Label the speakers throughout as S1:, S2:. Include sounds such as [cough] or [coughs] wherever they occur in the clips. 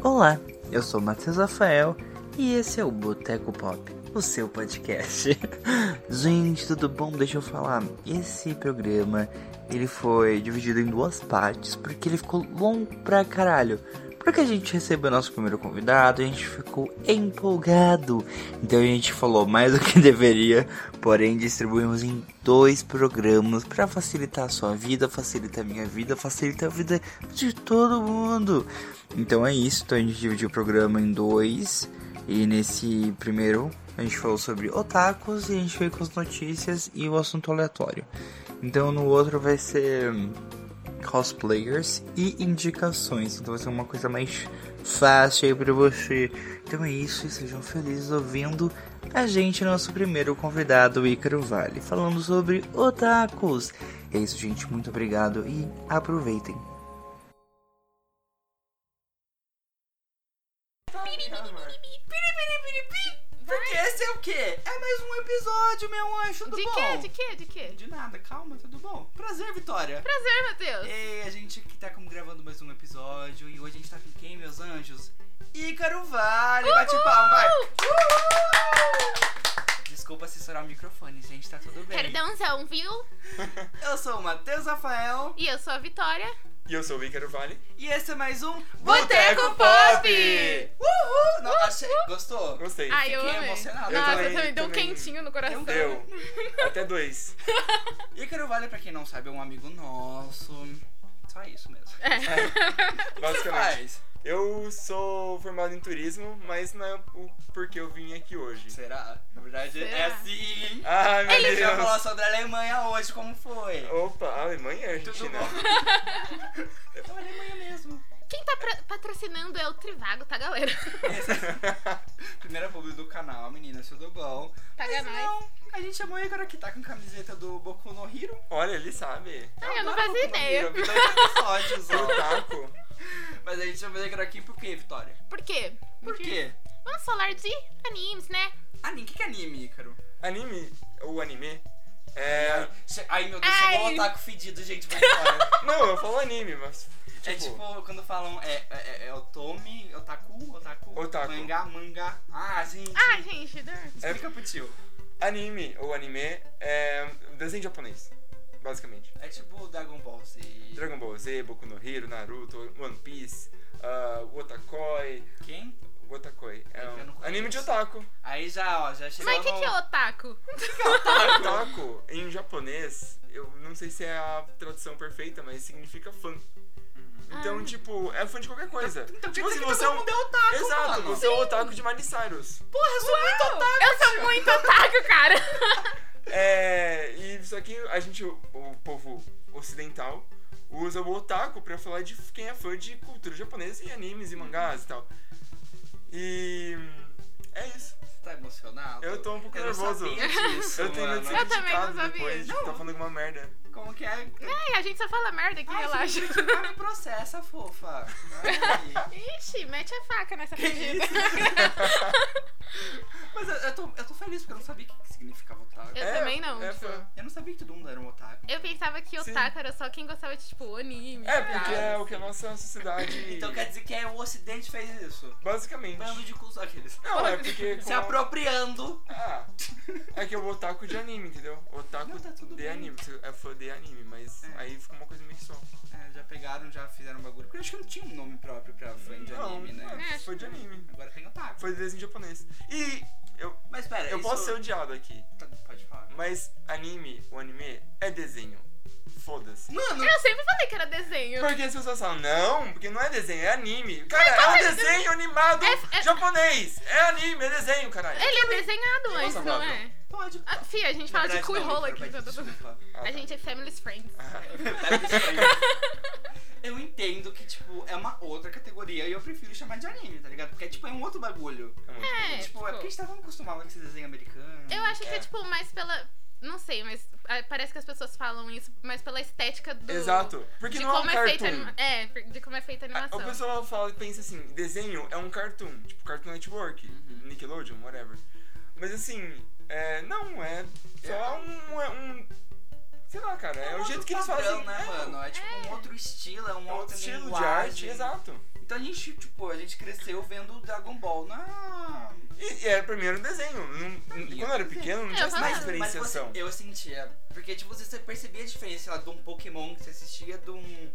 S1: Olá, eu sou Matheus Rafael e esse é o Boteco Pop, o seu podcast. [laughs] Gente, tudo bom? Deixa eu falar. Esse programa, ele foi dividido em duas partes porque ele ficou longo pra caralho. Porque a gente recebeu nosso primeiro convidado, a gente ficou empolgado. Então a gente falou mais do que [laughs] deveria, porém distribuímos em dois programas para facilitar a sua vida, facilitar a minha vida, facilitar a vida de todo mundo. Então é isso, então a gente dividiu o programa em dois. E nesse primeiro a gente falou sobre otakus e a gente veio com as notícias e o assunto aleatório. Então no outro vai ser cosplayers e indicações. Então vai ser uma coisa mais fácil aí pra você. Então é isso, e sejam felizes ouvindo a gente, nosso primeiro convidado, Ícaro Vale, falando sobre otakus. É isso, gente, muito obrigado e aproveitem.
S2: Porque esse é o quê? É mais um episódio, meu anjo, tudo
S3: De
S2: bom?
S3: quê? De quê? De quê?
S2: De nada, calma, tudo bom? Prazer, Vitória!
S3: Prazer, Matheus. Uh!
S2: Ei, a gente que tá como gravando mais um episódio e hoje a gente tá com quem, meus anjos? Ícaro Vale! Bate palma, vai!
S3: Uh!
S2: Desculpa assessorar o microfone, gente, tá tudo bem.
S3: Perdãozão, viu?
S2: Eu sou o Matheus Rafael
S3: E eu sou a Vitória.
S4: E eu sou o Ícaro Vale.
S2: e esse é mais um
S3: Boteco Pop!
S2: Uhul! Não, achei... Gostou?
S4: Gostei.
S3: Ai, eu
S2: fiquei
S3: amei.
S2: emocionado.
S3: Nossa,
S4: Eu também,
S3: também deu um
S4: também.
S3: quentinho no coração.
S2: então.
S4: Deu. Até
S2: [laughs]
S4: dois.
S2: Ícaro Vale, pra quem não sabe, é um amigo nosso. Só isso mesmo. Você
S4: Basicamente.
S2: faz?
S4: Eu sou formado em turismo, mas não é o porquê eu vim aqui hoje.
S2: Será? Na verdade é
S3: Será?
S2: assim.
S4: Ai, meu
S2: A gente vai falar
S4: Deus.
S2: sobre a Alemanha hoje, como foi?
S4: Opa, a Alemanha e a
S2: Tudo
S4: Argentina.
S2: bom? É a Alemanha mesmo.
S3: Quem tá pra- patrocinando é o Trivago, tá, galera?
S2: Primeira publi do canal, meninas, tudo bom?
S3: Paga
S2: Mas
S3: nós.
S2: não, a gente chamou o Igor que tá com camiseta do Boku no Hero.
S4: Olha, ele sabe.
S3: Ai, Ah, eu não
S2: adoro Boku
S3: fazia
S2: no
S3: ideia.
S2: Hero, eu vi dois episódios,
S4: O
S2: ó.
S4: taco.
S2: [laughs] Mas a gente chamou o Igor aqui por quê, Vitória?
S3: Por quê?
S2: Por quê?
S3: Vamos falar de animes, né?
S2: Anime, o que que é anime, Ícaro?
S4: Anime, ou anime.
S2: [laughs]
S4: É.
S2: Che- Ai, meu Deus,
S3: Ai.
S2: chegou o otaku fedido, gente, vai embora. [laughs]
S4: Não, eu falo anime, mas. Tipo,
S2: É tipo quando falam é, é, é otome, otaku, otaku,
S4: Otaku.
S2: mangá, mangá. Ah, gente.
S3: Ah, gente, né?
S2: Explica pro tio.
S4: anime ou anime é desenho japonês. Basicamente.
S2: É tipo Dragon Ball Z.
S4: Dragon Ball Z, Boku no Hero, Naruto, One Piece, uh, Otakoi.
S2: Quem?
S4: Otakoi. É
S2: Eu não
S4: um
S2: conheço.
S4: anime
S2: [laughs]
S4: de otaku.
S2: Aí já, ó, já chegou
S3: Mas o que,
S2: no...
S3: que é otaku?
S4: Otaku, em japonês, eu não sei se é a tradução perfeita, mas significa fã. Então,
S3: Ah.
S4: tipo, é fã de qualquer coisa.
S2: Uhum. Então, tipo,
S4: tipo,
S2: que
S4: se você é
S2: todo
S4: um...
S2: mundo é otaku,
S4: Exato,
S2: mano.
S4: você é um otaku de Miley Cyrus.
S2: Porra, eu sou muito otaku.
S3: Uh! Eu sou muito otaku,
S2: [laughs]
S3: cara.
S4: É, e só que a gente, o, o povo ocidental, usa o otaku pra falar de quem é fã de cultura japonesa e animes e mangás e tal. E... é isso.
S2: Você tá emocionado?
S4: Eu tô um pouco
S2: Eu não
S4: nervoso.
S2: sabia disso,
S4: Eu tenho
S2: mano.
S4: medo de ser
S3: Eu também não
S4: criticado
S3: sabia.
S4: depois, de tá falando alguma merda.
S2: Como que é?
S3: Ai, a gente só fala merda aqui,
S2: Ai,
S3: relaxa.
S2: se criticar, me processa,
S3: [laughs]
S2: fofa. Ai.
S3: Ixi, mete a faca nessa
S2: Que
S3: pedida.
S2: [laughs] Mas eu, eu tô, eu tô feliz porque eu não sabia o que, que significava otaku.
S3: Eu
S4: É,
S3: também não.
S4: é
S3: tipo.
S4: fã.
S2: Eu não sabia que todo mundo era um otaku.
S3: Eu pensava que
S4: Sim.
S3: otaku era só quem gostava de, tipo, anime.
S4: É, porque é o que a
S3: assim.
S4: nossa sociedade.
S2: [laughs] Então quer dizer que é o ocidente fez isso.
S4: [laughs] Basicamente.
S2: Bando de cus aqueles.
S4: Não, é porque.
S2: Se
S4: como-
S2: apropriando.
S4: Ah, é que é o otaku de anime, entendeu? Otaku
S2: Não, tá tudo
S4: de
S2: bem.
S4: anime. Você é fã de anime, mas
S2: É.
S4: aí fica uma coisa meio só.
S2: É, já pegaram, já fizeram um bagulho. Porque eu acho que não tinha um nome próprio pra fã de
S4: não,
S2: anime, né?
S4: é,
S3: É,
S4: foi de anime.
S2: Agora tem otaku.
S4: Foi de desenho japonês. E eu,
S2: Mas pera,
S4: eu
S2: É isso...
S4: posso ser odiado aqui,
S2: Tá, Pode falar.
S4: mas anime, o anime, é desenho. Foda-se.
S2: Mano,
S3: Eu sempre falei que era desenho.
S4: Porque as pessoas falam, não, porque não é desenho, é anime. Cara, é um desenho animado
S3: É- é-
S4: japonês. É anime, é desenho, caralho.
S3: Ele é desenhado
S4: Nossa,
S3: antes, não
S4: Flávio.
S3: é?
S2: pode.
S3: Ah, Fia, a gente
S2: Na
S3: fala de
S2: verdade,
S3: cu e
S2: não,
S3: rola
S2: Vitor,
S3: aqui.
S2: vai,
S3: tá tudo bem. [laughs]
S2: Desculpa.
S4: Ah,
S3: A
S4: tá.
S3: gente é Family's Friends.
S2: Deve ser. Eu entendo que, tipo, é uma outra categoria e eu prefiro chamar de anime, tá ligado? Porque, tipo, é um outro bagulho.
S4: É muito
S3: É,
S2: tipo,
S3: tipo,
S2: é porque a gente tá tão acostumado com esse desenho americano.
S3: Eu acho que
S4: É.
S3: é, tipo, mais pela... Não sei, mas ah, parece que as pessoas falam isso, mas pela estética do...
S4: Exato. Porque
S3: de
S4: não é um
S3: como é feita a
S4: cartoon. Ah,
S3: anima- É, de como é feita a
S4: A-
S3: animação.
S4: O pessoal fala e pensa assim, desenho é um cartoon, tipo Cartoon Network,
S2: Uhum.
S4: Nickelodeon, whatever. Mas assim, é, não, é só um, é um. Sei lá, cara, é,
S2: É um
S4: o
S2: outro
S4: jeito que eles
S2: padrão,
S4: fazem.
S2: né,
S4: é,
S2: mano? É tipo um outro estilo, é um
S4: é um
S2: outro
S4: estilo de arte, exato.
S2: Então Então a gente, tipo, a gente cresceu vendo Dragon Ball na.
S4: E, e era primeiro um desenho. não-
S2: Amigo,
S4: quando eu era pequeno, não
S3: Eu
S4: tinha essa
S3: falava.
S2: mas você,
S4: diferenciação.
S2: eu sentia. Porque, tipo, você percebia a diferença, sei lá, de um Pokémon que você assistia de um.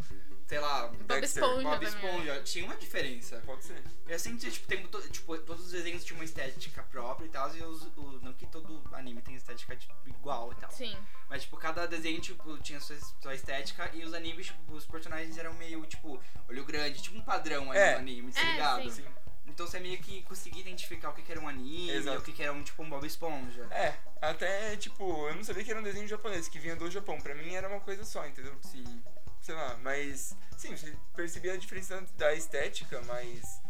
S2: Sei lá.
S3: Bob
S4: Dexter,
S3: Esponja
S2: Bob
S3: também.
S2: Esponja, tinha uma diferença.
S4: Pode ser.
S2: Eu sentia, tipo, tem, to- tipo, todos os desenhos tinham uma estética própria e tal, e os, o- não que todo anime tem estética tipo, igual e tal.
S3: Sim.
S4: Então.
S2: Mas, tipo, cada desenho, tipo, tinha sua, sua estética e os animes, tipo, os personagens eram meio, tipo, olho grande, tipo um padrão aí
S4: É.
S2: no anime, tá
S3: É,
S2: ligado?
S4: Sim.
S2: Então você meio que conseguia identificar o que, que era um anime,
S4: Exato.
S2: o que, que era um, tipo, um Bob Esponja.
S4: É, até tipo, eu não sabia que era um desenho japonês, que vinha do Japão. Pra mim era uma coisa só, entendeu?
S2: Sim.
S4: Sei lá, mas. Sim, você percebia a diferença da estética, mas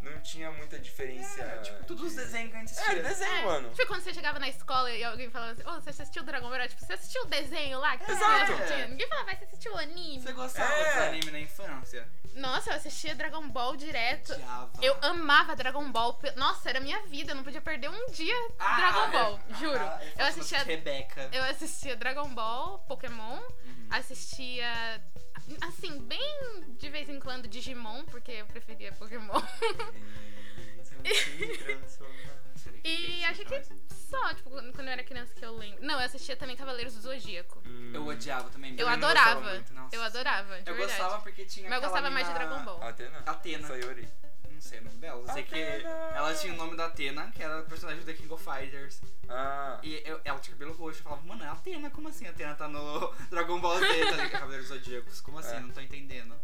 S4: não tinha muita diferença.
S2: É, tipo, todos os
S4: de-
S2: desenhos que a gente
S4: É,
S2: assistia.
S4: era desenho,
S3: É, [laughs]
S4: mano.
S3: Tipo, quando você chegava na escola e alguém falava assim, ô, você assistiu Dragon Ball? Era Tipo, você assistiu o desenho lá? Que você
S4: Exato.
S3: assistia?" Ninguém falava, "Vai, você assistiu o anime?
S2: Você gostava
S4: É.
S2: dos animes na infância?
S3: Nossa, eu assistia Dragon Ball direto.
S2: Odiava.
S3: Eu amava Dragon Ball. pe- Nossa, era minha vida. Eu não podia perder um dia
S2: Ah,
S3: Dragon Ball,
S2: é-
S3: juro.
S2: ah,
S3: eu,
S2: faço
S3: assistia,
S2: Rebeca.
S3: eu assistia Dragon Ball, Pokémon,
S2: Uhum.
S3: assistia. Assim, bem de vez em quando Digimon, porque eu preferia Pokémon. [laughs] E
S2: Uhum.
S3: acho que só, tipo, quando quando eu era criança que eu lembro. Não, eu assistia também Cavaleiros do Zodíaco.
S2: Eu
S4: hum,
S2: odiava também.
S3: Eu
S2: Dragon Ball.
S3: adorava.
S4: muito,
S2: nossa.
S3: Eu adorava, de
S2: Eu
S3: verdade.
S2: gostava porque tinha
S3: Mas eu
S2: aquela
S3: gostava mais de
S2: mina-
S3: Dragon Ball.
S4: Atena.
S2: Atena.
S4: Sayori.
S2: Não sei o nome dela. Eu sei que
S4: Atena.
S2: ela tinha o nome da Atena, que era a personagem do The King of Fighters.
S4: Ah.
S2: E eu- ela tinha cabelo roxo. Eu falava, mano, é a Atena? Como assim a Atena tá no [laughs] Dragon Ball Z, tá ligado? Cavaleiros Zodíacos. Como assim?
S4: É.
S2: Não tô entendendo.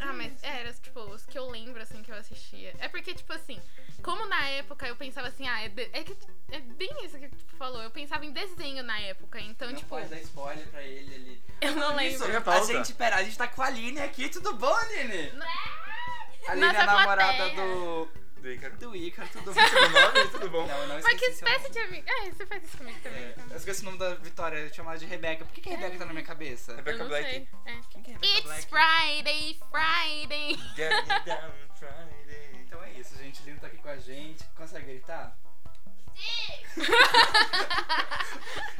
S3: Ah,
S2: é
S3: mas
S2: isso.
S3: era, tipo, os que eu lembro, assim, que eu assistia. É porque, tipo assim, como na época eu pensava assim, ah, é, de- é que é bem isso que tu falou. Eu pensava em desenho na época, então,
S2: não
S3: tipo,
S2: pode
S4: né?
S2: dar spoiler pra ele ali.
S3: eu não
S2: Isso,
S3: lembro.
S4: Minha
S2: a
S4: pauta.
S2: gente, pera, a gente tá com a Aline aqui. Tudo bom, Aline? A Aline é
S3: Nossa
S2: a namorada
S3: plateia.
S2: do...
S4: Do Ícaro.
S2: Do Icar, tudo bom?
S4: Tudo bom? Tudo bom?
S2: Não, eu não
S3: Mas que
S2: esqueci seu
S3: espécie de amigo. Ah, você faz isso comigo também.
S2: É,
S3: então.
S2: eu esqueci o nome da Vitória, eu chamava de Rebeca. Por que, que Rebeca tá na minha cabeça?
S3: Eu
S4: Rebecca
S3: não
S4: Black.
S3: sei. É.
S2: Quem que é Rebeca
S3: It's
S2: Black?
S3: Friday, Friday.
S4: Get me down Friday.
S2: Então é isso, gente. Lino tá aqui com a gente. Consegue gritar?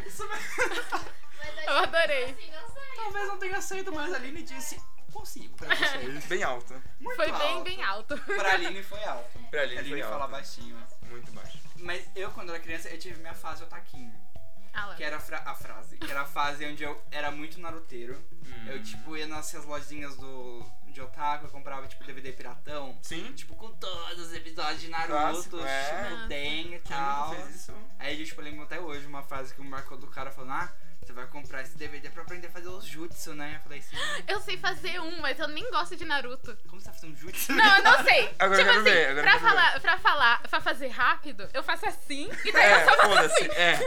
S2: Isso mesmo.
S3: Eu adorei.
S2: Talvez não tenha saído, mas a Aline disse
S3: [laughs]
S2: consigo pra vocês.
S4: É Bem alto.
S2: Muito
S3: Foi
S2: alto.
S3: bem, bem alto.
S2: Pra Aline foi alto.
S4: Pra
S2: A
S4: ali,
S2: Aline
S4: foi
S2: fala
S4: alto.
S2: baixinho.
S4: Muito É, baixo.
S2: Mas eu, quando era criança, eu tive minha fase otaquinho.
S3: Ah lá.
S2: Que era a, fra- a frase. Que era a fase onde eu era muito naruteiro.
S4: Hum.
S2: Eu, tipo, ia nessas lojinhas do, de otaku, eu comprava, tipo, DVD piratão.
S4: Sim?
S2: Tipo, com todos os episódios de Naruto,
S4: Clássico, é.
S2: Shippuden e
S4: Quem nunca
S2: tal.
S4: fez isso?
S2: Aí eu, tipo, lembro até hoje uma frase que me marcou do cara falando, ah, você vai comprar esse DVD pra aprender a fazer os jutsu, né? Eu falei assim,
S3: Eu sei fazer um, mas eu nem gosto de Naruto.
S2: como você tá fazendo
S4: [laughs]
S2: jutsu?
S3: Não, eu não sei.
S4: Agora
S3: tipo
S4: eu quero
S3: assim,
S4: ver, agora eu
S3: pra,
S4: quero
S3: falar, pra falar, pra fazer rápido, eu faço assim e daí eu
S4: É,
S3: só faço
S4: foda-se.
S3: assim.
S4: É.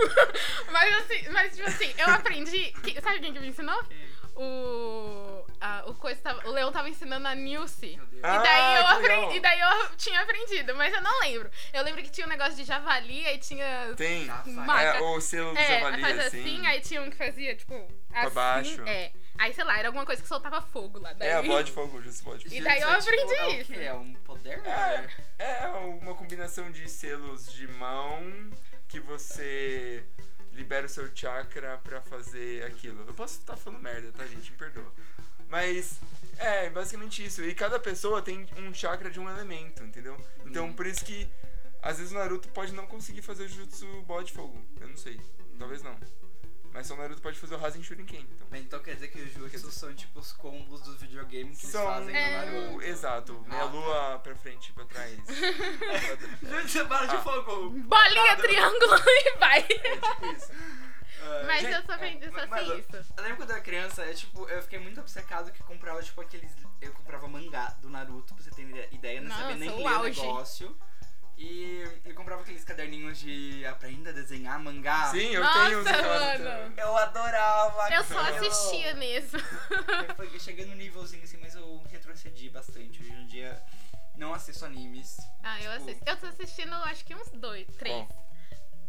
S3: Mas assim, mas tipo assim, eu aprendi. que- sabe quem que me ensinou?
S2: Quem?
S3: O. a- o, coisa tava- o Leão tava ensinando a Nilce.
S2: Meu Deus.
S4: Ah,
S3: E daí, eu
S4: que
S3: apren-
S4: legal.
S3: e daí eu tinha aprendido, mas eu não lembro. Eu lembro que tinha um negócio de javali, aí tinha.
S4: Tem.
S3: Maca.
S4: É, o selo do
S3: é,
S4: javali,
S3: faz assim,
S4: assim.
S3: aí tinha um que fazia, tipo, assim.
S4: baixo.
S3: É. Aí, sei lá, era alguma coisa que soltava fogo lá. Daí...
S4: É, a bola de fogo, justo bola de fogo.
S3: E daí eu
S2: é, tipo,
S3: aprendi
S2: é
S3: isso.
S2: O quê? É um poder?
S4: É.
S2: né?
S4: É uma combinação de selos de mão que você libera o seu chakra pra fazer aquilo. Eu posso estar falando merda, tá, gente? Me perdoa. Mas é basicamente isso. E cada pessoa tem um chakra de um elemento, entendeu? Então
S2: Hum.
S4: por isso que às vezes o Naruto pode não conseguir fazer o jutsu bola de fogo. Eu não sei. Talvez não. Mas só o Naruto pode fazer o Rasen Shuriken. Então.
S2: Mas então quer dizer que os
S4: Quer
S2: jutsu
S4: dizer-
S2: são tipo os combos dos videogames que
S4: São
S2: eles fazem
S3: É.
S2: no Naruto.
S4: [laughs] Exato, meia
S2: Ah, tá.
S4: lua pra frente e pra trás.
S2: Jutsu, bala de
S4: Ah.
S2: fogo!
S3: [laughs] Bolinha, triângulo [laughs] e vai.
S4: é tipo isso.
S2: Ah,
S3: Mas
S4: gente,
S3: eu só aprendi só
S2: mas-
S3: sei isso.
S2: Eu lembro quando eu era criança, eu, tipo, eu fiquei muito obcecado que comprava, tipo, aqueles. Eu comprava mangá do Naruto, pra você ter ide- ideia, não
S3: Nossa,
S2: sabia nem
S3: o
S2: ler
S3: auge.
S2: o negócio. E eu comprava aqueles caderninhos de aprenda a desenhar mangá.
S4: Sim, eu
S3: Nossa,
S4: tenho os caras.
S3: mano.
S2: Eu adorava
S3: Eu só
S2: aquilo.
S3: assistia mesmo.
S2: Eu fui- Eu cheguei no nívelzinho assim, mas eu retrocedi bastante. Hoje em dia não assisto animes.
S3: Ah, eu
S2: Tipo-
S3: assisto. Eu tô assistindo, acho que uns dois, três.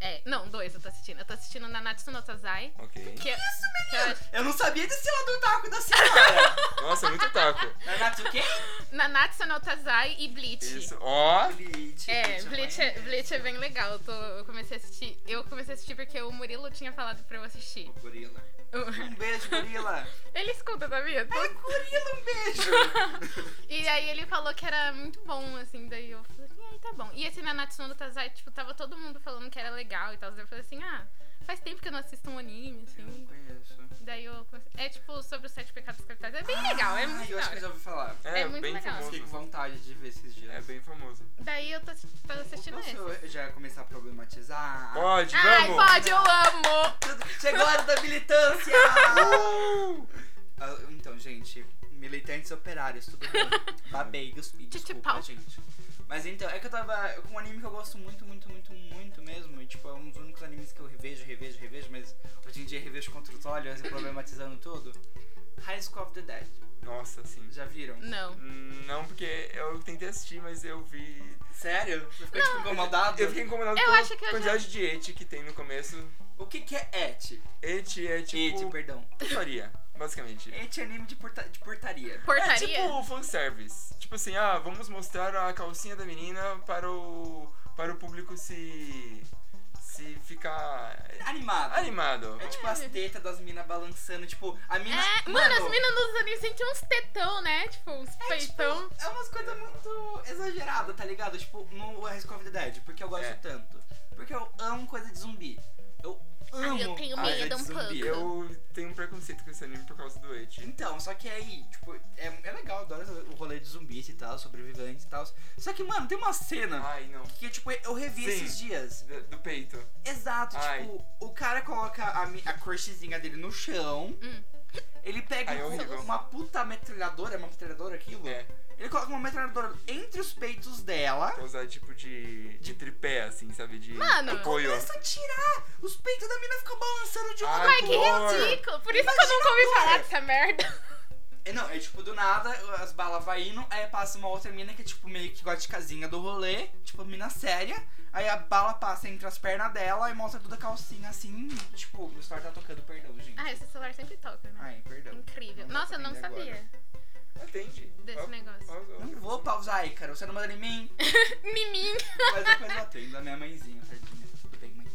S3: É, não, dois eu tô assistindo. Eu tô assistindo Nanatsu no Tazai.
S4: Ok.
S3: Que isso, menino? [laughs]
S2: Eu não sabia desse lado do taco da senhora! é
S4: Nossa, é muito taco.
S2: Renato, quem?
S3: Nanatsu no Taizai e Bleach.
S4: Isso. Ó.
S2: Bleach.
S3: É,
S2: uma
S3: Bleach é,
S2: merda.
S3: Bleach é bem legal. Eu, tô- eu comecei a assistir. Eu comecei a assistir porque o Murilo tinha falado pra eu assistir.
S2: O gorila. Um beijo, gorila.
S3: [laughs] Ele escuta, sabia?
S2: Ai, gorila, um
S3: [laughs]
S2: beijo.
S3: É, E aí ele falou que era muito bom, assim, daí eu falei assim, aí tá bom. E esse Nanatsu no Taizai, tipo, tava todo mundo falando que era legal e tal. Daí eu falei assim, ah, faz tempo que eu não assisto um anime,
S2: Eu não
S3: assim.
S2: conheço.
S3: Daí eu comecei- É tipo sobre os sete pecados capitais. É bem legal, é
S2: Ah,
S3: muito
S2: eu acho
S3: legal.
S2: que eu já ouvi falar.
S4: É,
S3: É muito
S4: bem
S3: legal.
S2: Fiquei com
S4: famoso.
S2: vontade de ver esses dias.
S4: É bem famoso.
S3: Daí eu tô, assi- tô Tá assistindo
S2: Posso
S3: esse.
S2: eu já começar a problematizar?
S4: Pode,
S3: Ai,
S4: vamos!
S3: pode, eu amo!
S2: Tudo- Chegou a hora da
S4: [laughs]
S2: militância! Ah, então, gente, militantes operários, tudo
S4: [laughs]
S2: bom? Babei, cuspi, desculpa,
S3: Tchau, tchau.
S2: gente. Mas então, é que eu tava com um anime que eu gosto muito, muito, muito, muito mesmo. E, tipo, é um dos únicos animes que eu revejo, revejo, revejo. Mas hoje em dia revejo contra os olhos e problematizando tudo. High School of the Dead.
S4: Hum. Nossa, sim.
S2: Já viram?
S3: Não.
S4: Hum, Não, porque eu tentei assistir, mas eu vi.
S2: Sério? Você ficou, tipo, incomodado?
S4: Eu fiquei incomodado
S3: Eu
S4: pela
S3: acho que eu
S4: quantidade de et que tem no começo.
S2: O que que é et?
S4: Et é
S2: Et,
S4: tipo.
S2: perdão.
S4: Putaria, basicamente.
S2: Et é anime de, porta de portaria.
S4: É
S3: Portaria?
S4: tipo fanservice. Tipo assim, ah, vamos mostrar a calcinha da menina para o. para o público se. se ficar.
S2: Animado.
S4: animado.
S2: É tipo as tetas das minas balançando, tipo, a mina.
S3: É, mano, as minas nos animes sentem uns tetão, né? Tipo, uns
S2: É, tipo,
S3: peitão.
S2: é umas coisas muito exageradas, tá ligado? Tipo, no Risk of the Dead, porque eu gosto
S4: É.
S2: tanto. Porque eu amo coisa de zumbi. Eu amo.
S3: Ai, eu tenho
S2: coisa
S3: medo
S2: de
S3: um
S2: zumbi.
S3: pouco.
S2: Eu-
S4: Eu tenho um preconceito com esse anime por causa do et.
S2: Então, só que aí, tipo, é, é legal, eu adoro o rolê de zumbis e tal, sobreviventes e tal. Só que, mano, tem uma cena
S4: Ai, não.
S2: que, tipo, eu revi
S4: Sim.
S2: esses dias.
S4: Do, do peito.
S2: Exato,
S4: Ai.
S2: tipo, o cara coloca a, mi- a crushzinha dele no chão.
S3: Hum.
S2: Ele pega
S4: Ai, é
S2: um-
S4: horrível.
S2: uma puta metralhadora, é uma metralhadora aquilo?
S4: É,
S2: Ele coloca uma metralhadora entre os peitos dela.
S4: pra usar tipo de. de tripé, assim, sabe? De
S3: Mano.
S4: apoio.
S2: Começa a tirar! Os peitos da mina ficam balançando de um
S4: Ai,
S2: lado
S3: Ai, que
S2: pro outro.
S4: horror.
S3: ridículo. Por isso que eu nunca ouvi
S2: Imagina a
S3: falar
S2: dor. [laughs]
S3: dessa merda.
S2: É, Não, é tipo, do nada, as balas vai indo, aí passa uma outra mina que é tipo meio que góticazinha do rolê, tipo, mina séria. Aí a bala passa entre as pernas dela e mostra toda a calcinha assim, tipo, o celular tá tocando, perdão, gente.
S3: Ah, esse celular sempre toca, né?
S2: Ai, perdão.
S3: Incrível.
S2: Não dá
S3: Nossa,
S2: pra
S3: eu não
S2: aprender
S3: sabia
S2: agora.
S4: Atende.
S3: desse
S4: Pa-
S3: negócio.
S4: pausa.
S2: Não vou pausar, Ícaro, você não manda em mim.
S3: Mimim.
S2: Mas depois eu atendo a minha mãezinha, tadinha. Tudo bem, mãe.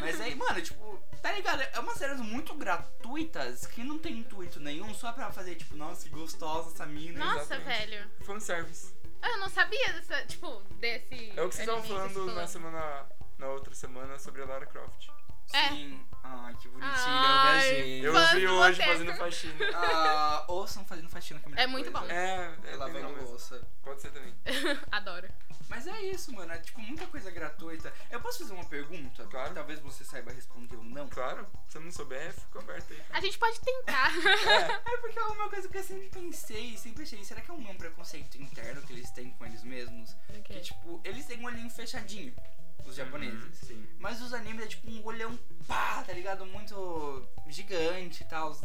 S2: Mas aí, mano, tipo, tá ligado? É umas séries muito gratuitas que não tem intuito nenhum, só pra fazer, tipo, nossa, que gostosa essa mina.
S3: Nossa,
S4: Exatamente.
S3: velho.
S4: Fanservice.
S3: Ah, Eu não sabia dessa, tipo, desse.
S4: É o que vocês estavam
S3: anime que
S4: falando
S3: vocês
S4: na
S3: falaram.
S4: semana. na outra semana sobre a Lara Croft.
S3: É.
S2: Sim. Ai, que bonitinho,
S3: Ai.
S2: eu viajei.
S4: Eu
S3: Fãs
S4: vi
S3: do
S4: hoje
S3: Boteco. [laughs]
S4: fazendo faxina.
S2: Ah, ouçam fazendo faxina com a melhor
S3: É muito
S2: coisa.
S3: bom.
S4: É, é
S2: É,
S4: bem
S2: lavando
S4: legal mesmo.
S2: louça.
S4: Pode ser também.
S3: Adoro.
S2: Mas é isso, mano. É tipo muita coisa gratuita. Eu posso fazer uma pergunta?
S4: Claro.
S2: Que talvez você saiba responder ou não.
S4: Claro, se eu não souber, fica aberto aí.
S3: A gente pode
S2: [laughs]
S3: tentar.
S2: É porque é uma coisa que eu sempre pensei, sempre achei. Será que é um preconceito interno que eles têm com eles mesmos? Que, tipo, eles têm um olhinho fechadinho, os
S3: Uhum.
S2: japoneses.
S4: Sim.
S2: Mas os animes é tipo um olhão pá, tá ligado? Muito gigante e tal.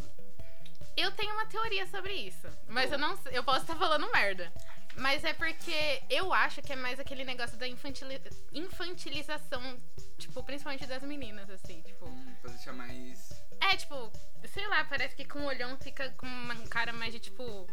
S3: Eu tenho uma teoria sobre isso, mas
S2: Boa.
S3: eu não, sei- eu posso estar falando merda. Mas é porque eu acho que é mais aquele negócio da infantili- infantilização, tipo, principalmente das meninas, assim, tipo.
S2: Hum, pra deixar mais.
S3: É, tipo, sei lá, parece que com o olhão fica com uma cara mais de, tipo,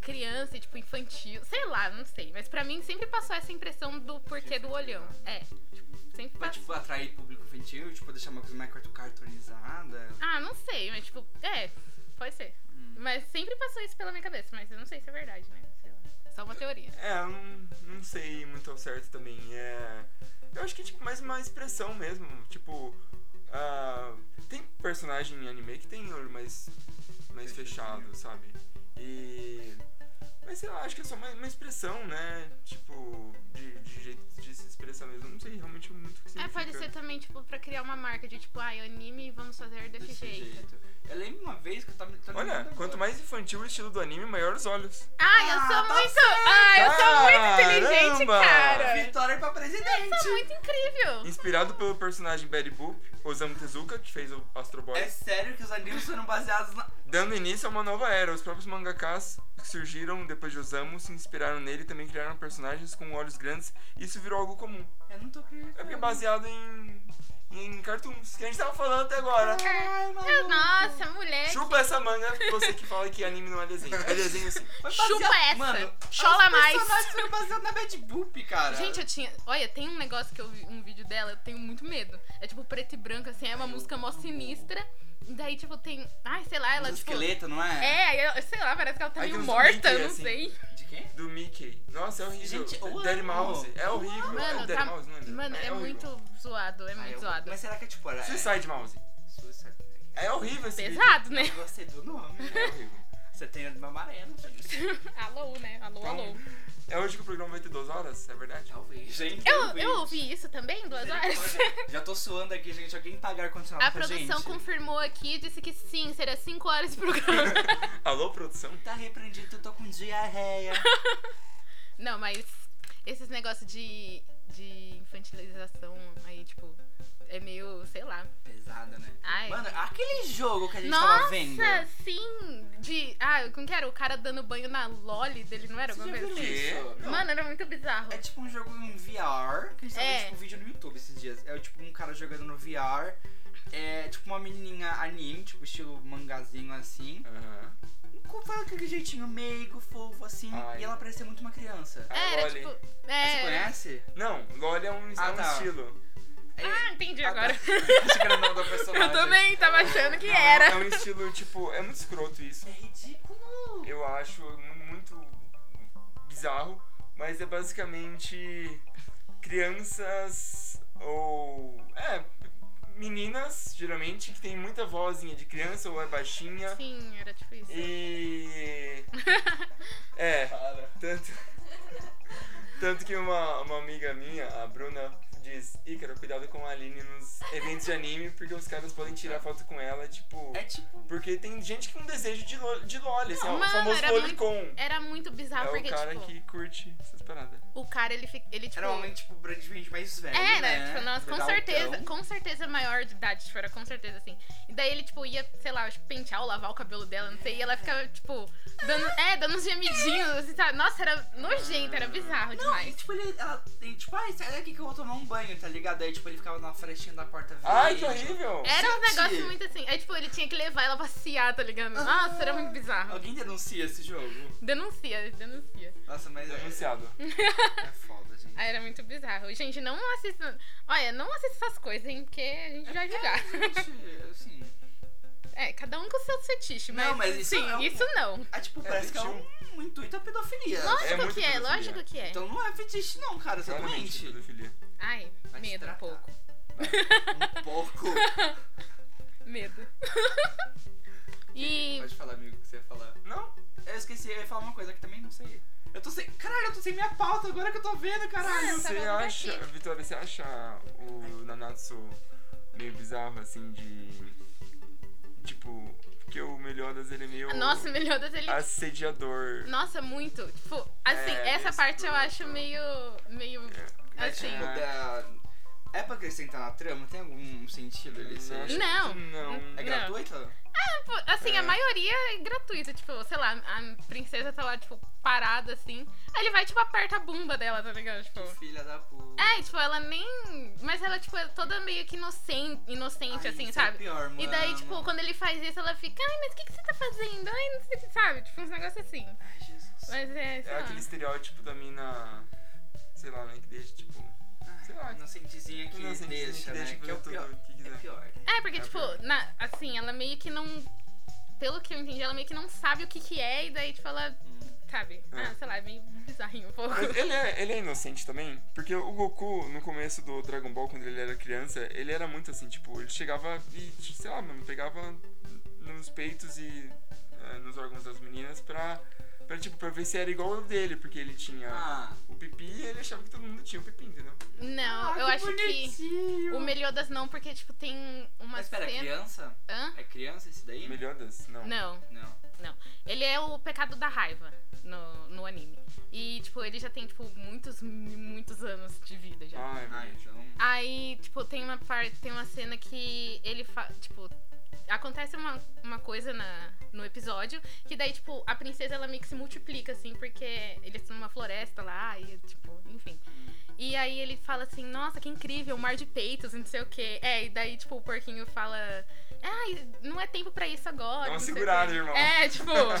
S3: criança, e, tipo, infantil. Sei lá, não sei. Mas pra mim sempre passou essa impressão do porquê do olhão. É, tipo, sempre
S2: Pra,
S3: passou.
S2: tipo, atrair público infantil, tipo, deixar uma coisa mais cartu- cartoonizada.
S3: Ah, não sei, mas, tipo, é, pode ser.
S2: Hum.
S3: Mas sempre passou isso pela minha cabeça, mas eu não sei se é verdade, né? Sei lá. Só uma teoria.
S4: É, eu não, não sei muito ao certo também. É, eu acho que é tipo, mais uma expressão mesmo. Tipo, ah, tem personagem em anime que tem olho mais, mais
S2: Fechadinho.
S4: fechado, sabe? E. Mas sei lá, acho que é só mais uma expressão, né? Tipo, de, de jeito de se expressar mesmo. Não sei realmente muito o que
S3: É,
S4: significa.
S3: pode ser também, tipo, pra criar uma marca de tipo, ai, anime, vamos fazer desse, jeito.
S2: Eu lembro uma vez que eu tava me
S4: Olha, quanto mais infantil o estilo do anime, maior os olhos.
S3: Ai, eu
S2: Ah,
S3: sou
S2: tá
S3: muito. Ai, eu sou muito inteligente,
S4: Caramba!
S3: cara.
S2: Vitória pra presidente!
S3: Eu sou muito incrível.
S4: Inspirado pelo personagem Betty Boop, Osamu Tezuka, que fez o Astro Boy.
S2: É sério que os animes foram baseados na.
S4: Dando início a uma nova era, os próprios mangakas que surgiram depois de Osamu se inspiraram nele e também criaram personagens com olhos grandes. Isso virou algo comum.
S2: Eu não tô acreditando.
S4: É porque é baseado em, em cartoons, que a gente tava falando até agora.
S2: Ai,
S3: Ah,
S2: maluco.
S3: Nossa, moleque.
S4: Chupa essa manga, você que fala que anime não é desenho.
S2: um
S4: É desenho sim.
S2: Mas
S3: Chupa
S2: baseado-
S3: essa.
S2: Mano,
S3: Chola
S2: os
S3: mais.
S2: personagens foram baseados na Bad Boop, cara.
S3: Gente, eu tinha. Olha, tem um negócio que eu vi, um vídeo dela, eu tenho muito medo. É tipo preto e branco, assim, é uma música mó sinistra. E daí, tipo, tem. Ai, sei lá, ela
S2: Do
S3: tipo.
S2: esqueleto, não é?
S3: É, aí eu- sei lá, parece que ela tá
S4: Aí
S3: meio
S4: tem uns
S3: morta,
S4: Mickey,
S3: não
S4: assim.
S3: sei.
S2: De quem?
S4: Do Mickey. Nossa, é horrível.
S2: Gente, eu
S4: Dead
S2: amo.
S4: Mouse. É horrível. é
S3: Mano,
S4: Dead
S3: tá-
S4: Mouse, não é?
S3: Mano, é,
S4: horrível.
S3: muito zoado, é
S2: Ah,
S3: muito
S2: eu-
S3: zoado.
S2: Mas será que é tipo. Era...
S4: Suicide Mouse.
S2: Suicide.
S4: É horrível esse vídeo.
S3: Pesado, né?
S2: Eu gostei do nome.
S4: É horrível.
S2: Você tem tá a do amarelo,
S3: [laughs]
S2: gente.
S3: Alô, né?
S2: Então,
S3: Alô, alô.
S4: É hoje que o programa vai ter duas horas, é verdade?
S2: Talvez. Gente,
S3: Eu, eu ouvi isso também, duas horas.
S2: Já tô suando aqui, gente. Alguém pagar ar-condicionado
S3: A
S2: pra
S3: produção
S2: gente.
S3: confirmou aqui e disse que sim, seria cinco horas de programa. [laughs]
S4: Alô, produção?
S2: Tá repreendido, eu tô com diarreia.
S3: Não, mas esses negócios de, de infantilização aí, tipo, é meio, sei lá.
S2: Pesada, né?
S3: Ai.
S2: Mano, aquele jogo que a gente tava vendo.
S3: Nossa, sim! De. Ah, como que era? O cara dando banho na Loli dele, não era?
S2: Você
S3: Alguma
S2: já
S3: coisa
S2: viu
S3: assim.
S2: isso? Não.
S3: Mano, era muito bizarro.
S2: É tipo um jogo em VR, que a gente tá
S3: É.
S2: vendo tipo, um vídeo no YouTube esses dias. É tipo um cara jogando no VR. É tipo uma menininha anime, tipo estilo mangazinho
S3: É,
S2: assim.
S4: Aham.
S2: Com fala aquele jeitinho meigo, fofo assim.
S4: Ai.
S2: E ela parecia muito uma criança.
S4: Ah,
S3: É, era
S4: Loli.
S3: tipo.
S2: Mas
S3: É.
S2: Você conhece?
S4: Não, LOL é um, é
S2: Ah,
S4: um
S2: tá.
S4: estilo.
S3: Ah, entendi
S2: Ah,
S3: agora.
S2: Acho que era o nome da personagem.
S3: [laughs] Eu também
S2: tá.
S3: tava achando que
S4: Não,
S3: era.
S4: É um estilo, tipo, é muito escroto isso.
S2: É ridículo.
S4: Eu acho mu- muito bizarro, mas é basicamente crianças ou. É, meninas, geralmente, que tem muita vozinha de criança ou é baixinha.
S3: Sim, era tipo isso. [laughs]
S4: E. É,
S2: Para.
S4: tanto. [laughs] Tanto que uma, uma amiga minha, a Bruna, diz: Ícaro, cuidado com a Aline nos eventos de anime, porque os caras podem tirar foto com ela, tipo.
S2: É tipo.
S4: Porque tem gente com desejo de, lo de loli, assim,
S3: Não,
S4: ó, o
S3: mano,
S4: famoso
S3: era
S4: lolicon.
S3: Era muito bizarro,
S4: É o
S3: porque,
S4: cara
S3: tipo,
S4: que curte essas paradas.
S3: o cara, ele, fi- ele tipo.
S2: Era um homem, tipo, brandemente mais velho.
S3: Era,
S2: né?
S3: tipo, nós com
S2: Verdadão.
S3: certeza, com certeza maior de idade, tipo, era com certeza assim. E daí ele, tipo, ia, sei lá, acho que pentear ou lavar o cabelo dela, não sei, e ela ficava, tipo, dando, é, dando uns gemidinhos, assim, sabe? Nossa, era nojento, era
S2: Não,
S3: bizarro
S2: e,
S3: demais.
S2: tipo, ele, ela, e, tipo, ai, sai daqui que eu vou tomar um banho, tá ligado? Aí, tipo, ele ficava na frestinha da porta verde.
S4: Ai, que horrível!
S3: Era um
S2: gente.
S3: negócio muito assim. Aí, tipo, ele tinha que levar ela passear, tá ligado? Nossa, era muito bizarro.
S2: Alguém denuncia esse jogo?
S3: Denuncia, denuncia.
S2: Nossa, mas é,
S4: Denunciado.
S2: é foda, gente.
S3: Ah, era muito bizarro. Gente, não assista. Olha, não assista essas coisas, hein? Porque a gente vai julgar.
S2: Gente, assim.
S3: É, cada um com o seu fetiche, mas.
S2: Não, mas isso
S3: sim,
S2: é um-
S3: isso não.
S2: É tipo,
S4: É,
S2: parece que é um, um intuito a pedofilia.
S4: É
S3: Lógico
S4: muito
S3: que é,
S4: pedofilia.
S3: lógico que é.
S2: Então não é fetiche, não, cara, você é
S4: Claramente,
S2: doente.
S4: pedofilia.
S3: Ai,
S2: Vai se
S3: medo um
S2: tratar.
S3: pouco.
S2: Um
S3: [laughs]
S2: pouco. [laughs]
S3: Medo. e.
S2: Pode falar, amigo, o que você ia falar.
S4: Não?
S2: Eu esqueci, eu ia falar uma coisa que também não sei. Eu tô sem. Caralho, eu tô sem minha pauta agora que eu tô vendo, caralho.
S3: Nossa,
S4: Você
S3: vamos
S4: acha,
S3: aqui.
S4: Vitória, você acha o Nanatsu meio bizarro, assim, de. Tipo, porque o Meliodas ele é meio.
S3: Nossa, melhor das ele.
S4: Assediador.
S3: Nossa, muito. Tipo, assim,
S4: É,
S3: essa
S4: isso
S3: parte eu
S4: tudo.
S3: acho meio. meio.
S2: É
S3: assim.
S2: tipo da. É pra acrescentar na trama? Tem algum sentido ele
S4: Eu
S2: ser.
S4: acho que
S3: Não.
S4: Não.
S2: É
S3: Não.
S2: gratuito?
S3: Tipo, assim, a
S4: É.
S3: maioria é gratuita. Tipo, sei lá, a princesa tá lá, tipo, parada assim. Aí ele vai, tipo, aperta a bunda dela, tá ligado? Tipo.
S2: Filha da puta.
S3: É, tipo, ela nem. Mas ela, tipo, é toda meio que inocente, inocente
S2: Ai,
S3: assim,
S2: isso é
S3: sabe?
S2: pior,
S3: E daí,
S2: mano.
S3: tipo, quando ele faz isso, ela fica, ai, mas o que, que você tá fazendo? Ai, não sei o que, sabe? Tipo, uns negócios assim.
S2: Ai, Jesus.
S3: Mas é, sei
S4: É
S3: lá.
S4: aquele estereótipo da mina. Sei lá, né? Que deixa, tipo. Sei lá.
S2: Inocentezinha que
S4: inocentezinha
S2: deixa,
S4: que
S2: né?
S4: deixa
S2: que é o
S4: fazer
S2: pior.
S4: tudo o que
S2: É
S4: quiser.
S2: pior.
S3: É, porque,
S4: É
S3: tipo,
S4: verdade.
S3: na- assim, ela meio que não. Pelo que eu entendi, ela meio que não sabe o que que é, e daí, tipo, ela. Sabe? Ah, sei lá, é meio bizarrinho um pouco.
S4: Mas ele é, ele é inocente também, porque o Goku, no começo do Dragon Ball, quando ele era criança, ele era muito assim, tipo, ele chegava e, sei lá, mano, pegava nos peitos e eh, nos órgãos das meninas pra, pra, tipo, pra ver se era igual ao dele, porque ele tinha
S2: Ah,
S4: o pipi e ele achava que todo mundo tinha o pipi, entendeu?
S3: [laughs] Não, eu acho que. O Meliodas não, porque, tipo, tem uma
S2: mas espera, é
S3: cena.
S2: criança?
S3: Hã?
S2: É criança esse daí?
S4: Meliodas? Não.
S3: Não,
S2: Não.
S3: ele é o pecado da raiva no, no anime. E, tipo, ele já tem, tipo, muitos, muitos anos de vida já.
S4: Ah, é
S2: Ah,
S4: verdade.
S2: então.
S3: Aí, tipo, tem uma parte, tem uma cena que ele fa tipo, acontece uma, uma coisa na, no episódio que daí, tipo, a princesa ela meio que se multiplica, assim, porque eles estão numa floresta lá e, tipo, enfim. E E aí ele fala assim, nossa, que incrível, um mar de peitos, não sei o quê. É, e daí, tipo, o porquinho fala. Ai, não é tempo pra isso agora.
S4: Dá uma
S3: não sei o
S4: segurada, então.
S3: quê."
S4: irmão.
S3: É,
S4: [laughs]
S3: tipo,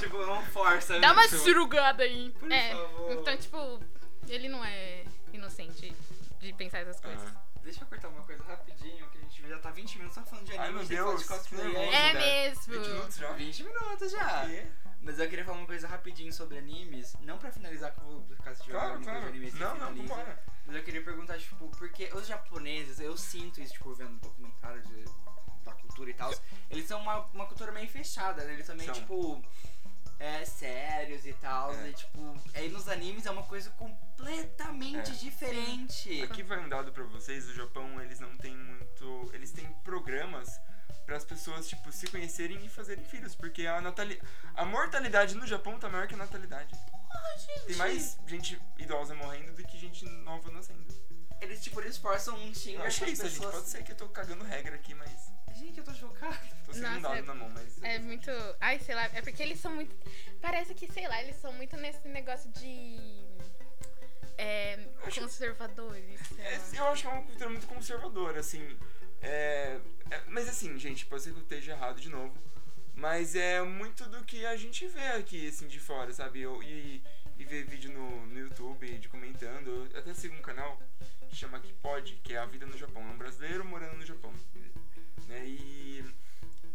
S2: [laughs] Tipo, não força.
S3: dá uma
S2: viu?
S3: surugada aí.
S2: Por
S3: é.
S2: favor.
S3: Então, tipo, ele não é inocente de pensar essas coisas.
S4: Ah.
S2: Deixa eu cortar uma coisa rapidinho, que a gente já tá 20 minutos só falando de anime.
S4: Ai, meu
S2: a gente fala
S4: Deus,
S2: de
S4: que
S2: cosplay.
S4: nervoso.
S2: ainda.
S3: É
S4: né?
S3: mesmo.
S4: 20 minutos já.
S2: 20 minutos já.
S4: E-
S2: Mas eu queria falar uma coisa rapidinho sobre animes. Não pra finalizar, que eu vou ficar se tiver
S4: Claro,
S2: alguma
S4: claro.
S2: coisa de anime assim,
S4: Não, não,
S2: finaliza.
S4: vambora.
S2: Mas eu queria perguntar, tipo, porque os japoneses, eu sinto isso, tipo, vendo documentários de- da cultura e tal, eles são uma, uma cultura meio fechada, né? Eles são meio,
S4: São.
S2: tipo, é, sérios e tal,
S4: É.
S2: e, tipo, aí nos animes é uma coisa completamente
S4: É.
S2: diferente.
S4: Aqui vai um dado pra vocês, o Japão, eles não tem muito... Eles têm programas para as pessoas, tipo, se conhecerem e fazerem filhos, porque a natali... a mortalidade no Japão tá maior que a natalidade. Tem mais gente idosa morrendo do que gente nova nascendo.
S2: Eles, tipo, eles forçam um
S4: Eu
S2: time
S4: acho que
S2: as
S4: é isso, gente. Pode
S2: pessoas...
S4: ser que eu tô cagando regra aqui, mas...
S2: Gente, eu tô chocada.
S4: Tô sendo
S3: Nossa,
S4: um dado
S3: é-
S4: na mão, mas...
S3: É muito. Ai, sei lá. É porque eles são muito. Parece que, sei lá, eles são muito nesse negócio de. É,
S4: Acho-
S3: conservadores. sei
S4: É,
S3: lá.
S4: eu acho que é uma cultura muito conservadora, assim. É, é- mas assim, gente, pode ser que eu esteja errado de novo. Mas é muito do que a gente vê aqui, assim, de fora, sabe? Eu, e, e ver vídeo no, no YouTube de comentando. Eu até sigo um canal que chama Que Pode, que é A Vida no Japão. É um brasileiro morando no Japão. Né? E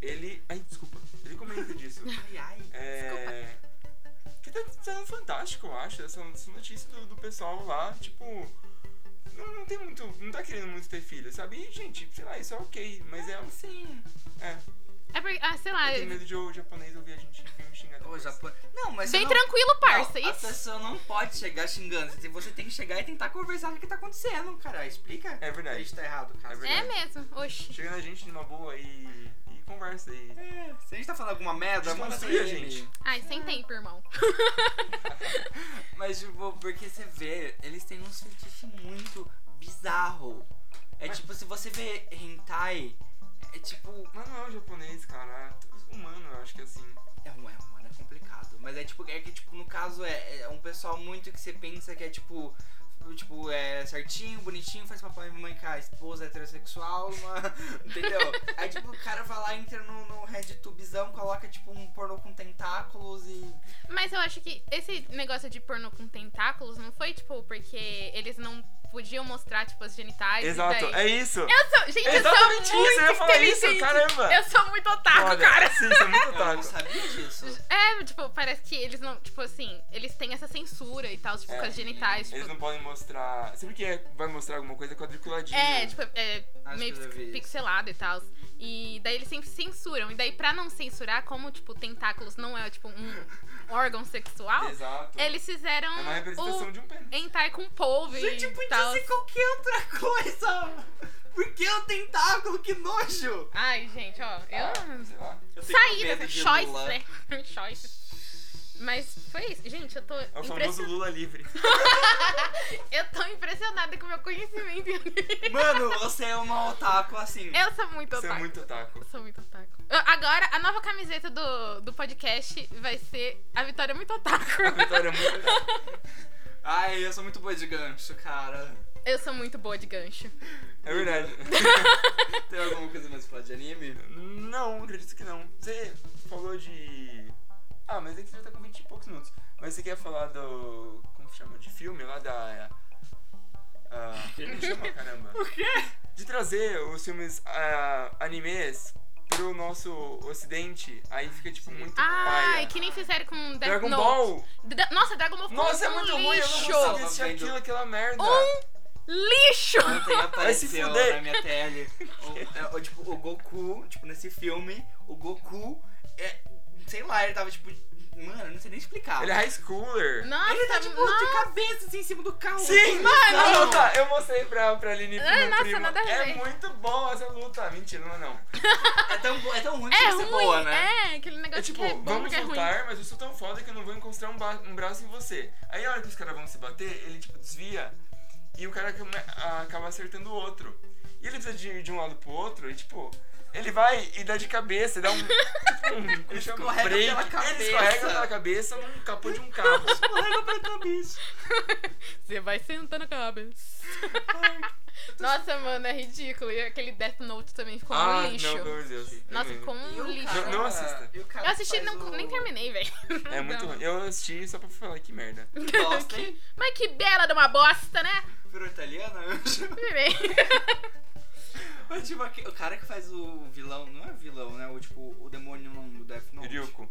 S4: ele. Ai, desculpa. Ele comenta disso.
S2: Ai, ai.
S4: É. Que tá sendo fantástico, eu acho. Essa, essa notícia do, do pessoal lá, tipo. Não, não tem muito. Não tá querendo muito ter filho, sabe? E, gente, sei lá, isso é ok, mas é.
S2: Sim.
S4: É.
S3: É porque. Ah, sei lá.
S4: Eu tenho medo de o japonês ouvir a gente vir me xingar.
S2: Ô,
S4: depois.
S2: Japão... Não, mas eu
S3: Bem
S2: não...
S3: tranquilo, parça.
S2: Não, a
S3: Isso.
S2: pessoa não pode chegar xingando. Você- Você tem que chegar e tentar conversar o que tá acontecendo, cara. Explica.
S4: É verdade.
S2: A gente tá errado,
S4: É
S2: cara.
S4: verdade.
S3: É mesmo. Oxi.
S4: Chega na gente numa boa e. e conversa e.
S2: Se a gente tá falando alguma merda, manda pra
S4: Desconfia,
S2: ele.
S4: gente.
S3: Ai, sem tempo, irmão.
S2: Mas, tipo, porque você vê, eles têm um fetiche muito bizarro. É tipo, se você vê hentai, é tipo.
S4: Mas não é o japonês, cara. É humano, eu acho que é assim.
S2: É um, é um mano, é complicado. Mas é tipo, é que, tipo, no caso, é, é um pessoal muito que você pensa que é tipo. Tipo, é certinho, bonitinho, faz papai e mamãe com a esposa é heterossexual, [laughs] uma- entendeu? Aí, tipo, o cara vai lá, entra no, no RedTubezão, coloca, tipo, um pornô com tentáculos e.
S3: Mas eu acho que esse negócio de pornô com tentáculos não foi, tipo, porque eles não podiam mostrar, tipo, as genitais. e
S4: Exato,
S3: daí-
S4: é isso.
S3: Eu sou... Gente, eu
S4: Exatamente
S3: sou muito
S4: isso, eu ia falar isso,
S3: inteligente.
S4: caramba.
S3: Eu sou muito otaku,
S4: Olha,
S3: cara.
S4: Sim, isso é muito
S2: Eu não
S4: otaku.
S2: sabia disso.
S3: É, tipo, parece que eles não. Tipo assim, eles têm essa censura e tal, tipo,
S4: É,
S3: com as genitais.
S4: Eles
S3: Tipo,
S4: não podem mostrar. Sempre que é- vai mostrar alguma coisa quadriculadinha.
S3: é, tipo, é
S2: Acho
S3: meio
S2: que eu já vi
S3: pix-
S2: isso.
S3: pixelado e tal. E daí eles sempre censuram. E daí, pra não censurar, como, tipo, tentáculos não é,
S2: [laughs]
S3: tipo, um órgão sexual,
S4: Exato.
S3: eles fizeram
S4: É uma representação
S3: o
S4: de um pênis.
S3: hentai com polvo
S2: Gente,
S3: e
S2: podia
S3: tal.
S2: ser qualquer outra [laughs] coisa! Por que o tentáculo? Que nojo!
S3: Ai, gente, ó,
S4: Ah,
S3: eu.
S4: sei lá.
S2: Eu tenho
S3: Saída,
S2: medo de
S3: choice,
S2: Mulan. [laughs]
S3: né? [laughs] choice. Mas foi isso. Gente, eu tô
S4: É o famoso
S3: impressionada.
S4: Lula livre.
S3: Eu tô impressionada com o meu conhecimento. [laughs]
S2: Mano, você é uma otaku assim.
S3: Eu sou muito
S4: Isso é
S3: otaku.
S4: muito otaku.
S3: Eu sou muito otaku. Eu- Agora, a nova camiseta do, do podcast vai ser a Vitória Muito Otaku.
S4: [laughs] A Vitória é muito otaku.
S2: Ai, eu sou muito boa de gancho, cara.
S3: Eu sou muito boa de gancho.
S4: É verdade.
S2: Tem alguma coisa mais pra falar de anime?
S4: Não, acredito que não. Você falou de. Ah, mas é que você já tá com 20 e poucos minutos. Mas você quer falar do. Como que chama? De filme lá da. ah, como que
S3: [laughs]
S4: chama, caramba? O quê? De trazer os filmes ah, animes pro nosso ocidente. Aí fica, tipo, muito.
S3: Ai,
S4: paia.
S3: que nem fizeram com Death
S4: Dragon
S3: Note.
S4: Ball!
S3: Dra- Nossa, Dragon Ball ficou
S4: Nossa, é
S3: um
S4: muito ruim, eu não
S3: lixo. Um
S4: consegui
S2: Tava
S4: assistir
S2: vendo-
S4: aquilo, aquela merda.
S3: Lixo!
S2: Ontem
S4: se
S2: apareceu
S4: fuder.
S2: na minha tele. O, é, o, tipo, o Goku, tipo, nesse filme, o Goku é. Sei lá, ele tava tipo. Mano, não sei nem explicar.
S4: Ele é high schooler.
S3: Nossa,
S2: Ele tá tipo de cabeça assim, em cima do carro.
S4: Sim,
S2: Mano!
S4: a luta! Eu mostrei pra, pra Aline e pro
S3: Ah,
S4: meu
S3: nossa,
S4: primo.
S3: nada a
S4: É
S3: ver.
S4: muito bom essa luta. Mentira, não é não.
S2: É tão, bo- é tão ruim que
S3: é
S2: deve
S3: ruim,
S2: ser boa, né?
S3: é, aquele negócio
S4: É tipo,
S3: que é bom,
S4: vamos
S3: que é ruim.
S4: lutar, mas eu sou tão foda que eu não vou encostar um, ba- um braço em você. Aí a hora que os caras vão se bater, ele tipo desvia ah, e o cara come- a- acaba acertando o outro. E ele precisa de, de um lado pro outro e tipo. Ele vai e dá de cabeça, dá um. [laughs] tipo, um como chama?
S2: escorrega
S4: Break.
S2: pela
S4: Ele
S2: cabeça.
S4: escorrega pela cabeça num capô de um carro.
S2: Escorrega pra cabeça.
S3: Você vai sentando a cabeça. [laughs] Nossa, mano, é ridículo. E aquele Death Note também ficou
S4: ah,
S3: um lixo.
S4: não, pelo amor de Deus. Uhum.
S3: Nossa,
S4: Não,
S3: ficou um lixo.
S4: cara- Não assista.
S3: Eu assisti e não, nem
S4: [laughs]
S3: terminei, velho.
S4: É muito
S3: Não.
S4: ruim. Eu assisti só pra falar que merda.
S2: Bosta, hein?
S3: Mas que bela de uma bosta, né?
S2: Virou italiana? [laughs]
S3: Tudo bem.
S4: [laughs]
S2: Mas, tipo, aqui- o cara que faz o vilão, não é vilão, né? O tipo, o demônio não, do Death Note.
S4: Ryuko.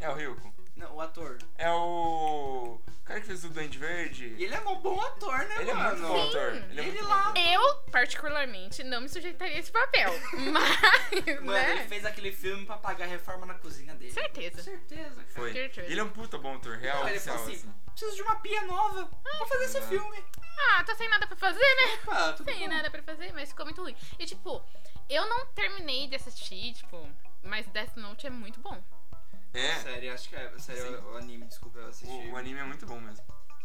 S4: É o Ryuko.
S2: Não, o ator.
S4: É o. O cara que fez o Duende
S2: E
S4: Verde.
S2: ele é um bom ator, né,
S4: Ele é
S2: mano?
S4: muito bom ator. Ele é
S2: Ele
S4: muito bom
S2: lá-
S4: ator.
S3: Eu, particularmente, não me sujeitaria a esse papel.
S2: [laughs]
S3: Mas,
S2: Mano, ele
S3: né?
S2: fez aquele filme pra pagar a reforma na cozinha dele.
S3: Certeza.
S2: Certeza, cara.
S4: Foi.
S3: Certeza.
S4: Ele é um puta bom ator, real.
S2: Não, ele
S4: oficial,
S2: falou assim,
S4: assim.
S2: preciso de uma pia nova. Vou fazer esse
S4: Ah.
S2: filme.
S3: Ah, tô sem nada pra fazer, né?
S2: Ah, tudo
S3: Sem
S2: bom.
S3: nada pra fazer, mas ficou muito ruim. E, tipo, eu não terminei de assistir, tipo, mas Death Note é muito bom.
S4: É.
S2: Sério, acho que é. Sério,
S4: Sim.
S2: o anime, desculpa, eu assisti.
S4: O, o anime é muito bom mesmo.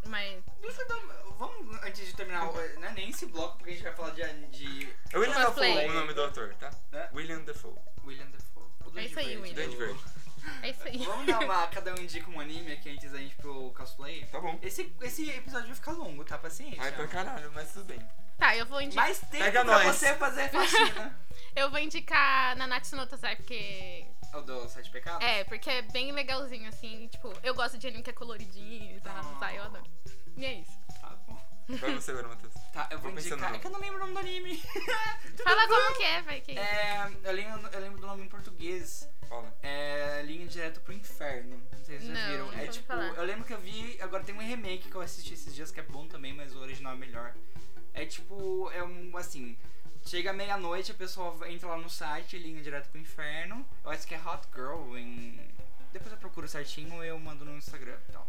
S3: Mas
S2: Deixa eu dar uma- Vamos, antes de terminar, o- não é nem esse bloco, porque a gente vai falar de. an- de
S4: É William
S3: Cosplay.
S4: Dafoe o nome do ator, tá?
S2: É.
S4: William Dafoe.
S2: William Dafoe. O Duende
S3: É isso aí,
S2: Verde.
S3: William.
S4: Duende Verde.
S3: é
S2: [laughs]
S3: isso aí.
S2: Vamos dar uma. Cada um indica um anime aqui antes da gente pro cosplay.
S4: Tá bom.
S2: Esse, esse episódio vai ficar longo, tá? Paciência.
S4: Ai, pra caralho, mas tudo bem.
S3: Tá, eu vou, indicar
S2: Mais tempo
S4: Pega
S2: pra
S4: nós.
S2: você fazer
S4: [laughs]
S2: faxina.
S3: eu vou indicar Nanatsu no Taizai, porque...
S2: o do Sete Pecados?
S3: É, porque é bem legalzinho, assim. e, Tipo, eu gosto de anime que é coloridinho e tal,
S2: Ah.
S3: tá? Eu adoro. E é isso.
S2: Tá bom.
S4: Vai você agora, Matheus.
S2: Tá, eu vou,
S4: Vou pensando
S2: indicar.
S4: no
S2: É que eu não lembro o nome do anime. [laughs]
S3: Fala como que é, vai, que...
S2: É, eu lembro, eu lembro do nome em português.
S4: Fala.
S2: É Linha Direto pro Inferno. Não sei se vocês
S3: Não,
S2: viram.
S3: nunca
S2: é
S3: ouvi
S2: tipo,
S3: falar.
S2: eu lembro que eu vi. Agora tem um remake que eu assisti esses dias que é bom também, mas o original é melhor. É tipo, é um assim. Chega meia-noite, a pessoa vai- entra lá no site, linha direto pro inferno. Eu acho que é Hot Girl em. Depois eu procuro certinho eu mando no Instagram e tal.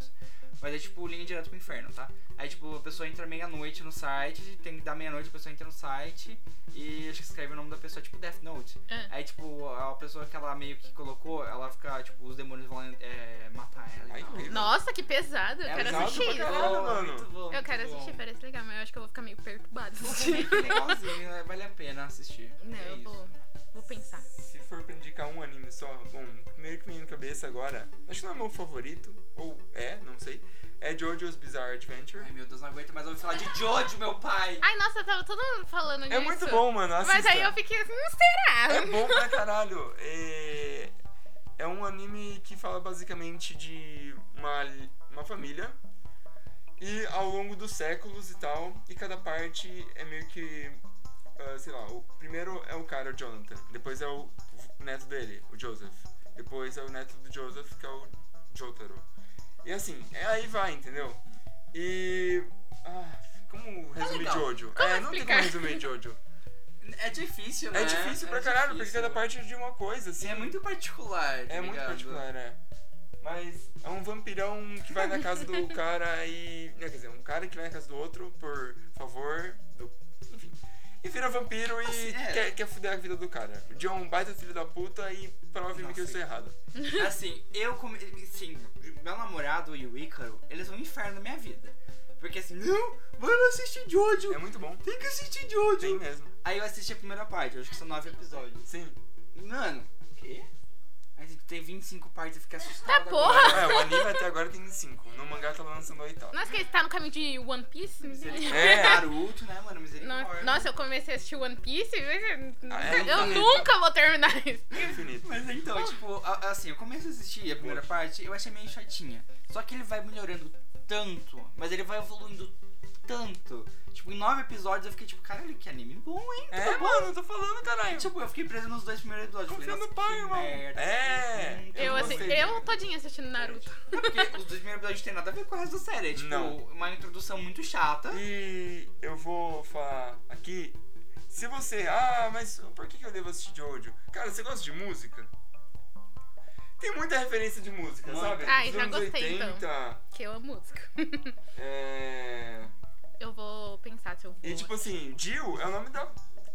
S2: Mas é tipo linha direto pro inferno, tá? Aí tipo, a pessoa entra meia-noite no site, tem que dar meia-noite, a pessoa entra no site e acho que escreve o nome da pessoa, tipo Death Note.
S3: Ah.
S2: Aí, tipo, a pessoa que ela meio que colocou, ela fica, tipo, os demônios vão é, matar ela.
S4: Ai,
S2: e
S4: que
S2: tal.
S4: horrível.
S3: Nossa, que pesado. Eu
S2: É
S3: quero
S2: muito
S3: assistir
S4: pra
S3: isso.
S4: caralho, mano.
S2: Muito bom,
S3: Eu quero
S2: muito bom.
S3: assistir, parece legal, mas eu acho que eu vou ficar meio
S4: [laughs]
S3: perturbada.
S2: Que legalzinho, né? vale a pena assistir.
S3: Não,
S2: é
S3: eu
S2: isso.
S3: vou, vou pensar.
S4: Se for pra indicar um anime só, bom, primeiro que me vem na cabeça agora, acho que não é meu favorito, ou é, não sei, é Jojo's Bizarre Adventure.
S2: Ai, meu Deus, não aguento mais ouvir falar de Jojo, meu pai.
S3: Ai, nossa, tava todo mundo falando disso.
S4: É muito bom, mano, assista.
S3: Mas aí eu fiquei assim, não será?
S4: É bom pra caralho. É... é um anime que fala basicamente de uma, uma família. E ao longo dos séculos e tal, e cada parte é meio que. ah, sei lá, o primeiro é o cara, o Jonathan. Depois é o neto dele, o Joseph. Depois é o neto do Joseph, que é o Jotaro. E assim, é, aí vai, entendeu? E. Ah, como resumir
S2: legal.
S4: Jojo?
S3: Como
S4: é, não tem como
S3: explicar?
S4: resumir Jojo.
S2: É difícil, né?
S4: É difícil pra caralho, porque
S2: difícil.
S4: cada parte é de uma coisa, assim.
S2: Sim, é muito particular. tá
S4: É muito
S2: ligado?
S4: particular, é. Mas é um vampirão que vai na
S2: [laughs]
S4: casa do cara e. Não, quer dizer, um cara que vai na casa do outro por favor do. Enfim. E vira vampiro e
S2: Assim, é.
S4: quer, quer fuder a vida do cara. O John é um baita filho da puta e prova-me que
S2: Nossa.
S4: eu estou errado.
S2: Assim, eu come... Sim, meu namorado e o Ícaro, eles são um inferno na minha vida. Porque assim, não, mano, assiste Jojo.
S4: É muito bom.
S2: Tem que assistir Jojo.
S4: Tem um mesmo.
S2: Aí eu assisti a primeira parte, acho que são nove episódios.
S4: Sim.
S2: Mano, o quê? A gente tem 25 partes e fica assustado.
S3: Tá
S2: agora.
S3: porra!
S4: É, o anime até agora tem cinco. No mangá tá lançando a oitava.
S3: Nossa, que ele tá no caminho de One Piece? né?
S2: É. Naruto, né, mano? Misericórdia.
S3: No- Nossa, eu comecei a assistir One Piece. mas-
S4: Ah, é?
S3: eu nunca vou terminar isso.
S4: Infinito.
S2: Mas então, tipo, a- assim, eu comecei a assistir a primeira parte, eu achei meio chatinha. Só que ele vai melhorando tanto, mas ele vai evoluindo tanto. Tipo, em nove episódios eu fiquei tipo, caralho, que anime então tá bom, hein?
S4: É, mano, eu tô falando,
S2: E,
S4: caralho.
S2: tipo, eu fiquei preso nos dois primeiros episódios.
S4: Confia
S2: Falei,
S4: no
S2: nossa,
S4: pai,
S2: que
S4: irmão.
S2: merda.
S4: É.
S2: Hum,
S3: Eu,
S2: não
S3: assim,
S2: gostei. É
S3: eu todinha assistindo Naruto.
S2: Porque os dois primeiros episódios tem nada a ver com o resto da série. É, tipo,
S4: Não.
S2: uma introdução muito chata.
S4: E eu vou falar aqui. Se você. Ah, mas por que que eu devo assistir Jojo? Cara, você gosta de música? Tem muita referência de música,
S2: Muita.
S4: sabe?
S3: Ai,
S4: Dos
S3: já
S4: anos
S3: gostei,
S4: 80,
S3: então. Que eu amo música.
S4: É...
S3: Eu vou pensar se eu vou.
S4: E tipo assim, Jill é o nome da...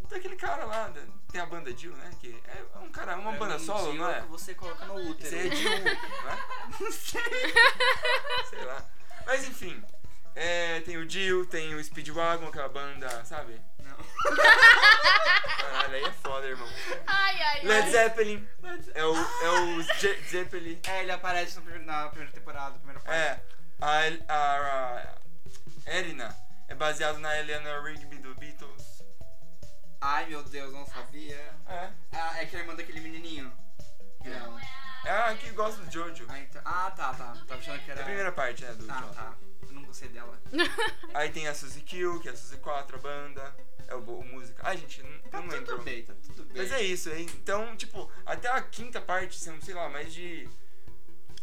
S4: daquele cara lá. da- Tem a banda Jill, né? Que é um cara, uma
S2: Pra
S4: banda
S2: mim,
S4: solo,
S2: Jill
S4: não
S2: é o
S4: é?
S2: que Você coloca no
S4: um-
S2: [laughs] útero.
S4: Você é Jill, né?
S2: Não sei.
S4: Sei lá. Mas enfim, É, tem o Jill, tem o Speedwagon, aquela banda, sabe?
S2: Não.
S4: Caralho, aí é foda, irmão.
S3: Ai, ai, ai.
S4: Led Zeppelin. É o, é o Ze- Zeppelin.
S2: É, ele aparece no prim- na primeira temporada, primeira parte.
S4: É, a, El- a, a Erina é baseado na Eleanor Rigby do Beatles.
S2: Ai, meu Deus, não sabia.
S4: É.
S2: Ah, é que é a irmã daquele menininho. Não.
S4: É a que gosta do Jojo.
S2: Ah, então... ah tá, tá. Tava achando que
S4: É
S2: era...
S4: a primeira parte, né, do
S2: Ah,
S4: Jojo.
S2: tá. Eu não gostei dela.
S4: Aí tem a Suzy Q, que é a Suzy 4, a banda. É o, bo- o música. Ai, gente, não,
S2: Tá
S4: não
S2: tudo
S4: lembro.
S2: bem, tá tudo bem.
S4: Mas é isso, hein? Então, tipo, até a quinta parte são, sei lá, mais de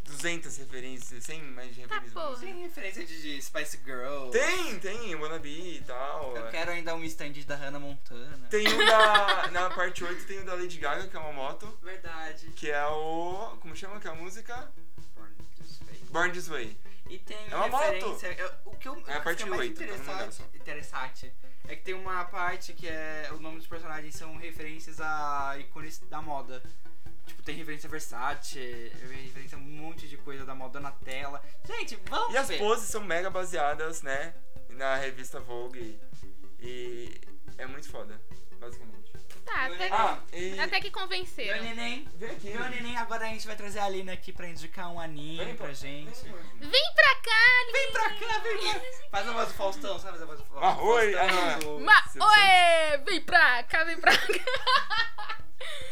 S4: 200 referências, 100 mais de
S3: Tá,
S4: referências.
S3: porra.
S2: Tem referência de de Spice Girl.
S4: Tem, tem, Wannabe e tal.
S2: Eu
S4: é.
S2: quero ainda um stand da Hannah Montana.
S4: Tem um da. na parte 8 tem o da Lady Gaga, que é uma moto.
S2: Verdade.
S4: Que é o. Como chama aquela música?
S2: Born This Way.
S4: Born This Way.
S2: E tem
S4: É uma moto. É
S2: referência. eu- o que eu, o que
S4: a
S2: eu
S4: parte
S2: fiquei mais
S4: 8, tá? Não lembro
S2: interessante,
S4: só.
S2: interessante é que tem uma parte que é. O nome dos personagens são referências a ícones da moda. Tipo, tem referência a Versace, referência a um monte de coisa da moda na tela. Gente, vamos
S4: E as
S2: ver.
S4: poses são mega baseadas, né? Na revista Vogue. E é muito foda, basicamente.
S3: [laughs] Tá, até que,
S4: Ah, e.
S3: até que
S2: Meu
S3: convenceram.
S2: neném.
S4: Vem aqui.
S2: Meu neném, agora a gente vai trazer a Alina aqui pra indicar um anime
S4: Vem
S2: pra gente.
S3: Vem pra cá, Lili.
S2: Vem pra cá, vem pra cá. Faz a voz do Faustão, sabe? Faz a voz do Faustão.
S4: Ah, oi, ah,
S2: do-
S3: Ma
S4: Você
S3: Oê! Vem pra cá, vem pra cá. [laughs]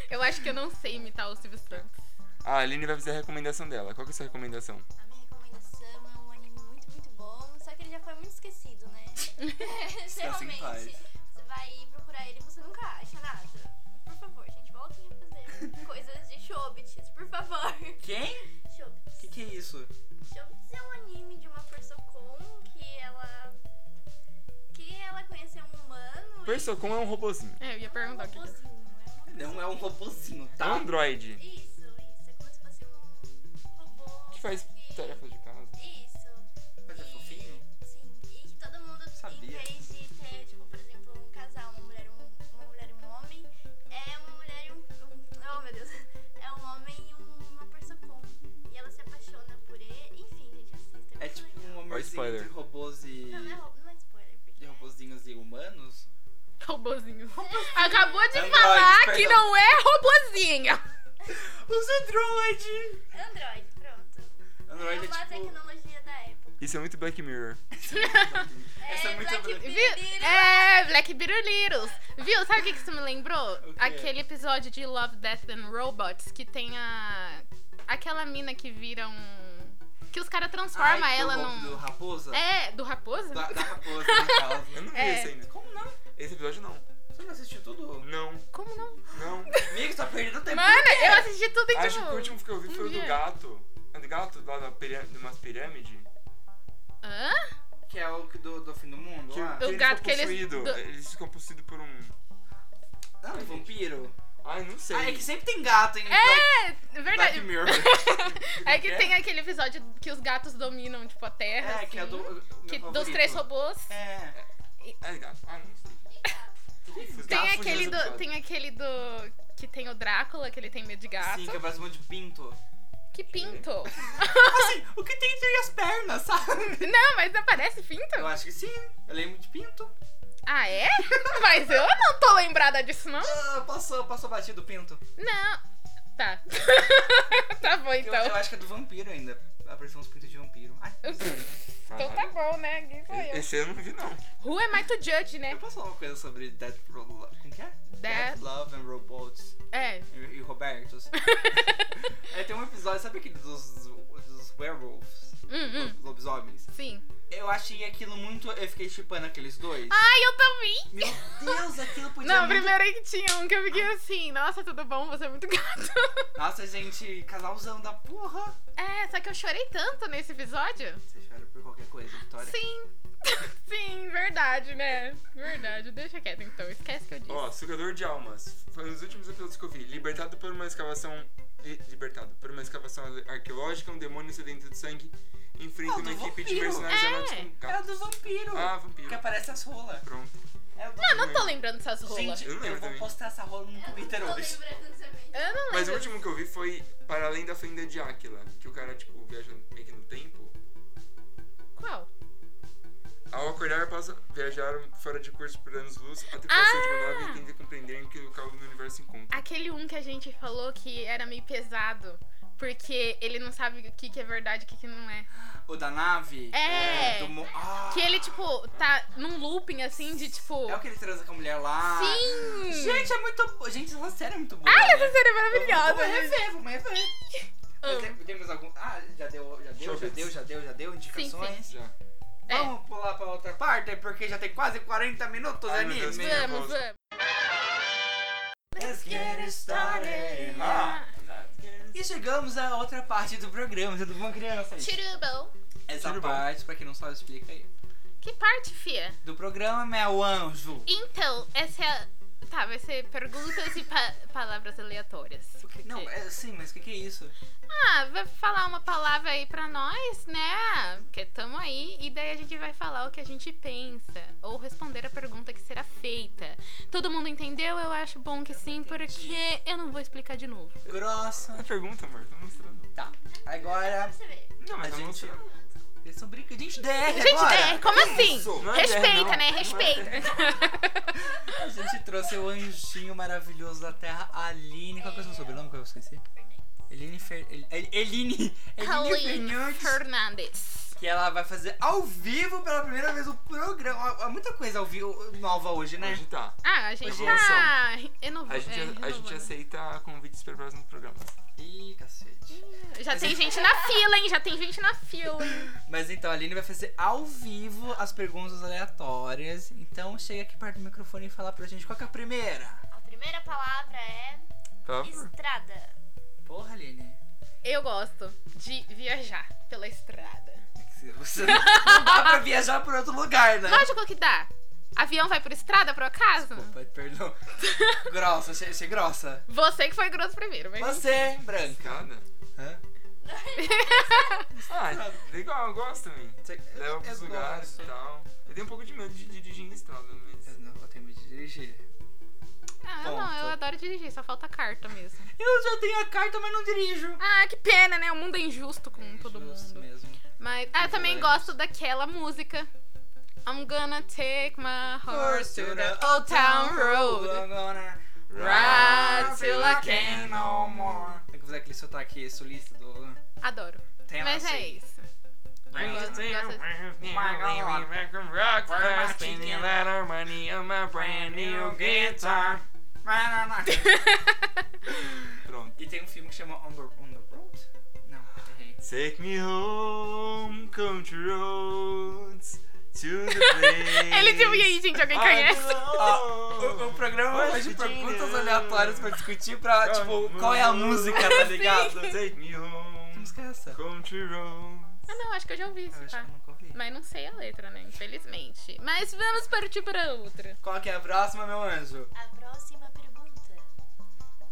S3: Eu acho que eu não sei imitar o Silvio Santos.
S4: Ah, A Aline vai fazer a recomendação dela. Qual que é a sua recomendação?
S5: A minha recomendação é um anime muito, muito bom, só que ele já foi muito esquecido, [laughs] né?
S2: que
S5: Geralmente,
S2: faz.
S5: você vai procurar ele e você nunca acha nada. Por favor, gente, voltem a [laughs] fazer coisas de Chobits, por favor.
S2: Quem?
S5: Chobits.
S2: Que que é isso?
S5: Chobits é um anime de uma Persocon que ela... que ela conheceu um humano
S4: Persocon é um robozinho.
S3: É, eu
S5: e...
S3: ia perguntar o que que é.
S5: é
S2: Não
S5: uma
S2: é um
S5: pessoa-
S2: robozinho,
S4: É um
S2: tá?
S4: androide.
S5: Isso, isso, é como se fosse um robô.
S4: Que faz
S5: que-
S4: tarefas de casa.
S5: Isso.
S2: Mas é fofinho?
S5: Sim, e que todo mundo,
S2: Sabia.
S5: em vez de ter, tipo, por exemplo, um casal, uma mulher, um, uma mulher e um homem, é uma mulher e um, um- Oh, meu Deus. É um homem e um- uma pessoa com. E ela se apaixona por ele. Enfim, gente, assista.
S2: É
S5: muito
S2: tipo
S5: legal.
S2: um amorzinho
S4: spoiler.
S2: entre robôs e.
S5: Não, não é, ro- não é spoiler, porque.
S2: e robozinhos e humanos?
S3: Robozinho. Acabou de
S2: Android,
S3: falar que
S2: perdão.
S3: não é robozinha.
S2: Os Android!
S5: É Android, pronto.
S2: Android
S5: é
S2: é
S5: uma
S2: tipo.
S5: tecnologia da época.
S4: Isso é muito Black Mirror.
S2: Essa é muito
S5: Black
S2: Black-
S3: Viu?
S5: Mirror.
S3: É, Black Beetle Littles. Viu? Sabe o que que isso me lembrou?
S2: O quê?
S3: Aquele episódio de Love, Death and Robots que tem a. aquela mina que vira um. que os caras transformam
S2: Ai, do
S3: ela
S2: ro- Do
S3: num.
S2: raposa?
S3: É, do raposa?
S2: Da, da raposa, né, no caso.
S4: Eu não vi
S3: É.
S4: esse ainda.
S2: Como não?
S4: Esse episódio não.
S2: Você não assistiu tudo?
S4: Não,
S3: Como não?
S4: não.
S2: Amigo, tá perdendo tempo.
S3: Mano, eu assisti tudo em
S4: Acho
S3: tipo-
S4: que o último que eu vi
S3: um
S4: foi o do
S3: dia.
S4: gato. É do gato lá da pirâ- de umas pirâmides.
S3: Hã?
S2: Que é o que do, do fim do mundo
S4: Que,
S2: lá?
S4: que
S3: O
S4: eles
S3: gato
S4: ficam
S3: que eles-
S4: possuído.
S3: do-
S4: Eles ficam possuídos por um.
S2: Não, Ah, do vampiro.
S4: Ai, não sei.
S2: Ah, é que sempre tem gato em
S3: É,
S2: Black
S3: verdade. [laughs]
S2: Mirror.
S3: É que tem aquele episódio que os gatos dominam, tipo, a terra.
S2: É, que é
S3: assim,
S2: do. o meu
S3: que dos
S2: favorito.
S3: três robôs.
S2: É.
S4: É gato. Ah, não sei. Tô confuso.
S3: Tem
S4: Gato
S3: aquele,
S4: fugiu do
S3: do,
S4: gato.
S3: tem aquele do. Que tem o Drácula, que ele tem medo de gato.
S2: Sim, que abraça um monte de pinto.
S3: Que pinto! [laughs]
S2: Assim, o que tem entre as pernas, sabe?
S3: não, mas aparece pinto?
S2: Eu acho que sim. Eu lembro de pinto.
S3: Ah, é? [laughs] Mas eu não tô lembrada disso, não?
S2: Ah, passou, passou batido o pinto.
S3: Não. Tá. [laughs] tá bom,
S2: Eu,
S3: então.
S2: eu acho que é do vampiro ainda. Apareceu uns pintos de vampiro. Ai,
S3: Então tá bom, né? Aqui sou eu.
S4: Ah, Esse eu não vi, não.
S3: Who am I to judge, né?
S2: eu posso falar uma coisa sobre Dead Ro- Lo- Como que é?
S3: Dead-
S2: Love and Robots
S3: É.
S2: e, e
S3: [laughs]
S2: Robertos. é, tem um episódio, sabe aquele dos, dos werewolves?
S3: Hum, hum.
S2: Lo- Lobisomens?
S3: Sim.
S2: Eu achei aquilo muito. Eu fiquei chipando aqueles dois.
S3: Ai, eu também!
S2: Meu Deus, aquilo podia.
S3: Não,
S2: muito...
S3: primeiro é que tinha um que eu fiquei assim, nossa, tudo bom? Você é muito [laughs] gato.
S2: Nossa, gente, casalzão da porra.
S3: É, só que eu chorei tanto nesse episódio.
S2: Você chora por qualquer coisa, Vitória?
S3: Sim. [laughs] Sim, verdade, né? Verdade. Deixa quieto então, esquece que eu disse.
S4: Ó, Sugador de Almas. Foi um dos últimos episódios que eu vi. Libertado por uma escavação. li- Libertado por uma escavação arqueológica, um demônio sedento de sangue enfrenta
S2: Ah, do
S4: uma equipe de
S2: vampiro.
S4: mercenários
S3: É.
S4: armados com
S2: Era
S4: gato.
S2: do vampiro.
S4: Ah, vampiro.
S2: Que é aparece as rolas.
S4: Pronto.
S2: É o do...
S3: Não, não tô lembrando dessas rolas.
S2: Gente,
S4: Eu
S2: eu,
S4: lembro
S2: vou
S4: também.
S2: postar essa rola
S3: É,
S2: no Twitter
S5: [laughs]
S2: hoje.
S3: Eu não lembro.
S4: Mas o último que eu vi foi Para Além da Fenda de Áquila, que o cara, tipo, viaja meio que no tempo.
S3: Qual?
S4: Ao acordar, passa, viajaram fora de curso por anos-luz, a tripulação de uma
S3: Ah!
S4: nave tenta compreender em que local no universo se encontra.
S3: Aquele um que a gente falou que era meio pesado, porque ele não sabe o que, que é verdade e o que, que não é.
S2: O da nave?
S3: É.
S2: do mo- Ah,
S3: Que ele, tipo, tá num looping assim de tipo.
S2: É o que ele transa com a mulher lá.
S3: Sim!
S2: Gente, é muito. bo- Gente, essa série é muito boa.
S3: Ai,
S2: né?
S3: essa série é
S2: Eu Vou
S3: maravilhosa!
S2: rever, vou rever.
S3: [laughs]
S2: Mas
S3: Amo.
S2: tem- temos algum. Ah, já deu, já deu, já
S4: Showbiz.
S2: deu, já deu, já deu indicações.
S4: Já.
S3: É.
S2: Vamos pular pra outra parte, porque já tem quase 40 minutos
S4: Ai, meu
S2: anime.
S4: Deus, meu
S3: Vamos,
S4: nervoso.
S3: vamos.
S2: Let's get started.
S4: Ah.
S2: E chegamos à outra parte do programa, tudo bom, crianças?
S3: Churubão.
S2: Essa
S4: Tiro bom.
S2: parte, pra quem não sabe, explica aí.
S3: Que parte, fia?
S2: Do programa, meu anjo.
S3: Então, essa é a... Tá, vai ser perguntas e pa- palavras aleatórias. Porque-
S2: Não, é, sim, mas o que, que é isso?
S3: Ah, vai falar uma palavra aí pra nós, né? Porque tamo aí, e daí a gente vai falar o que a gente pensa. Ou responder a pergunta que será feita. Todo mundo entendeu? Eu acho bom que sim, porque eu não vou explicar de novo.
S2: Grossa.
S4: É pergunta, amor, tô mostrando.
S2: Tá, agora.
S5: Você vê.
S4: Não, mas
S2: A
S4: tá
S2: gente-
S4: mostrando.
S2: Eles são brincando. Gente, DR
S3: Gente,
S2: agora!
S3: é, como assim?
S4: Não é DR,
S3: Respeita,
S4: não. É
S3: né? [laughs] Respeita.
S2: A gente trouxe o anjinho maravilhoso da Terra, a Aline. Qual que é o seu sobrenome que eu esqueci? Eline Fer... El- El- Eline... Eline
S3: Aline
S2: Fernandes.
S3: Fernandes.
S2: Que ela vai fazer ao vivo pela primeira vez o programa. Há muita coisa ao vivo nova hoje, né?
S4: Hoje tá.
S3: Ah, a gente
S4: Evolução.
S3: tá renovando.
S4: A gente,
S3: é,
S4: a gente
S3: renovando.
S4: aceita convites para próximos programas.
S2: Ih, cacete.
S3: Já tem gente na fila, hein? Já tem gente na fila.
S2: Mas então, a Aline vai fazer ao vivo as perguntas aleatórias. Então chega aqui perto do microfone e fala pra gente qual que é a primeira.
S5: A primeira palavra é
S4: Tá?
S5: estrada.
S2: Porra, Aline. É
S3: Eu gosto de viajar pela estrada.
S2: Você não dá pra viajar por outro lugar, né?
S3: Lógico que dá. Avião vai por estrada, por acaso?
S2: Opa, perdão. grossa, achei, achei grossa.
S3: Você que foi grosso primeiro, mas.
S2: Você, branca.
S4: Escada?
S2: Hã?
S4: Ah, legal, eu gosto também.
S2: Você-
S4: Leva pros
S2: eu
S4: lugares
S2: gosto. É
S4: e tal. Eu tenho um pouco de medo de dirigir em estrada, mas.
S2: Eu não eu tenho medo de dirigir.
S3: Ah, não, eu
S2: Ponto.
S3: adoro dirigir, só falta carta mesmo.
S2: Eu já tenho a carta, mas não dirijo.
S3: Ah, que pena, né? O mundo é injusto com todo
S2: Justo
S3: mundo.
S2: mesmo.
S3: Mas ah, eu também gosto daquela música. I'm gonna take my horse to the old town road.
S2: I'm gonna
S3: Ride till I can
S2: no more. Tem que fazer aquele sotaque solista do.
S3: Adoro.
S2: Tem
S3: Mas
S2: lá,
S3: é
S2: assim.
S3: isso.
S2: Tem lá,
S3: Gosto-
S2: assim.
S3: gosto-
S4: Pronto.
S2: E tem um filme que chama On the, On the Road? Não, errei.
S4: Take me home, country roads,
S3: [laughs]
S4: to the place.
S3: Ele deu e aí, gente, alguém conhece?
S2: O, o programa
S4: West
S2: hoje de
S4: Virginia.
S2: perguntas aleatórias pra discutir pra, tipo, qual é a música, tá ligado? Que
S4: [laughs] Take me home,
S2: música é essa?
S4: country roads.
S3: Ah, não, acho que eu já ouvi
S2: Eu
S3: isso,
S2: acho que
S3: tá?
S2: eu nunca ouvi.
S3: Mas não sei a letra, né? Infelizmente. Mas vamos partir para outra.
S2: Qual que é a próxima, meu anjo?
S5: A próxima pergunta.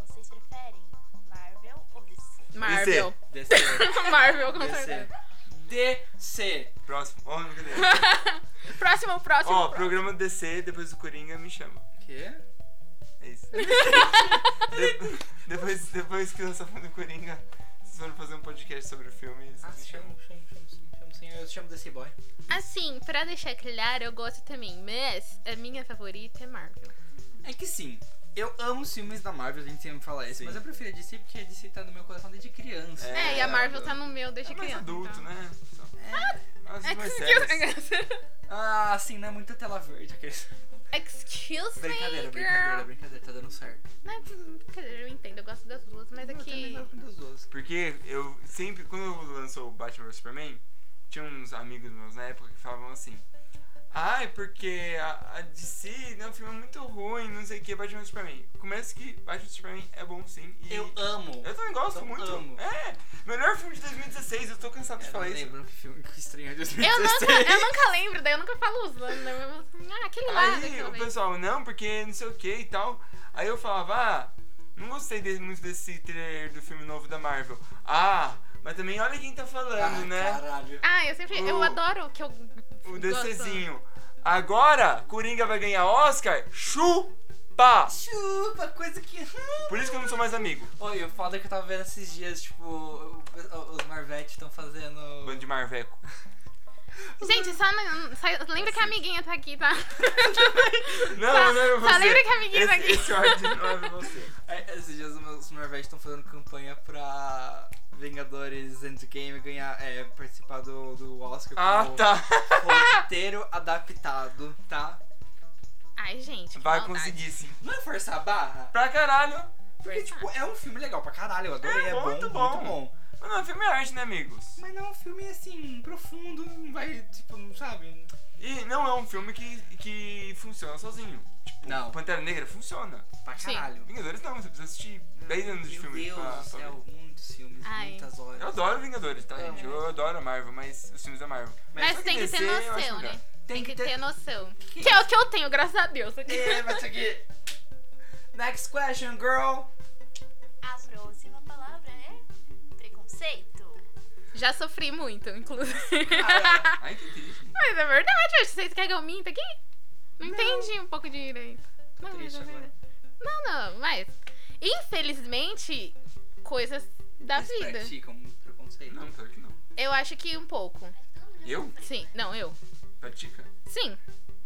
S5: Vocês preferem Marvel ou DC?
S3: Marvel. [laughs]
S2: DC.
S3: Marvel, com
S2: DC.
S3: certeza.
S2: DC.
S4: Próximo.
S3: [laughs]
S4: Ó, meu Deus.
S3: Próximo, próximo.
S4: Ó,
S3: próximo.
S4: programa DC, depois do Coringa me chama.
S2: Quê?
S4: É
S2: [laughs]
S4: isso. De- depois, depois que lançar o filme do Coringa, vocês foram fazer um podcast sobre o filme,
S2: Ah,
S4: vocês me chamam.
S2: chamo, chamo, chamo, sim, chamo, sim. Eu chamo DC Boy.
S3: Assim, pra deixar claro, eu gosto também. Mas a minha favorita é Marvel.
S2: É que sim, eu amo os filmes da Marvel, a gente sempre fala isso,
S4: Sim.
S2: mas é eu prefiro a DC porque a DC tá no meu coração desde criança.
S4: É.
S3: É, e a Marvel tá no meu
S4: É
S3: desde
S4: mais
S3: criança.
S4: adulto,
S3: então. É
S4: né? Só. Mas é mais sérias.
S3: Excuse, tá-
S2: Ah, assim, não é muita tela verde. aqueles-
S3: [laughs] excuse me,
S2: Brincadeira,
S3: girl.
S2: brincadeira, brincadeira, tá dando certo.
S3: Não, brincadeira, eu entendo, eu gosto das duas, mas
S2: Eu também
S3: aqui.
S2: gosto das duas.
S4: Porque eu sempre, quando lançou o Batman vs Superman, tinha uns amigos meus na época que falavam assim. Ai, porque a, a DC não, o filme é muito ruim, não sei o que, Batman vs Superman. Começa que Batman vs Superman é bom sim. E
S2: Eu amo.
S4: Eu também gosto
S2: Eu
S4: muito.
S2: amo.
S4: É, melhor filme de 2016, eu tô cansado
S2: Eu É,
S4: de
S2: não
S4: falar isso.
S2: lembro que filme que estranho é
S4: [laughs]
S3: Eu
S2: 2016.
S3: nunca, eu nunca lembro, daí eu nunca falo os anos. né? Eu falo, Ah, aquele lá,
S4: Aí
S3: daquela
S4: o
S3: vez.
S4: pessoal, não, porque não sei o que e tal. Aí eu falava, ah, não gostei de- muito desse trailer do filme novo da Marvel. Ah, mas também olha quem tá falando,
S2: Ah,
S4: né?
S2: Caralho.
S3: Ah, eu sempre. Eu
S4: O-
S3: adoro que eu.
S4: O
S3: gosto.
S4: DCzinho. Agora, Coringa vai ganhar Oscar? Chupa!
S2: Chupa, coisa
S3: [laughs]
S2: que.
S4: Por isso que eu não sou mais amigo.
S2: Oi, o foda é que eu tava vendo esses dias, tipo, o- o- os Marvete estão fazendo.
S3: [laughs]
S4: Bando de Marveco.
S3: Gente, só, não- só- lembra que a amiguinha tá aqui, tá?
S4: Não,
S3: Só-
S4: não é você.
S3: só lembra que a amiguinha tá
S4: esse,
S3: aqui.
S4: esse ódio não é
S2: [laughs]
S4: você.
S2: É, Esses dias os meus Norvégio estão fazendo campanha pra Vingadores Endgame ganhar, é, participar do, do Oscar
S4: Ah,
S2: como
S4: tá.
S2: roteiro adaptado, tá?
S3: Ai, gente. que
S4: Vai
S3: maldade.
S4: conseguir sim.
S2: Não é forçar a barra?
S4: Pra caralho.
S2: Porque, tipo, é um filme legal pra caralho, eu adorei,
S4: É
S2: é, bom,
S4: muito
S2: muito
S4: bom.
S2: bom.
S4: Mas não, filme é arte, né, amigos?
S2: Mas não é um filme, assim, profundo, não vai, tipo, não sabe?
S4: E não é um filme que, que funciona sozinho. Tipo,
S2: Não.
S4: Pantera Negra funciona.
S2: Pra
S3: Sim.
S2: caralho.
S4: Vingadores não, você precisa assistir 10 anos de
S2: Meu
S4: filme
S2: Deus
S4: pra, pra
S2: do
S4: ver.
S2: céu, muitos filmes,
S3: Ai.
S2: muitas horas.
S4: Eu adoro Vingadores, tá,
S2: Eu
S4: gente? Eu adoro a Marvel, mas os filmes da Marvel.
S3: Mas
S4: só
S3: tem que ter
S4: DC eu acho
S3: noção,
S4: melhor.
S3: né? Tem que ter noção.
S2: que-
S3: Que é o que eu tenho, graças a Deus.
S2: [laughs] É, mas aqui. Next question,
S3: [laughs]
S2: girl.
S5: A próxima palavra é preconceito.
S3: Já sofri muito, inclusive. [laughs]
S2: Cara,
S4: Ai, que triste.
S3: Mas é verdade, acho que vocês querem que eu minta aqui? Não, entendi um pouco de direito. Não, mas
S2: Triste
S3: é
S2: agora.
S3: verdade. Não, não, mas. Infelizmente, coisas da
S2: Eles
S3: vida.
S2: praticam muito preconceito. Ah,
S4: Não, claro que não.
S3: Eu acho que um pouco.
S5: Mas todo mundo já
S4: Eu?
S5: sofreu,
S3: Sim,
S5: né?
S3: não, eu.
S4: Pratica?
S3: Sim.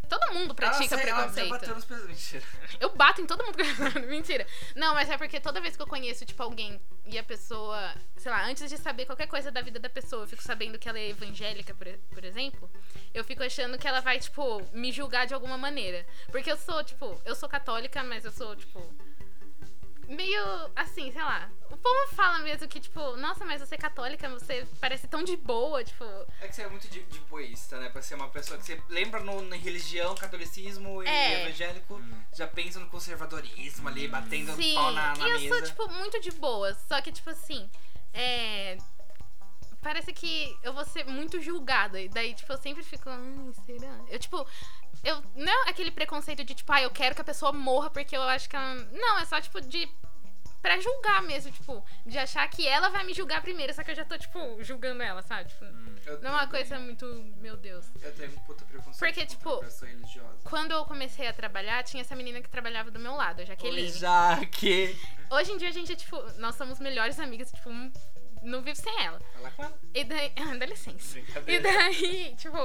S3: Todo mundo pratica
S2: Ela sai- ela sai
S3: preconceito.
S2: batendo as pessoas. Mentira.
S3: Eu bato em todo mundo. que- [laughs] Mentira. Não, mas é porque toda vez que eu conheço, tipo, alguém e a pessoa, sei lá, antes de saber qualquer coisa da vida da pessoa, eu fico sabendo que ela é evangélica, por, por exemplo, eu fico achando que ela vai, tipo, me julgar de alguma maneira. Porque eu sou, tipo, eu sou católica, mas eu sou, tipo. Meio assim, sei lá. O povo fala mesmo que, tipo, nossa, mas você é católica, você parece tão de boa, tipo.
S2: É que você é muito de, de boísta, né? Pra ser uma pessoa que você lembra no, na religião, catolicismo e
S3: É.
S2: evangélico,
S4: Hum.
S2: já pensa no conservadorismo ali, batendo o
S3: Sim,
S2: pau na, na
S3: e eu
S2: mesa.
S3: sou, tipo, muito de boa. Só que, tipo assim, é. Parece que eu vou ser muito julgada. E daí, tipo, eu sempre fico. Hum, será? Eu, tipo. Eu, não é aquele preconceito de, tipo, ah, eu quero que a pessoa morra porque eu acho que ela. Não, é só, tipo, de. Pra julgar mesmo, tipo. De achar que ela vai me julgar primeiro. Só que eu já tô, tipo, julgando ela, sabe? Tipo,
S2: Eu
S3: não é uma
S2: tenho-
S3: coisa muito. Meu Deus.
S2: Eu tenho um puta preconceito.
S3: Porque,
S2: contra
S3: tipo,
S2: a pessoa religiosa.
S3: Quando eu comecei a trabalhar, tinha essa menina que trabalhava do meu lado, a Jaqueline.
S2: Oi, Jaque.
S3: Hoje em dia a gente é, tipo, nós somos melhores amigas, tipo, um- não vivo sem ela.
S2: Fala com ela.
S3: E daí. [laughs] Ah, dá licença. E
S2: Brincadeira.
S3: daí, [laughs] tipo,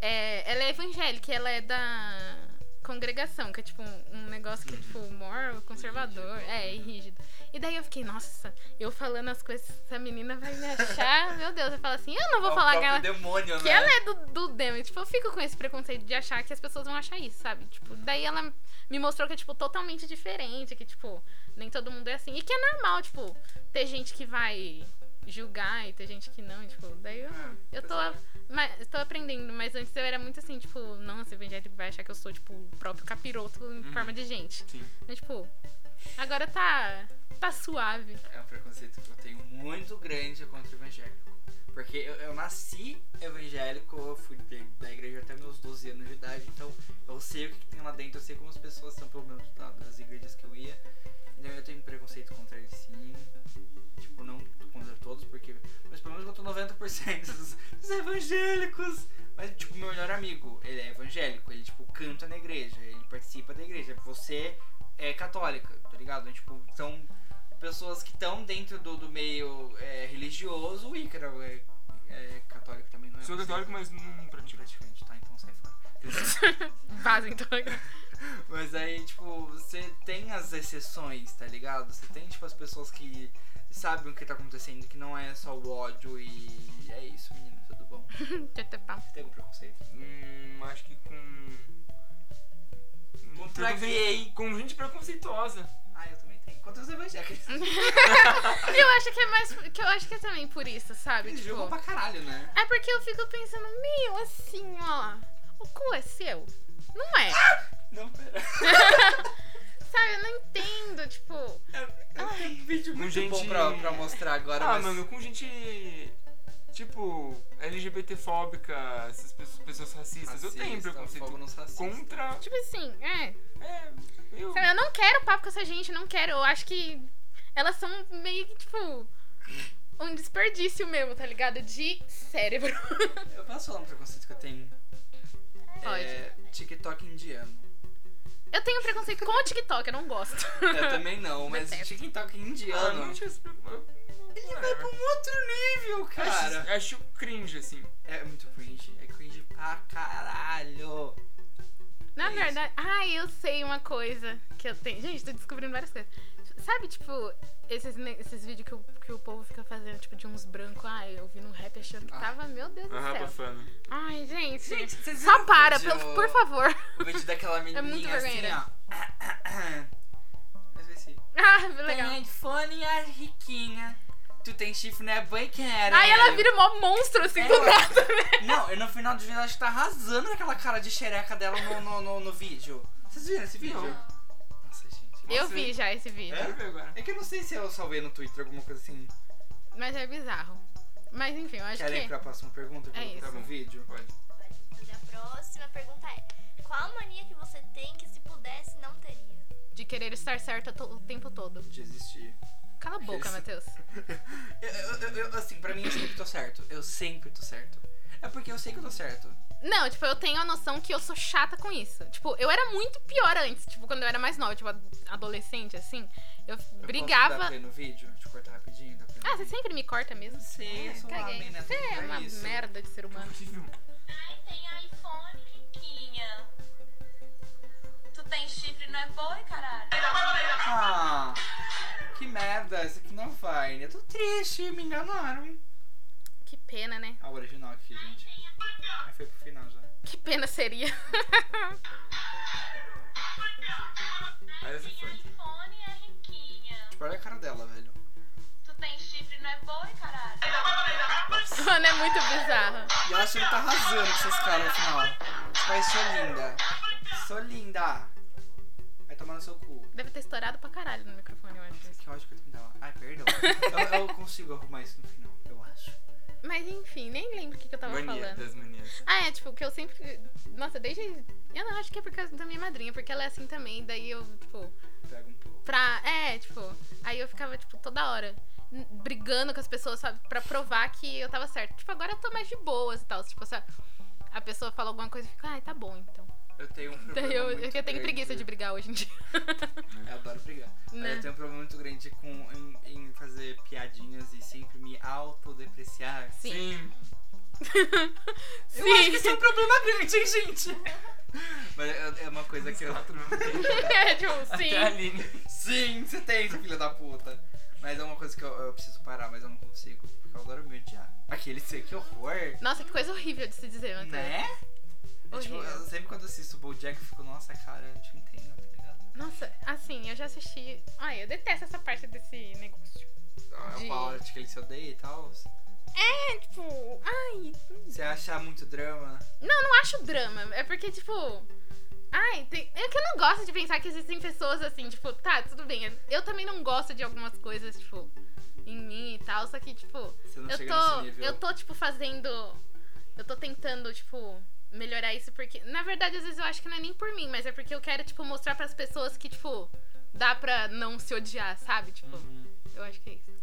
S3: é, ela é evangélica, ela é da congregação, que é tipo um um negócio que é tipo mor, conservador, é, e rígido. E daí eu fiquei, nossa, eu falando as coisas, essa menina vai me achar, meu Deus, eu falo assim, eu não vou
S2: É o
S3: falar que
S2: próprio
S3: ela,
S2: demônio,
S3: que
S2: né?
S3: ela é do, do demônio. Tipo, eu fico com esse preconceito de achar que as pessoas vão achar isso, sabe? Tipo, daí ela me mostrou que é, tipo, totalmente diferente, que, tipo, nem todo mundo é assim. E que é normal, tipo, ter gente que vai julgar e ter gente que não, e, tipo, daí eu, eu tô, mas, eu tô aprendendo, mas antes eu era muito assim, tipo, nossa, evangélico vai achar que eu sou, tipo, o próprio capiroto em forma de gente.
S4: Sim.
S3: Mas, tipo, agora tá, tá suave.
S2: É um preconceito que eu tenho muito grande contra o evangélico. Porque eu, eu nasci evangélico, eu fui de- da igreja até meus 12 anos de idade, então eu sei o que que tem lá dentro, eu sei como as pessoas são, pelo menos da- das igrejas que eu ia. Então eu tenho preconceito contra eles sim. Tipo, não contra todos, porque. Mas pelo menos eu tô 90% dos, dos evangélicos. Mas, tipo, meu melhor amigo, ele é evangélico, ele, tipo, canta na igreja, ele participa da igreja. Você é católica, tá ligado? Então, tipo, são pessoas que estão dentro do, do meio é, religioso, o Ícaro é, é católico também, não é?
S4: Sou católico, mas não pratico.
S2: praticamente, tá? Então sai
S4: [laughs]
S2: fora.
S3: Vaza, [laughs] então.
S2: mas aí, tipo, você tem as exceções, tá ligado? Você tem, tipo, as pessoas que sabem o que tá acontecendo, que não é só o ódio e é isso, menino, tudo bom.
S3: Tchau,
S2: Você tem algum preconceito?
S4: Hum, acho que com.
S2: Contra
S4: preconce-
S2: gay.
S4: Com gente preconceituosa.
S2: Ah, eu também tenho. Contra os [laughs] evangélicos.
S3: Eu acho que é mais. Que eu acho que é também por isso, sabe?
S2: Eles
S3: Tipo,
S2: julgam pra caralho, né?
S3: é porque eu fico pensando, meu, assim, ó. O cu é seu? Não é.
S2: Não, pera.
S3: Sabe, eu não entendo, tipo.
S2: Eu tenho um vídeo
S4: Com
S2: muito
S4: gente-
S2: bom pra, pra mostrar agora,
S4: Ah,
S2: mas...
S4: mano, com gente. Tipo, LGBTfóbica, essas pe- pessoas racistas. eu tenho
S2: Racista, fogo
S4: preconceito
S2: nos racistas.
S4: contra.
S3: Tipo assim, é.
S4: É. Eu.
S3: Sabe, eu não quero papo com essa gente, não quero. Eu acho que elas são meio que, tipo. Um desperdício mesmo, tá ligado? De cérebro.
S2: Eu posso falar um preconceito que eu tenho?
S3: Pode.
S2: É, TikTok [laughs] indiano.
S3: Eu tenho preconceito com o TikTok, eu não gosto.
S2: Eu também não, mas
S3: Detesto.
S2: TikTok
S4: Ah,
S2: indiano.
S4: não tinha esse preconceito.
S2: Ele tipo, vai
S4: Whatever.
S2: pra um outro nível, cara.
S4: Acho, acho cringe, assim.
S2: É muito cringe. É cringe pra caralho. É
S3: Na
S2: isso.
S3: verdade, ah, eu sei uma coisa que eu tenho. Gente, tô descobrindo várias coisas. Sabe, tipo, esses, ne- esses vídeos que o, que o povo fica fazendo, tipo, de uns brancos, ah, eu vi no rap achando que
S2: Ah.
S3: tava, meu Deus do
S4: Aham,
S3: céu.
S4: abafando.
S3: Ai, gente.
S2: Gente, vocês viram
S3: só
S2: o
S3: para,
S2: vídeo-
S3: pelo- por favor. [laughs] É
S2: O vídeo daquela menininha
S3: muito
S2: assim,
S3: vergonha.
S2: ó. [coughs] Eu esqueci.
S3: Ah,
S2: Legal.
S3: legal.
S2: Tem iPhone e a riquinha. Tu tem chifre, né, boy, cara?
S3: Aí ela vira o maior monstro, assim,
S2: É.
S3: do nada, né?
S2: Não, eu no final do vídeo ela tá arrasando naquela cara de xereca dela no, no, no, no vídeo. Vocês viram esse vídeo? Nossa, gente.
S3: Eu
S4: Nossa,
S3: vi
S4: hein?
S3: já esse vídeo,
S4: Quero ver agora.
S2: É que eu não sei se eu salvei no Twitter alguma coisa assim.
S3: mas é bizarro. Mas enfim, eu acho
S2: Querem ir
S3: que.
S2: pra próxima pergunta?
S3: É isso.
S2: Tá bom. vídeo?
S4: Pode.
S5: Vai fazer a próxima pergunta é: Qual mania que você tem que se pudesse não teria?
S3: De querer estar certa to- o tempo todo.
S2: De existir.
S3: Cala a boca,
S2: Isso.
S3: Matheus.
S2: Eu, eu- eu- eu- assim, pra mim eu sempre tô certo. Eu sempre tô certo. É porque eu sei que eu tô certo.
S3: Não, tipo, eu tenho a noção que eu sou chata com isso. Tipo, eu era muito pior antes, tipo, quando eu era mais nova, tipo, ad- adolescente, assim. Eu,
S2: Eu Posso dar
S3: brigava.
S2: play no vídeo? Te cortar rapidinho? Dá play no
S3: Ah, você
S2: vídeo?
S3: sempre me corta mesmo?
S2: Eu sei, eu sou uma
S3: Caguei.
S2: mina,
S3: Você é
S2: é
S3: uma
S2: isso.
S3: merda de ser humano.
S4: um.
S6: Ai, tem iPhone, Riquinha. Tu tem chifre, não é boi, caralho?
S2: Ah, que merda, essa aqui não vai. né? Eu tô triste, me enganaram.
S3: Que pena, né?
S2: A original aqui, gente. Aí foi pro final já.
S3: Que pena seria. [laughs]
S4: Aí essa
S6: Tem
S4: foi.
S6: iPhone, é Riquinha.
S2: Tipo, olha a cara dela, velho.
S6: Tu tem chifre, não é boi, caralho?
S3: Mano, é muito bizarro.
S2: E ela sempre tá arrasando com essas caras no final. Tipo, aí sou linda. Sou linda. Vai tomar no seu cu.
S3: Deve ter estourado pra caralho no microfone, eu acho.
S2: Nossa, que ódio que eu tenho dela. Ai, perdão. Eu, eu consigo arrumar isso no final, eu acho.
S3: Mas enfim, nem lembro o que, que eu tava
S4: Mania
S3: falando.
S4: das manias.
S3: Ah, é, tipo, que eu sempre. Nossa, desde. Eu não acho que é por causa da minha madrinha, porque ela é assim também. Daí eu, tipo,
S2: Pega um pouco.
S3: pra. É, tipo, aí eu ficava, tipo, toda hora n- brigando com as pessoas, sabe? Pra provar que eu tava certo. Tipo, agora eu tô mais de boas e tal. Tipo, sabe? A pessoa fala alguma coisa e fica, ai, tá bom, então.
S2: Eu tenho um problema.
S3: Daí eu,
S2: muito
S3: eu tenho
S2: grande.
S3: preguiça de brigar hoje em dia.
S2: Eu adoro brigar. Aí
S3: Né?
S2: Eu tenho um problema muito grande com, em, em fazer piadinhas e sempre me autodepreciar.
S3: Sim.
S4: Sim.
S3: Sim.
S2: Eu acho que
S3: [laughs]
S2: isso é um problema grande, hein, gente? [laughs] Mas é- é uma coisa que eu.
S4: Quatro não [laughs] tem.
S2: [laughs]
S3: é, tipo,
S4: Até a
S3: sim.
S4: Aline.
S2: Sim, você tem, seu filho da puta. Mas é uma coisa que eu, eu preciso parar, mas eu não consigo. Porque eu adoro me odiar. Aquele ser que horror.
S3: Nossa, que coisa horrível de se dizer, Matheus.
S2: Né? É, tipo,
S3: Horrível.
S2: eu- sempre quando eu assisto o Bojack, eu fico, nossa, cara, eu te entendo, tá ligado?
S3: Nossa, assim, eu já assisti. Ai, eu detesto essa parte desse negócio.
S2: É
S3: De-
S2: uma parte que ele se odeia e tal.
S3: É, tipo. Ai,
S2: Você acha muito drama?
S3: não acho drama. É porque, tipo. Ai, tem... é que eu não gosto de pensar que existem pessoas assim, tipo, tá, tudo bem. Eu também não gosto de algumas coisas, tipo, em mim e tal. Só que, tipo,
S2: Você não
S3: eu
S2: chega
S3: tô.
S2: nesse nível.
S3: Eu tô, tipo, fazendo. Eu tô tentando, tipo, melhorar isso porque. Na verdade, às vezes eu acho que não é nem por mim, mas é porque eu quero, tipo, mostrar pras pessoas que, tipo, dá pra não se odiar, sabe? Tipo,
S2: Uhum.
S3: eu acho que é isso.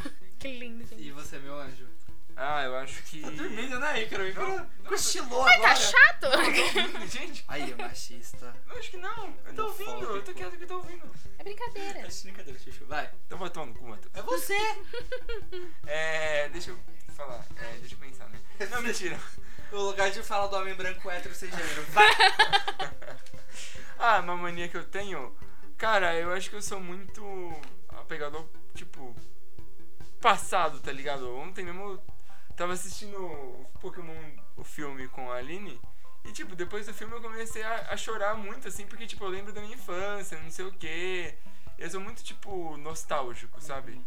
S3: [laughs] que lindo, gente.
S2: E você, meu anjo?
S4: Ah, eu acho que.
S2: Tá dormindo, né, Ícaro? Ícaro cochilou
S3: Tá
S2: agora. [laughs]
S3: chato?
S4: Dormindo, gente?
S2: Aí, é machista.
S4: Eu acho que não. Eu tô ouvindo. Eu tô quieto que eu tô ouvindo.
S3: É brincadeira.
S2: Essa brincadeira, Chuchu, vai.
S4: Então vai tomar no cu, Matheus.
S2: É você!
S4: É. Deixa eu falar. É, deixa eu pensar, né? Não, mentira.
S2: [laughs] o lugar de fala do homem branco hétero sem gênero.
S3: [laughs]
S2: Vai!
S4: Ah, uma mania que eu tenho. Cara, eu acho que eu sou muito apegado ao, tipo, passado, tá ligado? Ontem mesmo eu tava assistindo o Pokémon, o filme com a Aline. E, tipo, depois do filme eu comecei a, a chorar muito, assim, porque, tipo, eu lembro da minha infância, não sei o quê. Eu sou muito, tipo, nostálgico, sabe?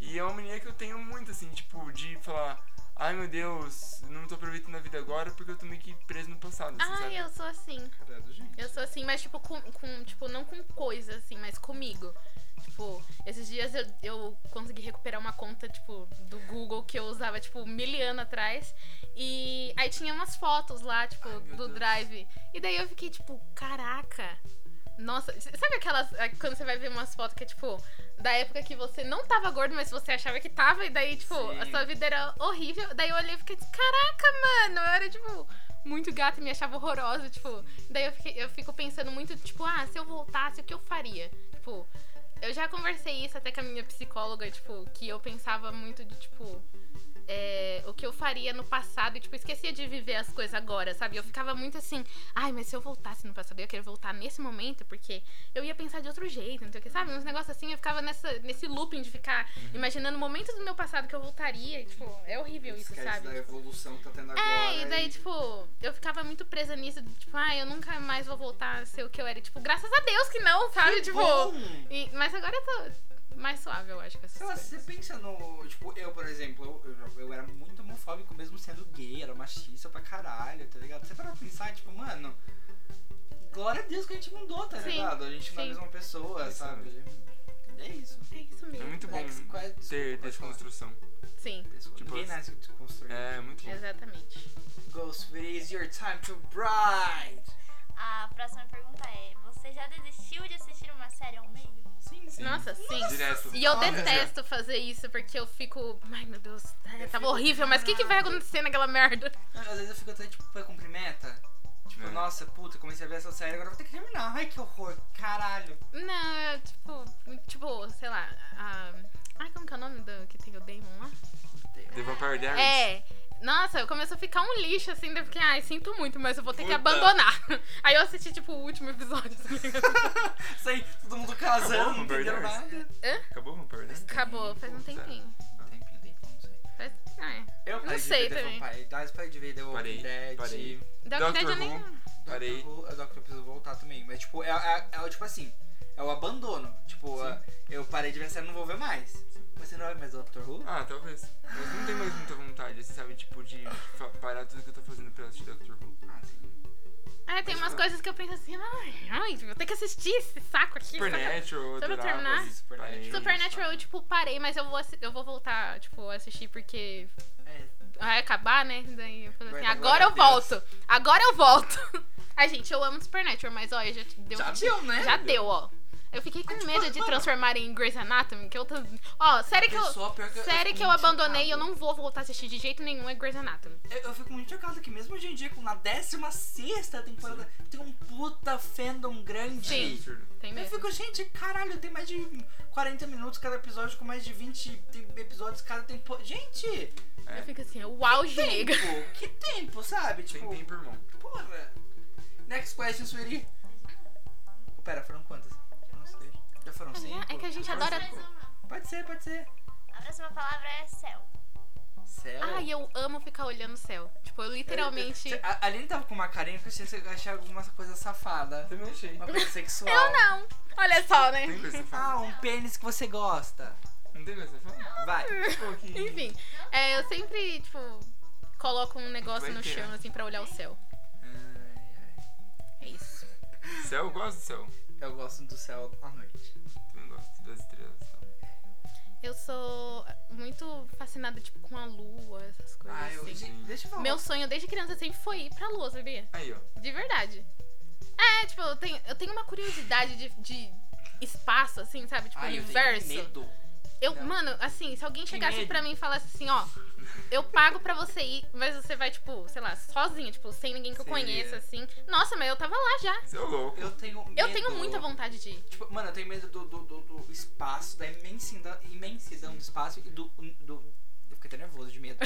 S4: E é uma mania que eu tenho muito, assim, tipo, de falar. Ai meu Deus, não tô aproveitando a vida agora porque eu tô meio que preso no passado. Assim, sabe?
S3: Ai, eu sou assim.
S2: Caralho, gente.
S3: Eu sou assim, mas tipo, com, com- tipo, não com coisa, assim, mas comigo. Tipo, esses dias eu, eu consegui recuperar uma conta, tipo, do Google que eu usava, tipo, mil anos atrás. E aí tinha umas fotos lá, tipo,
S2: Ai, meu
S3: do
S2: Deus.
S3: Drive. E daí eu fiquei, tipo, caraca. Nossa, s- sabe aquelas. a- Quando você vai ver umas fotos que é tipo. Da época que você não tava gordo, mas você achava que tava. E daí, tipo, a
S2: Sim.
S3: sua vida era horrível. Daí eu olhei e fiquei, caraca, mano. Eu era, tipo, muito gata e me achava horrorosa. Tipo, daí eu, fiquei- eu fico pensando muito, tipo, ah, se eu voltasse, o que eu faria? Tipo, Eu já conversei isso até com a minha psicóloga, tipo, que eu pensava muito de, tipo, é, o que eu faria no passado e, tipo, esquecia de viver as coisas agora, sabe? Eu ficava muito assim, ai, mas se eu voltasse no passado, eu ia querer voltar nesse momento, porque eu ia pensar de outro jeito, não sei o que, sabe? Uns negócios assim, eu ficava nessa, nesse looping de ficar
S2: Uhum.
S3: imaginando momentos do meu passado que eu voltaria, e, tipo, é horrível isso,
S2: Esquece
S3: sabe?
S2: da evolução que tá tendo agora.
S3: É, e daí, tipo, eu ficava muito presa nisso, de, tipo, ah, eu nunca mais vou voltar a ser o que eu era. E, Tipo, graças a Deus que não, sabe? tipo.
S2: Bom,
S3: e- mas agora eu tô mais suave, eu acho, com essas
S2: sei lá,
S3: coisas.
S2: se você pensa no. Tipo, eu, por exemplo, eu, eu, eu era muito homofóbico mesmo sendo gay, era machista pra caralho, tá ligado? Você para pra pensar, tipo, mano. Glória a Deus que a gente mudou, tá
S3: Sim,
S2: ligado? A gente não é a
S3: sim.
S2: mesma pessoa,
S4: Isso
S2: sabe? É isso.
S3: É isso
S4: É
S3: mesmo.
S4: muito bom
S2: É, qual é-
S4: ter
S2: pode falar.
S4: desconstrução.
S3: Sim,
S2: Pessoa.
S4: Tipo,
S2: Ninguém nasce desconstruído.
S4: É, muito bom.
S3: exatamente.
S2: Ghost, it is your time to bride!
S5: A próxima pergunta é: Você já desistiu de assistir uma série ao meio?
S2: Sim, sim.
S3: Nossa, sim.
S4: Direto.
S3: E eu
S2: Olha.
S3: detesto fazer isso, porque eu fico. Ai, meu Deus, é, tava horrível, mas o que, que vai acontecer naquela merda?
S2: Às vezes eu fico até tipo, vai cumprir meta. Tipo,
S4: É.
S2: nossa, puta, comecei a ver essa série, agora vou ter que terminar. Ai, que horror, caralho.
S3: Não, é tipo. Tipo, sei lá. a- Ai, como que é o nome do que tem o Damon lá?
S4: The Vampire Diaries.
S3: É. Nossa, eu começo a ficar um lixo assim, daí eu fiquei, ai, sinto muito, mas eu vou ter que
S4: Puta.
S3: abandonar. [laughs] Aí eu assisti, tipo, o último episódio. assim, [laughs]
S2: Isso aí, todo mundo casando, não
S4: Acabou,
S2: entendeu
S4: Vampire
S2: nada.
S4: Acabou o Vampire Diaries?
S3: Acabou, faz um
S4: Sério?
S3: tempinho.
S2: é,
S3: É,
S2: Tempinho, um tempinho, não sei.
S3: Faz... Ai.
S2: Eu parei de
S3: sei
S2: ver The
S3: também.
S2: Vampire Diaries, parei de ver The
S4: Parei,
S2: Walking Dead.
S4: parei.
S3: Doctor Dead eu
S4: Doctor
S3: nem.
S4: Who.
S2: Doctor
S4: Parei.
S2: Who, a Doctor preciso voltar também. Mas, tipo, é, é, é o tipo assim, é o abandono. Tipo,
S4: Sim.
S2: a- eu parei de ver a série, não vou ver mais. Mas você não vai mais Doctor Who?
S4: Ah, talvez. Mas não tem mais muita vontade, assim, sabe? Tipo, de fa- parar tudo que eu tô fazendo pra assistir Doctor Who.
S2: Ah, sim.
S3: É, tem umas coisas que eu penso assim, ai, ai, vou ter que assistir esse saco aqui. saca?
S4: Supernatural,
S3: Só
S4: eu
S3: pra
S4: adorava.
S3: terminar?
S4: assim, Supernatural.
S3: Supernatural, eu, tipo, parei, mas eu vou, assi- eu vou voltar, tipo, a assistir porque
S2: É,
S3: vai acabar, né? Daí eu falei assim,
S2: Vai,
S3: agora
S2: glória
S3: eu
S2: a Deus.
S3: volto. Agora eu volto. [laughs] Ai, gente, eu amo Supernatural, mas olha, já te- deu
S2: Já
S3: um
S2: deu, né? tipo,
S3: Já deu, ó. Eu fiquei com medo
S2: [laughs]
S3: de transformar em Grey's Anatomy, que eu tô... Ó, série que eu...
S2: Pessoal, pior que eu- eu
S3: Série
S2: fico
S3: que eu
S2: muito
S3: abandonei, eu
S2: chocado.
S3: não vou voltar a assistir de jeito nenhum, é Grey's Anatomy.
S2: Eu, eu fico muito chocado que mesmo hoje em dia, com na 16 temporada, tem um puta fandom grande.
S3: Sim.
S4: Absurdo.
S3: Tem
S2: Eu
S3: mesmo.
S2: fico, gente, caralho, tem mais de 40 minutos cada episódio, com mais de 20 tem- episódios cada temporada. Gente,
S3: Eu fico assim, o auge, nega.
S2: tempo, que tempo, sabe?
S4: Tem
S2: Tipo,
S4: tempo, irmão.
S2: porra. Next question, Sueli. Oh, pera, foram quantas? Eu Não sei. Já foram cinco?
S3: É que a gente
S2: Já foram
S3: adora-
S5: Mais
S2: cinco?
S5: uma.
S2: Pode ser, pode ser.
S5: A próxima palavra é céu.
S2: Tá Céu.
S3: Ai, eu amo ficar olhando o céu. Tipo, eu
S2: [laughs]
S3: literalmente...
S2: Cê- A a Aline tava com uma carinha que eu achei, eu achei alguma coisa safada.
S4: Também achei.
S2: Uma
S3: [laughs]
S2: coisa sexual.
S3: Não, olha só, né?
S4: Tem coisa pra
S2: Ah,
S4: falar?
S2: um pênis que você gosta.
S4: Não tem coisa pra falar?
S2: Vai.
S4: Pô, que-
S3: [laughs] Enfim, é, eu sempre, tipo, coloco um negócio
S4: Vai
S3: no
S4: ter.
S3: chão, assim, pra olhar o céu. É isso.
S4: Céu, eu gosto do céu.
S2: Eu gosto do céu à noite.
S4: Também gosto das estrelas e tal.
S3: Eu sou muito fascinada, tipo, com a lua, essas coisas
S2: Ah, eu,
S3: assim.
S2: gente, deixa eu falar.
S3: Meu sonho desde criança sempre foi ir pra lua, sabia?
S4: Aí, ó.
S3: De verdade. É, tipo, eu tenho, eu tenho uma curiosidade de, de espaço, assim, sabe? Tipo,
S2: Ai, eu tenho
S3: universo.
S2: medo.
S3: Eu,
S2: Não.
S3: mano, assim, se alguém chegasse
S2: medo.
S3: pra mim e falasse assim, ó, eu pago pra você ir, mas você vai, tipo, sei lá, sozinha, tipo, sem ninguém que eu
S2: Seria.
S3: conheça, assim. Nossa, mas eu tava lá já.
S4: Seu louco.
S2: Eu tenho medo.
S3: Eu tenho muita vontade de ir.
S2: Tipo, mano, eu tenho medo do, do, do, do espaço, da imensidão, imensidão do espaço e do, do. Eu fiquei até nervoso de
S3: [laughs]
S2: medo.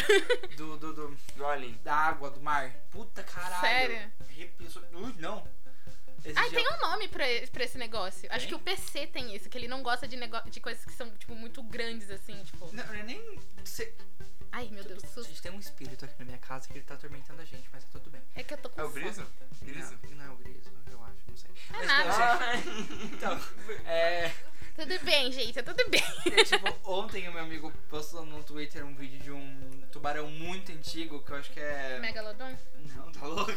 S2: Do, do, do-
S4: Do Alien.
S2: da água, do mar. Puta caralho.
S3: Sério?
S2: Arrepio. só- Ui, não. Esse
S3: Ah,
S2: dia
S3: tem um nome pra, pra esse negócio. Acho que o PC tem isso, que ele não gosta de, nego... de coisas que são, tipo, muito grandes, assim, tipo.
S2: Não, eu nem. sei-
S3: Ai, meu Deus,
S2: A
S3: susto.
S2: gente tem um espírito aqui na minha casa que ele tá atormentando a gente, mas tá tudo bem.
S3: É que eu tô com
S4: É o
S3: fome.
S4: Briso? Briso?
S2: Não, não é o Griso, eu acho, não sei.
S3: É
S2: Mas,
S3: nada.
S2: Ai,
S3: [laughs]
S2: então, é,
S3: Tudo bem, gente, tudo
S2: [laughs]
S3: bem.
S2: é, tipo, ontem o meu amigo postou no Twitter um vídeo de um tubarão muito antigo que eu acho que é.
S3: Megalodon?
S2: Não, tá
S3: [laughs]
S2: louca?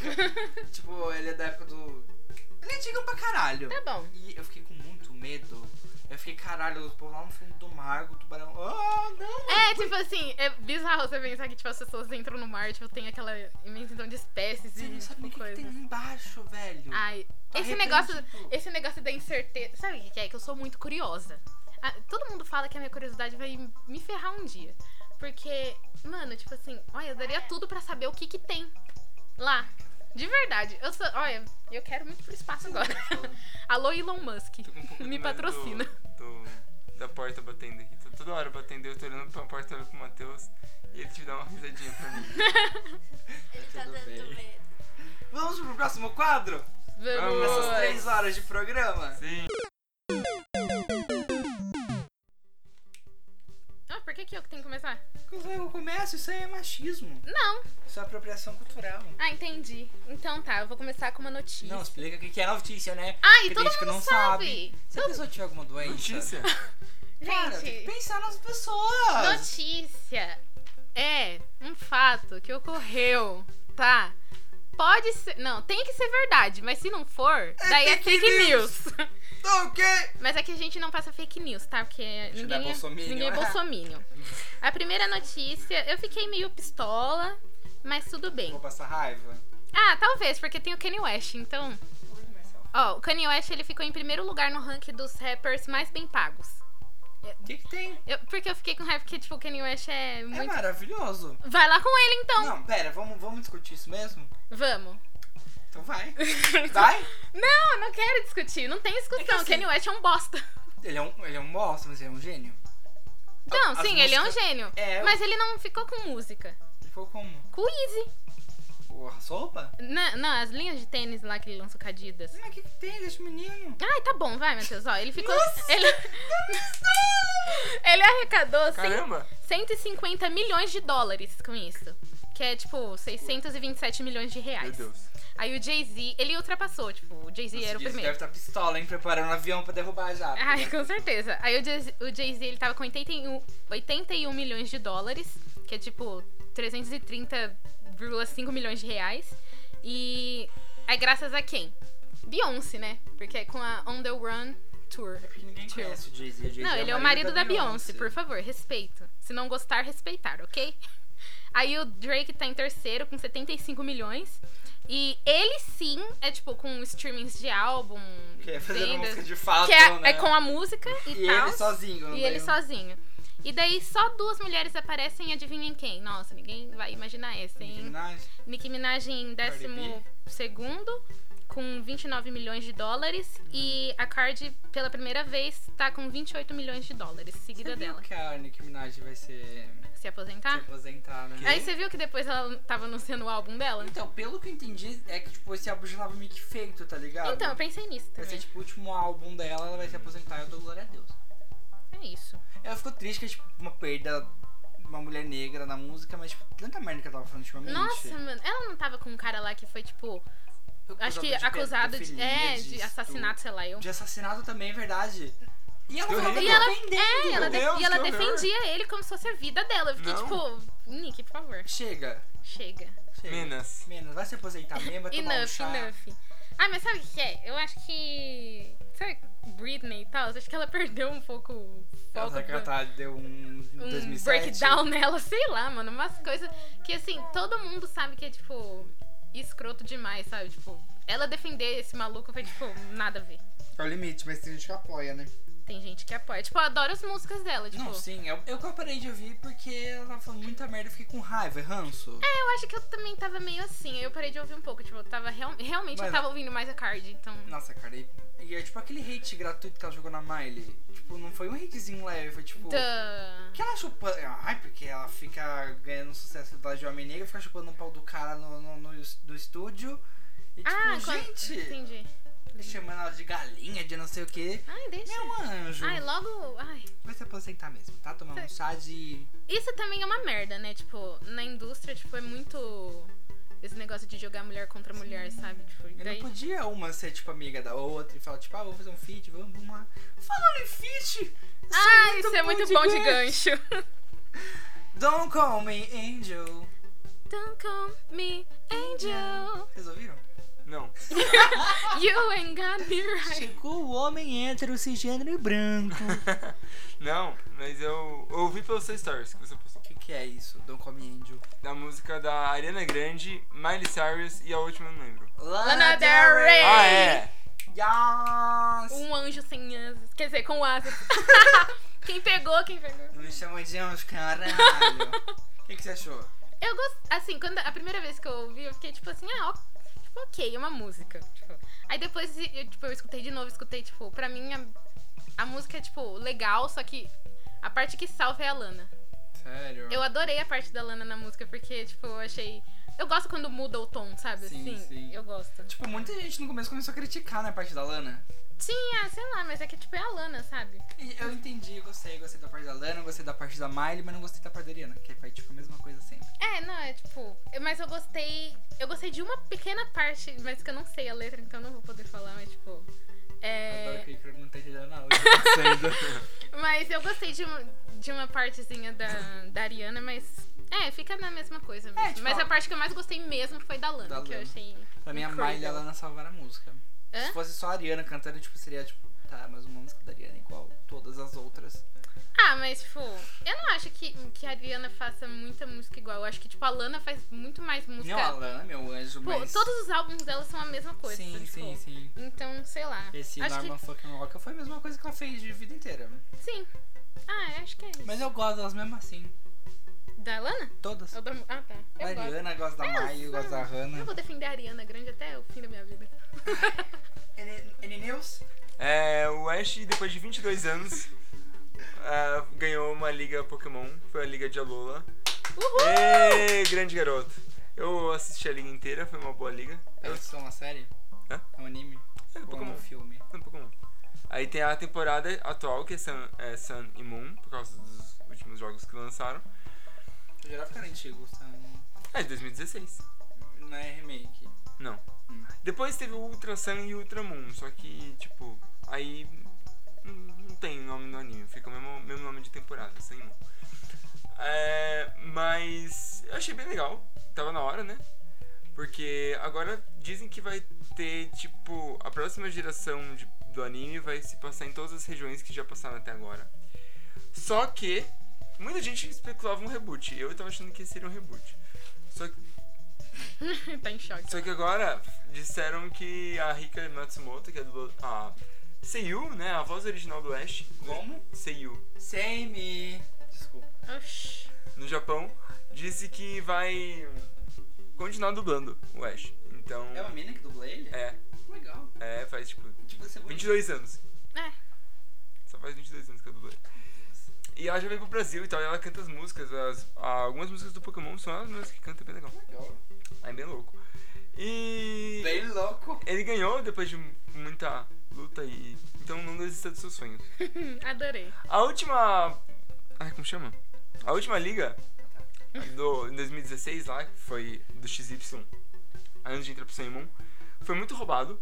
S2: tipo, ele é da época do. Ele é antigo pra caralho.
S3: Tá bom.
S2: E eu fiquei com muito medo. Eu fiquei, caralho, o povo lá no fundo do mar, o tubarão. Ah, não!
S3: É, tipo assim, é bizarro você pensar que, tipo, as pessoas entram no mar, tipo, tem aquela imensidão de espécies
S2: Você
S3: e,
S2: não sabe
S3: tipo,
S2: nem o que, que tem
S3: coisas.
S2: lá embaixo, velho. Tá tipo,
S3: Ai, Ah, esse
S2: Arrependido.
S3: negócio, esse negócio da incerteza. Sabe o que que é? Que eu sou muito curiosa. Ah, todo mundo fala que a minha curiosidade vai me ferrar um dia. Porque, mano, tipo assim, olha, eu daria tudo pra saber o que que tem lá. De verdade. Eu sou, olha, eu quero muito pro espaço agora. [laughs] Alô, Elon Musk.
S4: Tô com um pouco de
S3: Me
S4: medo
S3: patrocina.
S4: Do, do da porta batendo aqui. Tô toda hora batendo, eu tô olhando pra porta, olhando pro Matheus. E ele te dá uma risadinha pra mim.
S5: Ele tá
S2: Tudo bem.
S5: dando medo.
S2: Vamos pro próximo quadro? Ah, Essas
S4: Boa.
S2: três horas de programa?
S4: Sim.
S3: Ah, por que, que eu que tenho que começar?
S2: Eu começo, isso aí é machismo.
S3: Não.
S2: Isso é apropriação cultural.
S3: Ah, entendi. Então tá, eu vou começar com uma notícia.
S2: Não, explica o que que é notícia, né?
S3: Ah, e
S2: Porque
S3: todo
S2: tem gente que
S3: mundo
S2: não
S3: sabe.
S2: Se a pessoa tiver alguma doença.
S4: Notícia?
S2: Cara, tem que
S3: Gente,
S2: pensar nas pessoas.
S3: notícia é um fato que ocorreu, tá? Pode ser. Não, tem que ser verdade, mas se não for, daí é
S2: fake
S3: fake news.
S2: Tá ok.
S3: Mas é que a gente não passa fake news, tá? Porque
S2: Isso não é
S3: ninguém é,
S2: bolsominion,
S3: ninguém é
S2: né?
S3: bolsominion. A primeira notícia, eu fiquei meio pistola, mas tudo bem.
S2: Vou passar raiva.
S3: Ah, talvez, porque tem o Kanye West, então. Ó, o Kanye West ele ficou em primeiro lugar no ranking dos rappers mais bem pagos.
S2: O que, que tem?
S3: tipo,
S2: É
S3: muito.
S2: maravilhoso.
S3: Vai lá com ele então!
S2: Não, pera, vamos, vamos discutir isso mesmo?
S3: Vamos.
S2: Então [laughs] vai. Vai?
S3: Não, eu não quero discutir. Não tem discussão.
S2: É que assim-
S3: o Kanye West é um bosta.
S2: Ele é um, ele é um bosta, mas ele é um gênio.
S3: Não,
S2: as
S3: sim, ele é um
S2: músicas-
S3: gênio.
S2: É,
S3: Mas ele não ficou com música.
S2: ele ficou como?
S3: Com o Easy.
S2: Porra, sopa?
S3: Na- Não, as linhas de tênis lá que ele lançou com a Adidas.
S2: Mas o que, que tem desse menino?
S3: Ai, tá bom, vai, Matheus. Ó, ele ficou. [laughs] ele... ele arrecadou cem-
S4: Caramba!
S3: 150 milhões de dólares com isso. Que é tipo 627 milhões de
S4: Meu
S3: reais.
S4: Deus.
S3: Aí o Jay-Z, ele ultrapassou, tipo, o Jay-Z era o
S2: Esse
S3: primeiro.
S2: deve estar pistola, hein? Preparando um avião pra derrubar já.
S3: Ai, com certeza. Aí o Jay-Z, o Jay-Z, ele tava com 81, 81 milhões de dólares, que é tipo 330,5 milhões de reais. E é graças a quem? Beyoncé, né? Porque é com a On The Run Tour.
S2: Porque ninguém
S3: Tio.
S2: conhece o Jay-Z. O Jay-Z
S3: Não, ele é o marido da Beyoncé, por favor, respeito. Se não gostar, respeitar, ok? [laughs] Aí o Drake tá em terceiro com 75 milhões. E ele sim é tipo com streamings de álbum,
S2: Que é fazendo
S3: vendas,
S2: música de fato,
S3: que é,
S2: né?
S3: é com a música e,
S2: E
S3: tal.
S2: ele sozinho. não
S3: E ele
S2: tem-
S3: sozinho. E daí só duas mulheres aparecem e adivinhem quem? Nossa, ninguém vai imaginar essa,
S2: Nicki
S3: hein?
S2: Minaj?
S3: Nicki Minaj
S2: Cardi B.
S3: em décimo segundo, com 29 milhões de dólares. E a Cardi, pela primeira vez, tá com 28 milhões de dólares, seguida
S2: Você viu
S3: dela.
S2: que a Nicki Minaj vai ser...
S3: Se
S2: se
S3: aposentar?
S2: aposentar, né?
S3: Aí você viu que depois ela tava anunciando o álbum dela?
S2: Então, pelo que eu entendi, é que tipo, esse álbum já tava meio que feito, tá ligado?
S3: Então, eu pensei nisso
S2: Vai ser
S3: também.
S2: tipo o último álbum dela, ela vai se aposentar e eu dou glória a Deus.
S3: É isso.
S2: Eu fico triste que é tipo uma perda de uma mulher negra na música, mas tipo, tanta merda que ela tava falando ultimamente.
S3: Nossa, mano, ela não tava com um cara lá que foi, tipo,
S2: Eu-
S3: acho que
S2: de
S3: acusado de,
S2: pedofilia,
S3: é,
S2: de
S3: de
S2: estupro.
S3: assassinato, sei lá, eu.
S2: De assassinato também, é verdade. E ela
S4: Que
S2: tava
S4: horrível.
S3: E ela-
S2: defendendo.
S3: E É, ela,
S4: Meu
S3: de-
S4: Deus,
S3: e ela
S4: que horror.
S3: defendia ele como se fosse a vida dela. Eu fiquei
S4: Não.
S3: tipo, Nick, por favor,
S2: Chega,
S3: chega.
S2: chega.
S4: Minas.
S2: Menos, vai se aposentar mesmo, vai tomar um
S3: Enough,
S2: chá.
S3: enough. Ah, mas sabe o que que é? Eu acho que. Sabe, Britney e tal? Acho que ela perdeu um pouco o
S2: Ela
S3: foco.
S2: tá-
S3: pra-
S2: ela tá- deu um,
S3: Um
S2: 2007.
S3: breakdown nela, sei lá, mano. Umas coisas que, assim, todo mundo sabe que é, tipo, escroto demais, sabe? Tipo, ela defender esse maluco foi, tipo, nada a ver.
S2: É o limite, mas tem gente que apoia, né?
S3: Tem gente que apoia. Tipo, eu adoro as músicas dela. Tipo,
S2: Não, sim, é eu, eu que eu parei de ouvir porque ela tava falando muita merda, eu fiquei com raiva, é ranço. É,
S3: Eu acho que eu também tava meio assim, aí eu parei de ouvir um pouco, tipo, eu tava real- realmente eu
S2: Mas-
S3: tava ouvindo mais a card, então.
S2: Nossa, cara, e, e é tipo aquele hate gratuito que ela jogou na Miley. Tipo, não foi um hatezinho leve, foi tipo.
S3: Então, Duh.
S2: Que ela chupa. Ai, porque ela fica ganhando sucesso da de homem negro, fica chupando o pau do cara no, no, no es- do estúdio. E tipo,
S3: Ah, quando-
S2: gente, tá
S3: Entendi.
S2: chamando ela de galinha, de não sei o que.
S3: Ai, deixa.
S2: É um anjo.
S3: Ai, logo. Ai.
S2: Vai se aposentar mesmo, tá? Tomar um chá de.
S3: Isso também é uma merda, né? Tipo, na indústria, tipo, é muito. Esse negócio de jogar mulher contra mulher, sabe? Tipo, e
S2: Eu não
S3: daí.
S2: podia uma ser, tipo, amiga da outra e falar, tipo, ah, vou fazer um feat, vamos, vamos lá. Falando em feat,
S3: Ai, isso é muito bom de gancho.
S2: Don't call me angel.
S3: Don't call me angel.
S2: Vocês ouviram?
S4: Não.
S3: You ain't got
S2: [laughs]
S3: me right.
S2: Chegou o homem hétero, cisgênero e branco.
S4: Não, mas eu eu ouvi pelos seus stories que você postou.
S2: O que, que é isso? Don't call me angel.
S4: Da música da Ariana Grande, Miley Cyrus e a última eu não lembro.
S3: Lana Del Rey.
S4: Ah, é!
S2: Yes.
S3: Um anjo sem asas. Quer dizer,
S2: [laughs]
S3: com asas. quem pegou, quem pegou.
S2: Não me chamam de anjo,
S3: [laughs]
S2: caralho. O que, que você achou?
S3: Eu gosto. Assim, quando a primeira vez que eu ouvi, eu fiquei tipo assim, ah, ó, tipo, ok, é uma música. Tipo, aí depois, eu, tipo, eu escutei de novo, escutei, tipo, pra mim a, A música é, tipo, legal, só que a parte que salva é a Lana.
S2: Sério?
S3: Eu adorei a parte da Lana na música, porque, tipo, eu achei. Eu gosto quando muda o tom, sabe?
S2: Sim,
S3: assim,
S2: sim.
S3: eu gosto.
S2: Tipo, muita gente no começo começou a criticar, né, a parte da Lana.
S3: Sim, ah, sei lá, mas é que, tipo, é a Lana, sabe?
S2: E Eu entendi, eu gostei. Gostei da parte da Lana, gostei da parte da Miley, mas não gostei da parte da Ariana, que faz, tipo, a mesma coisa sempre.
S3: É, não, é tipo. eu- Mas eu gostei. Eu gostei de uma pequena parte, mas que eu não sei a letra, então não vou poder falar, mas tipo.
S2: Adoro
S3: É.
S2: que o Icaro não tá entendendo
S3: [laughs]
S2: nada. eu tô pensando.
S3: Mas eu gostei de, uma- de uma partezinha da, da Ariana, mas. É, fica na mesma coisa mesmo.
S2: É, tipo,
S3: mas
S2: ó.
S3: a parte que eu mais gostei mesmo foi da Lana,
S2: Da
S3: que eu
S2: Lana.
S3: achei.
S2: pra mim, a
S3: incrível.
S2: Miley, ela não salvaram a música. Se
S3: Hã?
S2: fosse só a Ariana cantando, tipo, seria, tipo, tá, mas uma música da Ariana é igual todas as outras.
S3: Ah, mas tipo, eu não acho que, que a Ariana faça muita música igual. Eu acho que, tipo, a Lana faz muito mais música.
S2: Não, a Lana, meu anjo,
S3: Tipo,
S2: mas...
S3: todos os álbuns dela são a mesma coisa.
S2: Sim,
S3: tipo,
S2: sim, sim.
S3: Então, sei lá.
S2: Esse
S3: acho
S2: Norman
S3: que,
S2: Fucking Rock foi a mesma coisa que ela fez de vida inteira.
S3: Sim. Ah, eu acho que é isso.
S2: Mas eu gosto delas mesmo assim.
S3: Da Lana?
S2: Todas.
S3: Ou da... Ah, tá.
S2: A
S3: Eu gosto. É,
S2: Ariana gosta da Miley, eu gosto da
S3: Eu
S2: Hannah.
S3: vou defender a Ariana Grande até o fim da minha vida. [laughs]
S2: N-News?
S4: É, o Ash, depois de 22 anos, [laughs] ah, ganhou uma liga Pokémon. Foi a liga de Alola.
S3: Uhul!
S4: Ê, grande garoto. Eu assisti a liga inteira, foi uma boa liga.
S2: É isso, é uma série?
S4: Hã?
S2: É um anime?
S4: É,
S2: Ou é
S4: Pokémon.
S2: um filme?
S4: Não, Pokémon. Aí tem a temporada atual, que é Sun, é Sun e Moon, por causa dos últimos jogos que lançaram.
S2: O geral ficaram antigos, então
S4: É de 2016.
S2: não é remake.
S4: Não. Depois teve o Ultra Sun e Ultra Moon, só que, tipo, aí não, não tem nome no anime, fica o mesmo, mesmo nome de temporada, Sun e Moon. É, mas eu achei bem legal, tava na hora, né? Porque agora dizem que vai ter, tipo, a próxima geração de- do anime vai se passar em todas as regiões que já passaram até agora. Só que muita gente especulava um reboot, eu tava achando que seria um reboot. Só que
S3: tá em choque.
S4: só que agora disseram que a Rika Matsumoto, que é do. A Seiyu, né? A voz original do Ash. né,
S2: Como?
S4: Seiyu.
S2: Same! Desculpa.
S3: Oxi.
S4: No Japão, disse que vai continuar dublando o Ash. Então.
S2: É uma mina que dubla ele?
S4: É,
S2: Legal.
S4: é, faz tipo
S2: Tipo, você é bonito.
S4: 22 anos.
S3: É.
S4: Só faz 22 anos que eu dublei. E ela já veio pro Brasil e tal, e ela canta as músicas. As, algumas músicas do Pokémon são as mesmas que canta, é bem legal.
S2: Legal.
S4: É bem louco. E.
S2: Bem louco.
S4: Ele ganhou depois de muita luta e. Então não desista dos seus sonhos.
S3: Hum, Adorei.
S4: A última. Ai, como chama? A última liga do em 2016 lá, que foi do XY, antes de entrar pro Saimon, foi muito roubado.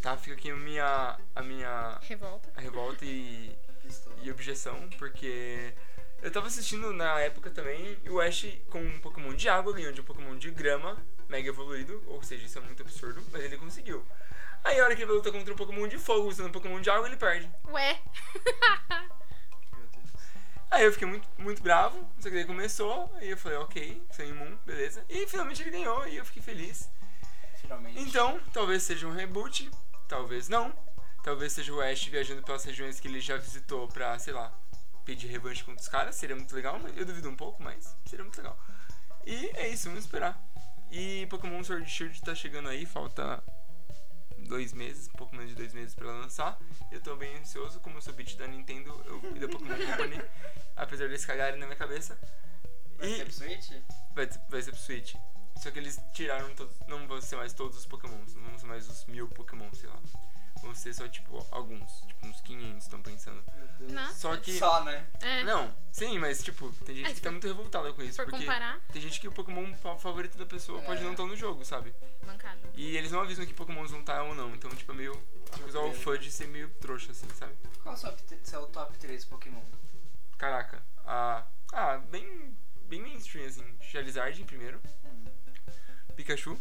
S4: Tá? Fica aqui a minha. a minha
S3: Revolta.
S4: revolta e,
S2: Pistola.
S4: e objeção, porque. Eu tava assistindo na época também, e o Ash com um Pokémon de água ganhou de um Pokémon de grama, mega evoluído, ou seja, isso é muito absurdo, mas ele conseguiu. Aí a hora que ele vai lutar contra um Pokémon de fogo usando um Pokémon de água, ele perde.
S3: Ué.
S2: Meu Deus.
S4: Aí eu fiquei muito, muito bravo, não sei o que daí começou, aí eu falei, ok, sem Moon, beleza. E finalmente ele ganhou e eu fiquei feliz.
S2: Finalmente.
S4: Então, talvez seja um reboot, talvez não. Talvez seja o Ash viajando pelas regiões que ele já visitou pra, sei lá, pedir revanche contra os caras, seria muito legal, mas eu duvido um pouco, mas seria muito legal. E é isso, vamos esperar. E Pokémon Sword e Shield tá chegando aí, falta dois meses, pouco menos de dois meses pra lançar. Eu tô bem ansioso, como eu sou beat da Nintendo eu, e da Pokémon Company, apesar deles cagarem na minha cabeça.
S2: Vai
S4: E-
S2: ser pro Switch?
S4: Vai, ter- vai ser pro Switch. Só que eles tiraram todos. Não vão ser mais todos os Pokémons. Não vão ser mais os mil Pokémon, sei lá. Vão ser só, tipo, alguns. Tipo, uns 500, estão pensando.
S2: Meu Deus.
S3: Nossa.
S4: Só que.
S2: Só, né?
S3: É.
S4: Não, sim, mas, tipo, tem gente
S3: Mas
S4: que tá
S3: por-
S4: muito revoltada com
S3: se
S4: isso.
S3: for
S4: Porque
S3: comparar,
S4: tem gente que o Pokémon fa- favorito da pessoa pode
S2: É.
S4: não estar no jogo, sabe?
S3: mancada.
S4: E eles não avisam que Pokémons vão estar ou não. Então, tipo, é meio. Tipo, usar o fã de ser meio trouxa, assim, sabe?
S2: Qual é o seu top- seu top 3 Pokémon?
S4: Caraca. Ah, ah bem. Bem mainstream, assim. Charizard em primeiro.
S2: Hum.
S4: Pikachu.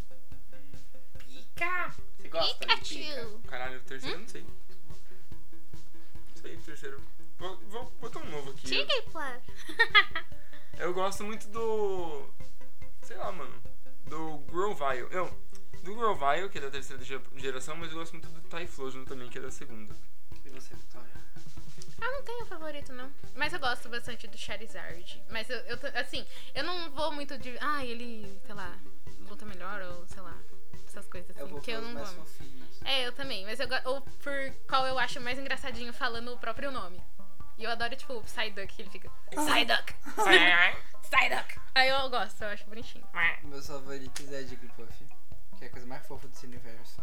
S3: Cá.
S2: Você gosta de pica?
S3: Pikachu.
S4: Caralho, o terceiro eu não sei. Não sei o terceiro. Vou, vou botar um novo aqui.
S3: Jigglypuff.
S4: Eu gosto muito do. Sei lá, mano. Do Grovile. Não. do Grovile, que é da terceira ge- geração, mas eu gosto muito do Typhlosion também, que é da segunda.
S2: E você, Vitória?
S3: Ah, não tenho favorito, não. Mas eu gosto bastante do Charizard. Mas eu, eu tô- assim, eu não vou muito de. Ah, ele, sei lá, luta melhor ou sei lá. Essas coisas assim. que eu
S2: pelos
S3: não
S2: mais
S3: gosto.
S2: fofinhos.
S3: É, eu também. Mas eu gosto. Ou por qual eu acho mais engraçadinho falando o próprio nome. E eu adoro, tipo, o Psyduck, que ele fica. Psyduck! Psyduck! Aí eu gosto, eu acho bonitinho.
S2: Meus favoritos é Jigglypuff, que é a coisa mais fofa desse universo.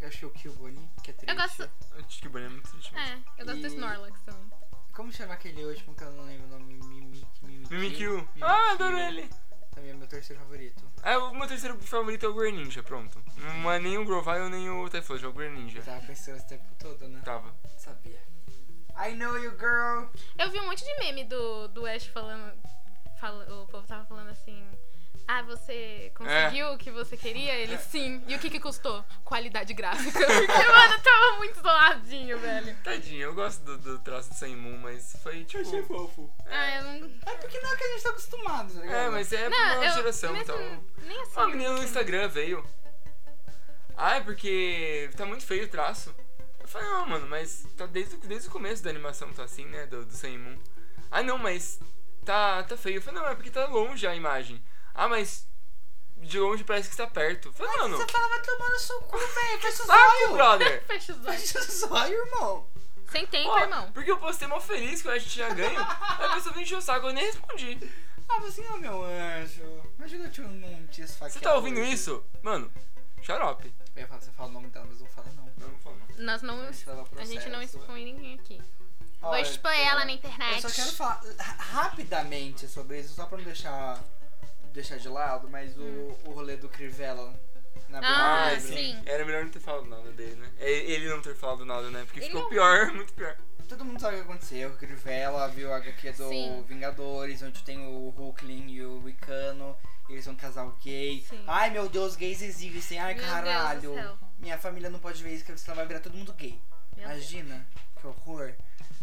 S2: Eu acho que o Killbone, que é triste.
S3: Eu gosto.
S4: Acho que o Bunny é muito triste mesmo.
S3: É, eu gosto do
S2: E-
S3: Snorlax também.
S2: Como chama aquele último que eu não lembro o nome? Mimik,
S3: É.
S2: Mimikyu.
S4: Mimikyu. Ah, adoro ele.
S2: Também é meu terceiro favorito.
S4: Ah, o meu terceiro favorito é o Greninja, pronto. Não é nem o Grovile, nem o Typhlosion, é o Greninja.
S2: Eu tava pensando esse tempo todo, né?
S4: Tava.
S2: Sabia. I know you, girl!
S3: Eu vi um monte de meme do, do Ash falando, fala- O povo tava falando assim. Ah, você
S2: É.
S3: conseguiu o que você queria? Ele sim. E o que que custou? Qualidade
S2: [laughs]
S3: gráfica. Porque, mano, tava muito zoadinho, velho.
S4: Tadinho, eu gosto do, do traço do Saimun, mas foi tipo...
S2: fofo.
S3: Ah, eu não.
S2: É porque não é que a gente tá acostumado, tá ligado?
S4: É, mas é a
S3: Não,
S4: nova
S3: eu.
S4: geração,
S3: mesmo-
S4: então...
S3: Nem assim.
S4: Uma menina no Instagram veio. Ah, é porque tá muito feio o traço. Eu falei, não, mano, mas tá desde, o- desde o começo da animação tá assim, né? Do, do Sailor Moon. Ah, não, mas tá, tá feio. Eu falei, não, é porque tá longe a imagem. Ah, mas de longe parece que tá perto. Eu falei, mano,
S2: É Você um fala, vai tomar no seu cu, velho. Fecha os
S4: saco,
S2: olhos.
S4: brother!
S3: [laughs] Fecha os olhos.
S2: Fecha os olhos, irmão.
S3: Sem tempo,
S4: Ó,
S3: irmão.
S4: Porque eu postei mal feliz que eu acho que tinha ganho. Aí a pessoa me encheu o saco, eu nem respondi.
S2: Ah, você é o meu anjo. Imagina eu te não te esfaquear.
S4: Você tá ouvindo
S2: hoje.
S4: isso? Mano, xarope.
S2: Eu ia falar, você fala o nome dela, mas não fala não.
S4: Não, não fala não.
S3: Nós não.
S2: A gente vai lá pro
S3: A gente não
S2: processo.
S3: expõe ninguém aqui. Vou
S2: Olha,
S3: expor
S2: eu-
S3: ela na internet.
S2: é. Eu só quero falar ra- rapidamente sobre isso, só pra não deixar, deixar de lado, mas o, o rolê do Crivella na
S3: Hum. Ah,
S2: Branca de Neve.
S3: sim.
S4: Era melhor não ter falado nada dele, né? É, Ele não ter falado nada, né? Porque
S3: Ele
S4: ficou
S3: não- [laughs]
S4: pior, muito pior.
S2: Todo mundo sabe o que aconteceu. O Crivella viu a HQ do
S3: Sim.
S2: Vingadores, onde tem o Hulkling e o Wicano. Eles são um casal gay.
S3: Sim.
S2: Ai meu Deus, gays existem. Ai
S3: Meu Deus do
S2: caralho.
S3: céu.
S2: Minha família não pode ver isso, porque senão vai virar todo mundo gay.
S3: Meu Deus.
S2: Imagina, que horror.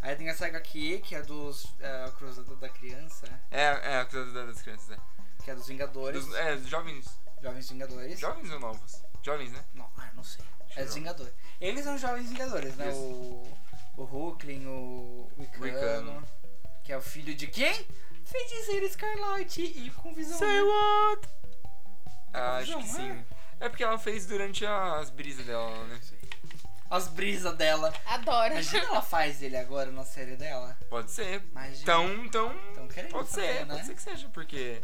S2: Aí tem essa HQ, que é dos. É, a Cruzada da Criança,
S4: É, é a coisa da- das crianças, é.
S2: que é dos Vingadores.
S4: Dos, é, dos jovens.
S2: Jovens Vingadores.
S4: Jovens ou novos? Jovens, né?
S2: Não, ah, não sei. É dos
S4: Não.
S2: Vingadores. Eles são os jovens Vingadores, né?
S4: Isso.
S2: O. O Hulkling, o. Wicano,
S4: Wicano.
S2: Que é o filho de quem? Feiticeiro Escarlate e com visão.
S4: Say what?
S2: Tá
S4: Ah, acho
S2: confusão,
S4: que sim. É porque ela fez durante as brisas dela, né?
S2: As brisas dela.
S3: Adoro.
S2: Imagina ela faz ele agora na série dela.
S4: Pode ser.
S2: Imagina.
S4: Então, então.
S2: Então querendo.
S4: Pode ser,
S2: né?
S4: pode ser que seja, porque.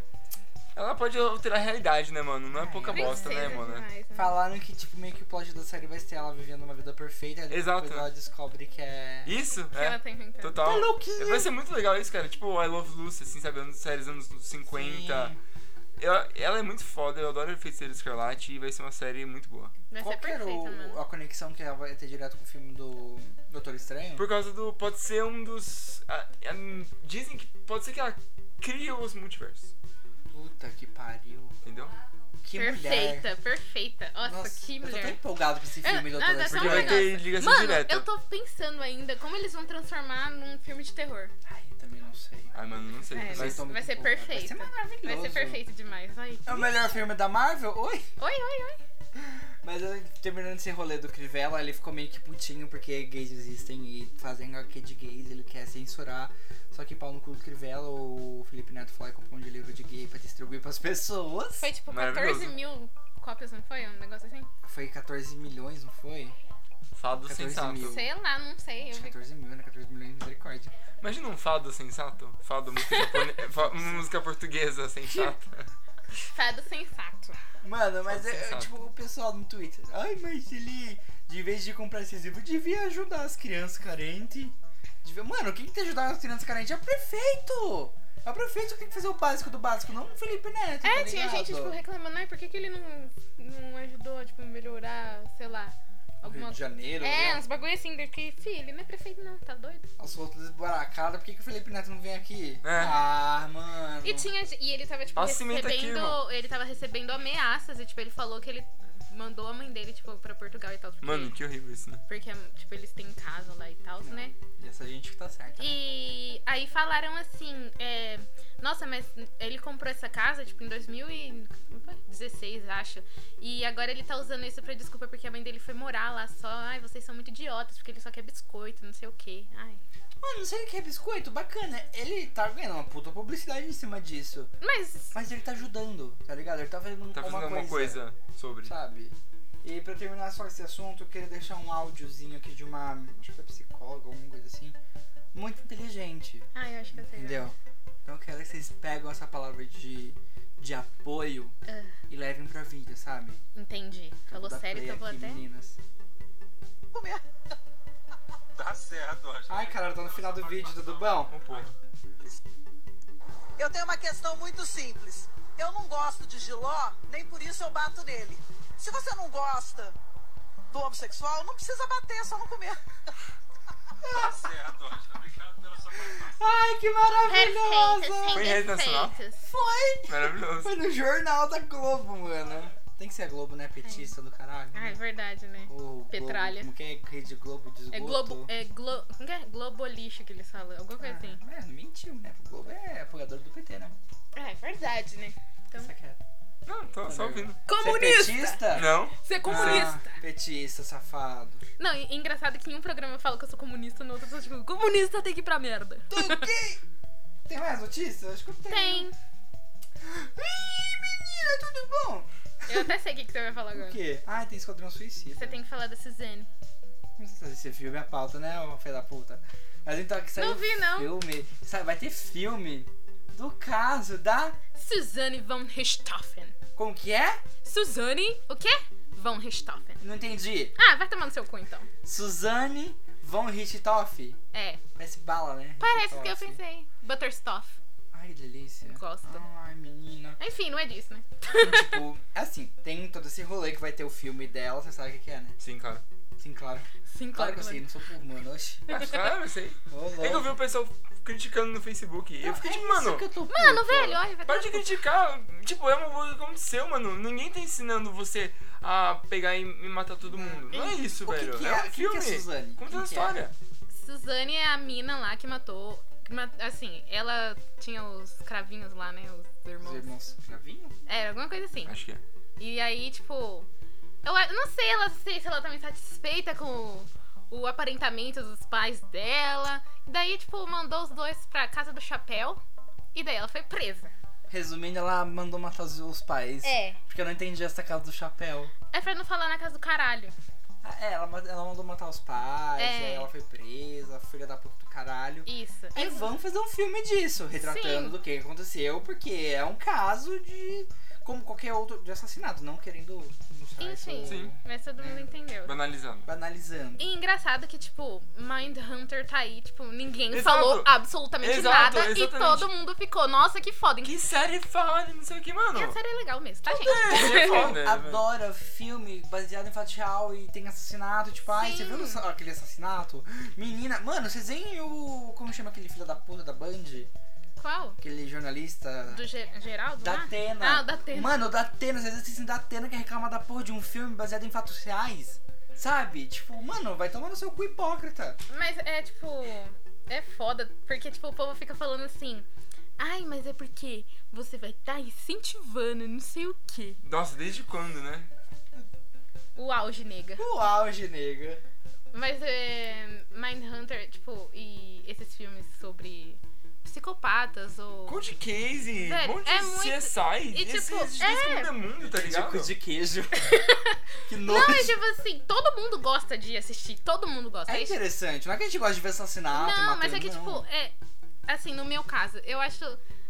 S4: Ela pode alterar a realidade, né, mano? Não é
S2: Ah,
S4: pouca
S2: é.
S4: bosta, né,
S3: Princesa
S4: mano?
S3: demais, né?
S2: Falaram que, tipo, meio que o plot da série vai ser ela vivendo uma vida perfeita. aí
S4: Exato.
S2: Depois ela descobre que é.
S4: Isso?
S3: Que
S4: É.
S3: ela tá inventando.
S4: Total.
S2: louquinha.
S4: Vai ser muito legal isso, cara. Tipo, I Love Lucy, assim, sabe? Anos, séries anos 50.
S2: Sim.
S4: Ela, ela é muito foda, eu adoro Feiticeiro Escarlate e vai ser uma série muito boa.
S3: Vai ser
S2: Qual que era o-
S3: é perfeita, mano.
S2: a conexão que ela vai ter direto com o filme do Doutor Estranho?
S4: Por causa do. Pode ser um dos. a- a- dizem que. Pode ser que ela cria os multiversos.
S2: Puta que pariu.
S4: Entendeu?
S2: Que mulher.
S3: Perfeita, perfeita. Nossa,
S2: Nossa,
S3: que
S2: Eu tô tão assim
S3: mulher.
S2: empolgado com esse filme,
S3: É,
S2: Doutor
S3: não,
S4: Porque
S3: um
S4: vai
S2: Estranho.
S4: ter
S3: negócio.
S4: ligação
S3: Mano,
S4: direta.
S3: eu tô pensando ainda como eles vão transformar num filme de terror.
S2: Ai, também não sei.
S4: Ai, mano, não sei.
S3: É,
S4: mas
S2: tô muito
S3: vai ser
S2: empolgado. Vai ser
S3: perfeito.
S2: maravilhoso.
S3: Vai ser perfeito demais. Ai.
S2: É o melhor filme da Marvel? Oi?
S3: Oi, oi, oi.
S2: Mas eu- terminando esse rolê do Crivella, ele ficou meio que putinho porque gays existem e fazem HQ de gays, ele quer censurar. Só que pau no cu do Crivella, o Felipe Neto foi lá e comprou um de livro de gay pra distribuir pras pessoas.
S3: Foi tipo 14
S4: Maravilhoso.
S3: mil cópias, não foi? Um negócio assim?
S2: Foi 14 milhões, não foi?
S4: Fado
S2: 14 mil.
S4: sensato.
S3: Sei lá, não sei. Eu
S2: Acho que
S3: vi.
S2: 14 mil, né? 14 milhões de misericórdia.
S4: Imagina um fado sensato. Fado música, japone...
S3: [laughs]
S4: fa- música portuguesa sensata.
S3: Fado tá sensato.
S2: Mano, mas
S4: Fala,
S2: é,
S4: sensato.
S2: tipo o pessoal no Twitter. Ai, mas ele, de vez de comprar esses livros, devia ajudar as crianças carentes. Devia- Mano, quem que tem que ajudar as crianças carentes? É o prefeito! É o prefeito que tem que fazer o básico do básico, não o Felipe Neto. tá
S3: É, tinha
S2: ligado?
S3: gente, tipo, reclamando, ai, por que, que ele não, não ajudou, tipo, melhorar, sei lá,
S2: No Rio
S3: alguma
S2: de Janeiro,
S3: É,
S2: né?
S3: uns bagulho assim, porque, filho, ele não é prefeito, não, tá doido?
S2: As outras esbaracadas, por que, que o Felipe Neto não vem aqui?
S4: É.
S2: Ah, mano.
S3: E tinha. E ele tava, tipo,
S4: Ó, cimento aqui,
S3: recebendo.
S4: irmão.
S3: ele tava recebendo ameaças. E tipo, ele falou que ele mandou a mãe dele, tipo, pra Portugal e tal. Porque,
S4: Mano, que horrível isso, né?
S3: porque, tipo, eles têm casa lá e tal,
S2: Não.
S3: né?
S2: E essa gente que tá certa. né?
S3: E aí falaram assim, é, nossa, mas ele comprou essa casa, tipo, em 2016, acho. E agora ele tá usando isso pra desculpa porque a mãe dele foi morar lá só. Ai, vocês são muito idiotas, porque ele só quer biscoito, não sei o quê. Ai.
S2: Mano, se ele quer é biscoito, bacana. Ele tá ganhando uma puta publicidade em cima disso.
S3: Mas.
S2: Mas ele tá ajudando, tá ligado? Ele tá fazendo,
S4: Tá fazendo
S2: uma
S4: alguma coisa sobre.
S2: Sabe? E pra terminar só esse assunto, eu queria deixar um áudiozinho aqui de uma. Acho que é psicóloga, alguma coisa assim. Muito inteligente.
S3: Ai, eu acho que eu sei.
S2: Entendeu? Então eu quero que vocês pegam essa palavra de, de apoio e levem pra vida, sabe?
S3: Entendi. É.
S2: Vou
S3: Falou
S2: dar
S3: sério,
S2: play
S3: então eu vou
S2: aqui,
S3: até.
S2: Meninas.
S7: [laughs] Tá certo, Angela.
S2: Ai, cara, tá no final do vídeo, tudo bom?
S4: Ô, porra.
S8: Eu tenho uma questão muito simples. Eu não gosto de giló, nem por isso eu bato nele. Se você não gosta do homossexual, não precisa bater, é só não comer.
S7: Tá certo, Angela. Obrigado pela sua participação.
S2: Ai, que maravilhoso!
S3: Perfeitas,
S4: Foi em
S3: sem
S4: rede nacional?
S3: defeitos.
S4: Maravilhoso.
S2: Foi no jornal da Globo, mano. Tem que ser a Globo, né? Petista do caralho.
S3: Ai, verdade, né?
S2: Ou
S3: Petralha.
S2: Globo, como que é Rede Globo de
S3: É
S2: esgoto?
S3: globo. É glo, como que é? Globolixo que eles falam, alguma coisa assim.
S2: Ah, é, mentiu, né? O Globo é apoiador do PT, né?
S3: É verdade, né? Então.
S2: Isso aqui é.
S4: Não, tô só
S2: Você
S4: ouvindo.
S2: é
S3: Comunista!
S2: petista?
S4: Não?
S3: Você é
S2: Ah,
S3: comunista!
S2: petista, safado.
S3: Não, e- e engraçado que em um programa eu falo que eu sou comunista, no outro eu sou tipo, comunista tem que ir pra merda.
S2: Tem mais notícias? Acho que tem.
S3: Tem.
S2: Ih, menina, tudo bom?
S3: Eu até sei o que, que você vai falar agora.
S2: O quê? Ah, tem Esquadrão Suicida.
S3: Você tem que falar da Suzane.
S2: Não sei se você viu minha pauta, né, ô filho da puta? Mas então que saiu
S3: Não vi, não.
S2: filme. Sabe, vai ter filme do caso da.
S3: Suzane von Richthofen.
S2: Como que é?
S3: Suzane, o quê? Von Richthofen.
S2: Não entendi.
S3: Ah, vai tomar no seu cu então.
S2: Suzane von Richthofen.
S3: É,
S2: Parece bala, né?
S3: parece que eu
S2: Richthofen.
S3: pensei. Butterstoff.
S2: Ai, que delícia.
S3: Gosto.
S2: Ai, menina.
S3: Enfim, não é disso, né?
S2: tipo, assim, tem todo esse rolê que vai ter o filme dela, você sabe o que que é, né?
S4: Sim, claro.
S2: Sim, claro.
S3: Sim,
S2: Claro
S3: claro. é
S2: que eu sei,
S3: claro.
S2: não sou por mano. Oxi.
S4: Ah, claro, eu sei.
S2: Ô, louco.
S4: É que eu vi o pessoal criticando no Facebook. Eu fiquei tipo,
S2: É isso
S4: mano,
S2: que eu tô
S3: Mano,
S2: puto.
S3: velho, olha, vai
S4: para
S3: tomar
S4: de
S3: no cu.
S4: criticar. Tipo, é uma coisa que aconteceu, mano. Ninguém tá ensinando você a pegar e, e matar todo mundo. Não é isso,
S2: O que
S4: velho.
S2: que é?
S4: é
S2: Quem
S4: um
S2: que é
S4: filme.
S2: Suzane?
S4: Conta
S2: Quem
S4: uma
S2: que é?
S4: história.
S3: Suzane é a mina lá que matou. que ma- Assim, ela tinha os cravinhos lá, né? Os
S2: Os
S3: irmãos.
S2: irmãos Cravinho?
S3: Era alguma coisa assim.
S4: Acho que é.
S3: E aí, tipo. Eu a- não sei, ela sei se ela tá insatisfeita com o, o aparentamento dos pais dela. Daí, tipo, mandou os dois pra casa do chapéu. E daí ela foi presa.
S2: Resumindo, ela mandou matar os, os pais. Porque eu não entendi essa casa do chapéu.
S3: É pra não falar na casa do caralho.
S2: Ah, É, ela, ma- ela mandou matar os pais,
S3: É.
S2: aí ela foi presa, filha da puta do caralho.
S3: Isso.
S2: Aí
S3: Isso.
S2: vamos fazer um filme disso, retratando
S3: Sim.
S2: do que aconteceu, porque é um caso de. como qualquer outro de assassinato, não querendo. Não sei,
S3: Enfim,
S4: Sim.
S3: mas todo mundo entendeu.
S4: Banalizando.
S2: Banalizando.
S3: E engraçado que, tipo, Mindhunter tá aí, tipo, ninguém
S4: Exato.
S3: falou absolutamente
S4: Exato,
S3: nada e
S4: exatamente.
S3: todo mundo ficou, nossa, que foda.
S4: Que série foda, não sei o que, mano.
S3: E a série é legal mesmo, tá, gente?
S4: É foda. velho.
S2: Adora filme baseado em fato real e tem assassinato, tipo, ai, você
S3: Sim.
S2: viu essa- aquele assassinato? Menina, mano, vocês veem o. Como chama aquele filho da puta da Band?
S3: Qual?
S2: Aquele jornalista.
S3: Do Ge- Geraldo?
S2: Da
S3: lá?
S2: Atena.
S3: Ah, o da Atena.
S2: Mano, o da Atena, vocês assistem da Atena que reclama da porra de um filme baseado em fatos reais. Sabe? Tipo, mano, vai tomar no seu cu hipócrita.
S3: Mas é tipo. É foda, porque tipo, o povo fica falando assim. Ai, mas é porque você vai estar incentivando não sei o quê.
S4: Nossa, desde quando, né?
S3: O auge, nega.
S2: O auge, nega.
S3: Mas é. Mindhunter, tipo, e esses filmes sobre psicopatas ou.
S4: Cold Case,
S3: Velho,
S4: um monte
S3: é
S4: de
S3: muito-
S4: CSI.
S3: e,
S4: esse,
S3: tipo,
S4: esse
S3: é.
S4: mundo é mundo, tá ligado?
S2: de queijo. [laughs] que
S3: Não,
S2: nojo.
S3: é tipo assim, todo mundo gosta de assistir, todo mundo gosta.
S2: é
S3: É isso.
S2: interessante. Não é que a gente gosta de ver assassinato.
S3: Não, mas
S2: matando,
S3: é que,
S2: não.
S3: tipo, é. Assim, no meu caso, eu acho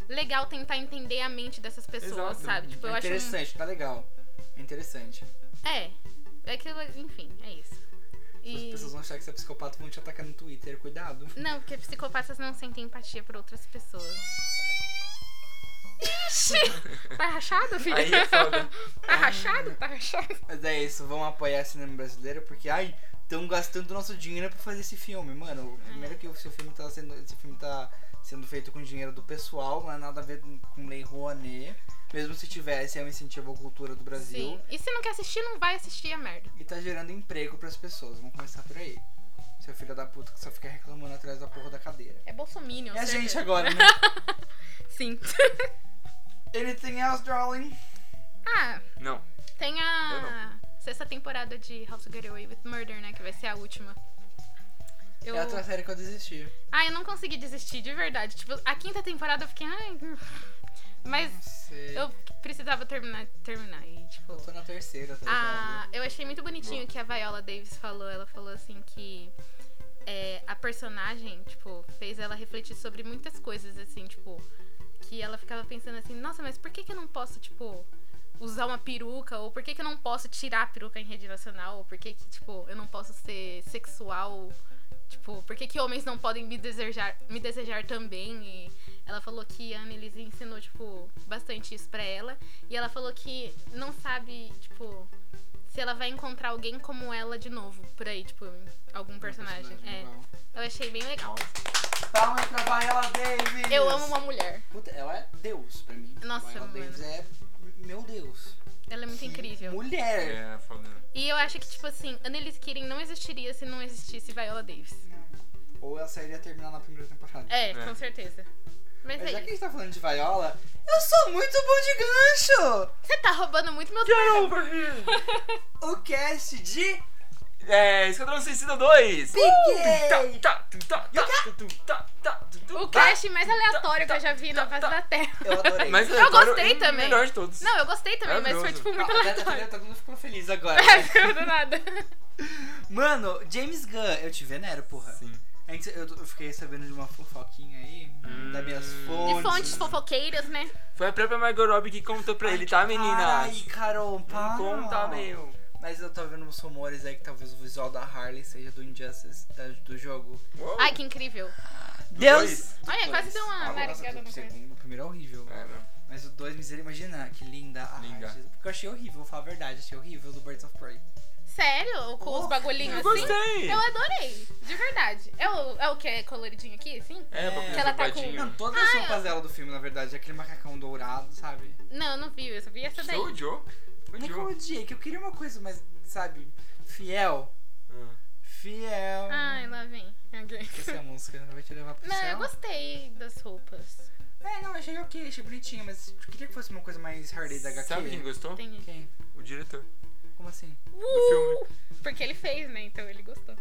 S3: legal tentar entender a mente dessas pessoas,
S4: Exato.
S3: sabe? Tipo, eu
S2: É
S3: acho. um-
S2: interessante, tá legal. É interessante.
S3: É. É que, enfim, é isso.
S2: As
S3: E...
S2: pessoas vão achar que você é psicopata e vão te atacar no Twitter, cuidado.
S3: Não, porque psicopatas não sentem empatia por outras pessoas.
S4: [laughs]
S3: Ixi! Tá rachado, filho?
S4: Aí é foda.
S3: Tá rachado? Tá rachado?
S2: Mas é isso, vamos apoiar o cinema brasileiro, porque ai, estão gastando nosso dinheiro pra fazer esse filme, mano. o Primeiro que o seu filme é tá sendo. Esse filme tá sendo feito com dinheiro do pessoal, não é nada a ver com com Lei Rouanet. Mesmo se tivesse, é um incentivo à cultura do Brasil.
S3: Sim. E se não quer assistir, não vai assistir a merda.
S2: E tá gerando emprego pras pessoas. Vamos começar por aí. Seu filho da puta que só fica reclamando atrás da porra da cadeira.
S3: É Bolsominion.
S2: É a
S3: certeza.
S2: gente agora,
S3: [laughs]
S2: né?
S3: Sim. [laughs]
S2: Anything else, darling?
S3: ah,
S4: Não.
S3: tem
S4: Eu
S3: a sexta temporada de How to Get Away with Murder, né? Que vai ser a última. Eu...
S2: É outra série que eu desisti.
S3: Ah, eu não consegui desistir, de verdade. Tipo, a quinta temporada eu fiquei. Ai, hum." mas
S2: Não sei.
S3: eu precisava terminar, terminar. E, tipo.
S2: Eu tô na terceira, tá ligado?
S3: Ah, eu achei muito bonitinho o que a Viola Davis falou. Ela falou assim que é, a personagem, tipo, fez ela refletir sobre muitas coisas, assim, tipo, que ela ficava pensando assim, nossa, mas por que, que eu não posso, tipo, usar uma peruca? Ou por que, que eu não posso tirar a peruca em rede nacional? Ou por que, que, tipo, eu não posso ser sexual? Tipo, por que, que homens não podem me desejar, me desejar também? E ela falou que a Annelise ensinou, tipo, bastante isso pra ela. E ela falou que não sabe, tipo, se ela vai encontrar alguém como ela de novo por aí, tipo, algum personagem. É.
S2: legal.
S3: Eu achei bem legal.
S2: Palmas pra Viola Davis!
S3: Eu amo uma mulher.
S2: Puta, ela é Deus pra mim.
S3: Nossa,
S2: Viola
S3: mano.
S2: Davis é meu Deus.
S3: Ela é muito incrível.
S2: Mulher!
S4: É, foda.
S3: E eu acho que, tipo assim, Annelise Keating não existiria se não existisse Viola Davis.
S2: Ou ela sairia terminar na primeira temporada.
S3: É,
S4: É.
S3: com certeza. Mas
S2: Mas já
S3: é
S2: que a
S3: isso.
S2: gente tá falando de Viola, eu sou muito bom de gancho!
S3: Você tá roubando muito meu tempo.
S2: O cast de
S4: É, Esquadrão Suicida 2!
S2: Piquei!
S4: Tá, tá, tá, tá, tá, tá, tá, tá,
S3: O
S4: tá.
S3: cast mais aleatório que eu já vi na
S4: tá,
S3: face
S4: tá.
S3: da Terra.
S2: Eu adorei.
S4: Mas
S3: Eu
S4: adoro
S3: gostei
S4: o
S3: também.
S4: melhor de todos.
S3: Não, eu gostei também, mas foi, tipo, muito
S2: Ah, tá- tá-
S3: aleatório.
S2: Todo mundo ficou feliz agora.
S3: É, [laughs] do nada.
S2: Mano, James Gunn, eu te venero, porra.
S4: Sim.
S2: Antes eu, eu fiquei sabendo de uma fofoquinha aí,
S4: Hum.
S2: das minhas fontes.
S3: De fontes fofoqueiras, né?
S4: Foi a própria Margot Robbie que contou pra ele, tá, menina?
S2: Ai, Carol, para.
S4: Não conta, meu.
S2: Mas eu tô vendo uns rumores aí que talvez o visual da Harley seja do Injustice da- do jogo.
S4: Uou.
S3: Ai, que incrível.
S2: Deus!
S4: dois?
S3: Olha, quase deu uma
S2: Ah,
S3: marigada
S2: nossa,
S3: no
S2: o
S3: coisa.
S2: segundo, O primeiro é horrível.
S4: É, não.
S3: assim,
S2: Mas o dois, miséria, imagina que linda a
S4: Linda.
S2: Harley. Porque eu achei horrível, vou falar a verdade, achei horrível do Birds of Prey.
S3: Sério? Com os
S2: Oh,
S3: bagulhinhos
S4: Eu
S3: assim?
S4: gostei!
S3: Eu adorei, de verdade. É o, é o que é coloridinho aqui, assim?
S4: É, pra
S3: Que ela tá com-
S2: Não, todas as roupas dela do filme, na verdade, é aquele macacão dourado, sabe?
S3: Não, eu não vi, eu só vi essa daí.
S4: Sou o Joe. O
S2: Não é que eu
S4: Joe.
S2: odiei, que eu queria uma coisa mais, sabe, fiel.
S4: Ah.
S2: Fiel.
S3: Ai, lá vem. alguém.
S2: Essa é a música, vai te levar pro
S3: Ah. Não,
S2: céu.
S3: eu gostei das roupas.
S2: É, não, achei ok, achei bonitinha, mas eu queria que fosse uma coisa mais Harley da HQ.
S4: Sabe quem gostou?
S3: Tem. Uh!
S2: Quem?
S4: O diretor
S2: Como assim?
S4: do filme.
S3: Porque ele fez, né? Então ele gostou.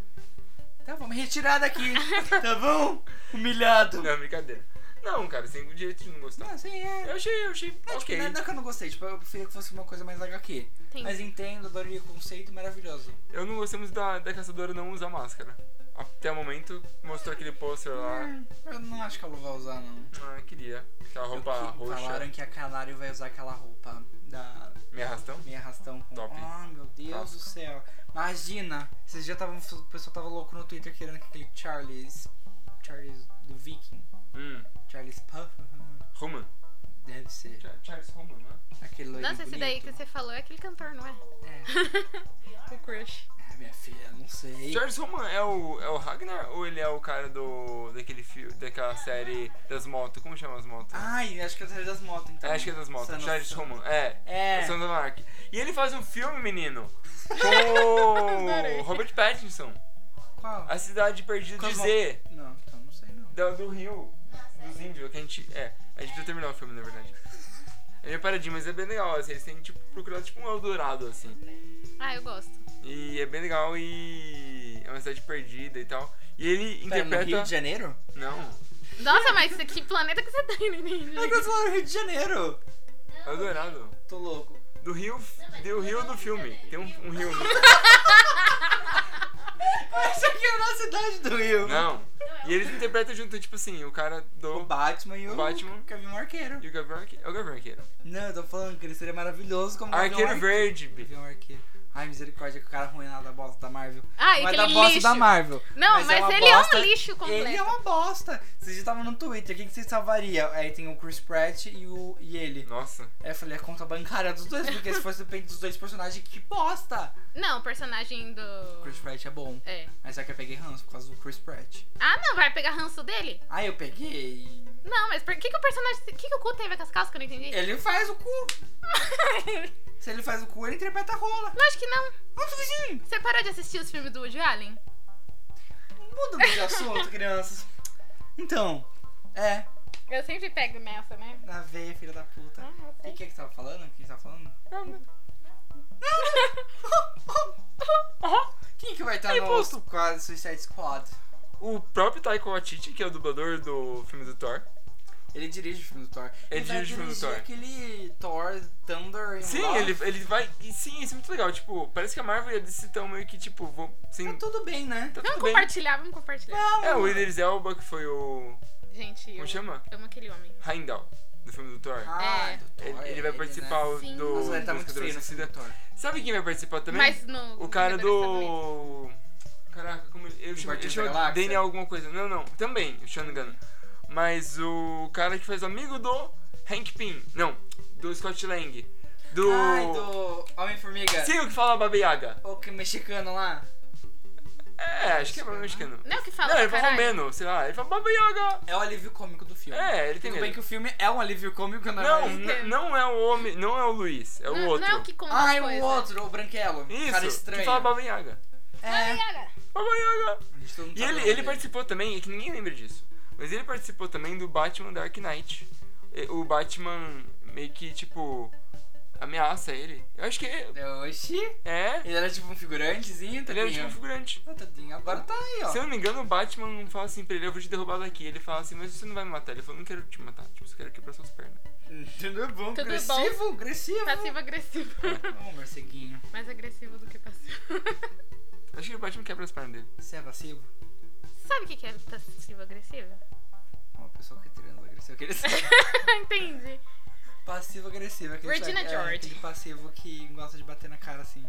S2: Tá bom, me retirar
S3: [laughs]
S2: daqui, tá bom? Humilhado.
S4: Não, brincadeira. Não, cara, você tem o direito de não gostar.
S2: Não, sim, é.
S4: Eu achei, eu achei.
S2: Não,
S4: Ok.
S2: tipo, não é- não é que eu não gostei, tipo, eu preferia que fosse uma coisa mais HQ.
S3: Tem.
S2: Mas entendo, adorei o conceito, maravilhoso.
S4: Eu não gostei muito da, da caçadora não usar máscara. Até o momento, mostrou aquele pôster lá.
S2: Eu não acho que ela vai usar, não.
S4: Ah, queria. Aquela roupa
S2: Eu que-
S4: roxa.
S2: Falaram que a Canário vai usar aquela roupa da
S4: Me arrastão?
S2: meia arrastão com.
S4: Top.
S2: Ah, meu Deus do céu. Imagina! Vocês já estavam. O pessoal tava louco no Twitter querendo que aquele Charles. Charles do Viking.
S4: Hum.
S2: Charles Puff. [laughs]
S4: Roman.
S2: Deve ser.
S4: Char- Charles Roman, né?
S2: Aquele loiro.
S3: Nossa, esse daí que você falou é aquele cantor, não é? [laughs] O Crush.
S2: Ah, minha filha, não sei.
S4: Charles Roman é o, é o Ragnar ou ele é o cara do. daquele filme. daquela série das motos? Como chama as motos?
S2: Ai, acho que é atrás das motos, então.
S4: É, acho que é das motos.
S2: Essa
S4: Charles
S2: noção.
S4: Roman, é.
S2: É.
S4: Sons of Anarchy. E ele faz um filme, menino. Com
S3: Adorei.
S4: o Robert Pattinson.
S2: Qual?
S4: A Cidade Perdida de
S2: Cosmo-
S4: Z.
S2: Não, então não sei não.
S4: Do, do Rio. Dos índios. Que a gente. É. A gente precisa terminar o filme, na verdade. É meio paradinho, mas é bem legal. Assim, eles têm tipo, procurado tipo um Eldorado, assim.
S3: Ah, eu gosto.
S4: E é bem legal e. É uma cidade perdida e tal. E
S2: Pera, Tá,
S4: ele
S2: no Rio
S4: interpreta.
S2: de Janeiro?
S4: Não.
S3: Nossa, mas que planeta que você tá indo,
S2: É que eu tô falando Rio de Janeiro.
S4: É o Eldorado.
S2: Tô louco. [laughs]
S4: Do Rio. Do Rio do filme. Tem um, um rio.
S2: [laughs] Mas isso aqui é na cidade do Rio.
S4: Não. E eles interpretam junto, tipo assim, o cara
S2: O
S4: do.
S2: Batman e o,
S4: O Batman.
S2: Gavião Arqueiro.
S4: E o Gabriel Arqueiro. É o Gabriel Arqueiro.
S2: Não, eu tô falando que ele seria maravilhoso como Gavião
S4: Arqueiro
S2: Arque-
S4: Verde, bi.
S2: Gavião Arqueiro. Ai, misericórdia, que o cara ruim lá da bosta da Marvel.
S3: Ah,
S2: Não é
S3: aquele
S2: da bosta
S3: lixo.
S2: da Marvel.
S3: Não, mas
S2: uma
S3: ele é um
S2: bosta-
S3: lixo completo.
S2: Ele é uma bosta. Vocês estavam no Twitter, quem que você salvaria? Aí tem o Chris Pratt e, o, e ele.
S4: Nossa.
S2: Aí eu falei, a conta bancária dos dois, porque se fosse o peito dos dois personagens, que bosta!
S4: um
S3: Não, o personagem
S2: O Chris
S3: do.
S2: Pratt é bom.
S3: É.
S2: Mas é que eu peguei ranço por causa do Chris Pratt.
S3: Ah, não, vai pegar ranço dele?
S2: Aí eu peguei.
S3: Não, mas por que, que o personagem. O que, que o cu teve com as calças que eu não entendi?
S2: Ele faz o cu.
S4: É.
S3: [laughs]
S2: Se ele faz o cu, ele interpreta a rola.
S3: Não, acho que não.
S2: Nossa, vizinho!
S3: Você parou de assistir os filmes do Woody Allen?
S2: Muda de assunto, crianças. Então, é.
S3: Eu sempre pego nessa, né?
S2: Na veia, filha da puta.
S3: Ah,
S5: Tá
S3: eu
S2: O que,
S3: sei.
S2: que é que tava falando? Quem tava falando? Quem que vai estar
S4: Aí,
S2: no
S4: posto.
S2: quadro Suicide Squad?
S4: O próprio Taika Waititi, que é o dublador do filme do Thor.
S2: Ele dirige o filme do Thor.
S4: Ele
S2: vai
S4: dirige o filme do
S2: dirigir
S4: Thor.
S2: aquele Thor Thunder in
S4: Sim,
S2: Love.
S4: ele, ele vai. e sim, isso é muito legal. Tipo, parece que a Marvel e a DC estão meio que, tipo, vão. Sim,
S2: Tá tudo bem, né?
S4: tá
S3: Vamos
S4: tudo bem.
S3: compartilhar, vamos compartilhar.
S4: É, o Idris Elba, que foi o.
S3: Gente, eu
S4: Como chama?
S3: amo aquele homem.
S4: Heimdall, do filme do Thor.
S2: Ah,
S3: É.
S2: do Thor,
S4: ele, ele vai
S2: né?
S4: participar o-
S3: Sim.
S4: do.
S2: Nossa, ele tá
S4: do
S2: muito feio
S4: Esquadrão
S2: no filme
S4: Suicida.
S2: do Thor.
S4: Sabe quem vai participar também?
S3: Mas no.
S4: O cara
S3: Vingadores Samurai.
S4: do. Caraca, como ele. Eu chamo,
S2: Guardiões
S4: eu
S2: da
S4: chamo
S2: Galáxia?
S4: Daniel alguma coisa. Não, não. Também, se eu não me engano. Mas o cara que faz o amigo do Hank Pym. Não, do Scott Lang. Do.
S2: Ai, do Homem-Formiga.
S4: Sim, o que fala Baba Yaga.
S2: O que mexicano lá.
S4: É, acho que é mexicano.
S3: Não é o que fala
S4: Não, ele
S3: pra
S4: fala
S3: caralho?
S4: romeno, sei lá. Ele fala Baba Yaga.
S2: É o alívio cômico do filme.
S4: É, ele tem
S2: Tudo bem que
S4: medo.
S2: o filme é um alívio cômico, não,
S4: Não,
S2: é?
S4: n- não é o homem, não é o Luiz, é o
S3: Não,
S4: outro.
S3: não é o que conta
S2: Ah,
S3: as
S2: é o
S3: coisas.
S2: outro, o branquelo. um
S4: Isso,
S2: cara
S4: que
S2: estranho.
S4: fala Baba Yaga.
S2: É.
S4: Baba Yaga.
S2: A gente todo mundo tá sabe
S4: E
S2: o
S4: ele,
S2: nome
S4: ele
S2: dele.
S4: participou também, é que ninguém lembra disso. Mas ele participou também do Batman Dark Knight. E O Batman meio que, tipo, ameaça ele. Eu acho que é.
S2: Oxi.
S4: é,
S2: Ele era tipo um figurantezinho,
S4: Ele era
S2: tadinho.
S4: tipo um figurante.
S2: Ah, tadinho, agora tá aí, ó.
S4: Se eu não me engano, o Batman fala assim pra ele, eu vou te derrubar daqui. Ele fala assim, mas você não vai me matar. Ele falou, não quero te matar, tipo, só quero quebrar suas pernas.
S2: Tudo bom,
S3: Tudo Tá
S2: agressivo, agressivo.
S3: Passivo agressivo. [laughs]
S2: Ô, morceguinho,
S3: Mais agressivo do que passivo. [laughs]
S4: Acho que o Batman quebra as pernas dele.
S2: você é passivo?
S3: Sabe o que que é passivo agressivo? [laughs]
S2: Uma pessoa que treina agressivo, aquele
S3: Entendi.
S2: [laughs] passivo agressivo. Aquele
S3: Regina
S2: é,
S3: George.
S2: Aquele passivo que gosta de bater na cara assim.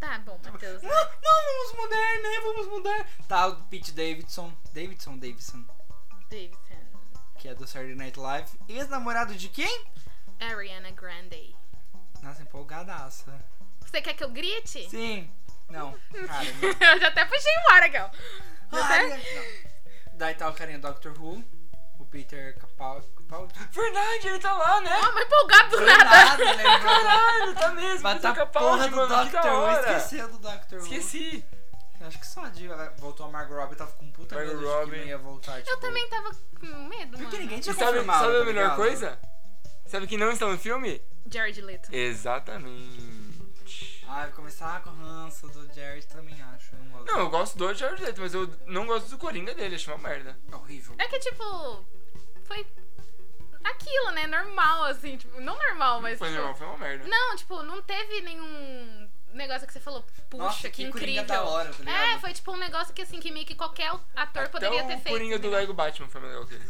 S3: Tá bom, Matheus.
S2: Não, não, vamos mudar, né? Vamos mudar. Tá, o Pete Davidson. Davidson, Davidson.
S3: Davidson.
S2: Que é do Saturday Night Live. Ex-namorado de quem?
S3: Ariana Grande.
S2: Nossa, empolgadaça.
S3: Você quer que eu grite?
S2: Sim. Não. Cara, não.
S3: [laughs] eu já até puxei um embora, Gal.
S2: Ai,
S3: é?
S2: não. Daí tá o carinha do Doctor Who. O Peter Capal- Capaldi.
S4: Verdade, ele tá lá, né?
S3: Uma empolgado do
S2: Foi
S3: nada.
S2: nada, né?
S3: [laughs]
S2: lembrou?
S4: Caralho, tá mesmo.
S2: Mas
S4: tá
S2: tá
S4: com a
S2: a
S4: pau
S2: porra
S4: de
S2: do
S4: mano, que
S2: Doctor
S4: da
S2: Who.
S4: hora.
S2: Esqueceu do Doctor Who.
S4: Esqueci.
S2: Acho que só a Diva voltou a Margot Robbie. Tava com um puta
S4: Margot
S2: medo de que
S4: Robbie.
S2: não ia voltar.
S3: Eu
S2: tipo,
S3: também né? tava com medo,
S2: Porque
S3: mano.
S2: ninguém
S4: E
S2: tinha
S4: sabe,
S2: confirmado,
S4: sabe a
S2: tá
S4: melhor
S2: ligado?
S4: coisa? Sabe quem não está no filme?
S3: Jared Leto.
S4: Exatamente.
S2: Ah, vou começar com o ranço do Jared também, acho. Eu não gosto.
S4: Não, eu gosto do Jared Leto, mas eu não gosto do Coringa dele, acho uma merda.
S2: É horrível.
S3: É que, tipo, foi aquilo, né? Normal, assim. Tipo, não normal, mas...
S4: Foi
S3: tipo,
S4: normal, foi uma merda.
S3: Não, tipo, não teve nenhum negócio que você falou, puxa,
S2: Nossa,
S3: que,
S2: que Coringa
S3: incrível.
S2: da hora, tá ligado? um
S3: é, foi tipo um negócio que, assim, que meio que qualquer ator
S4: Até
S3: poderia ter
S4: o
S3: feito.
S4: Coringa do
S3: entendeu?
S4: Lego Batman foi melhor que ele.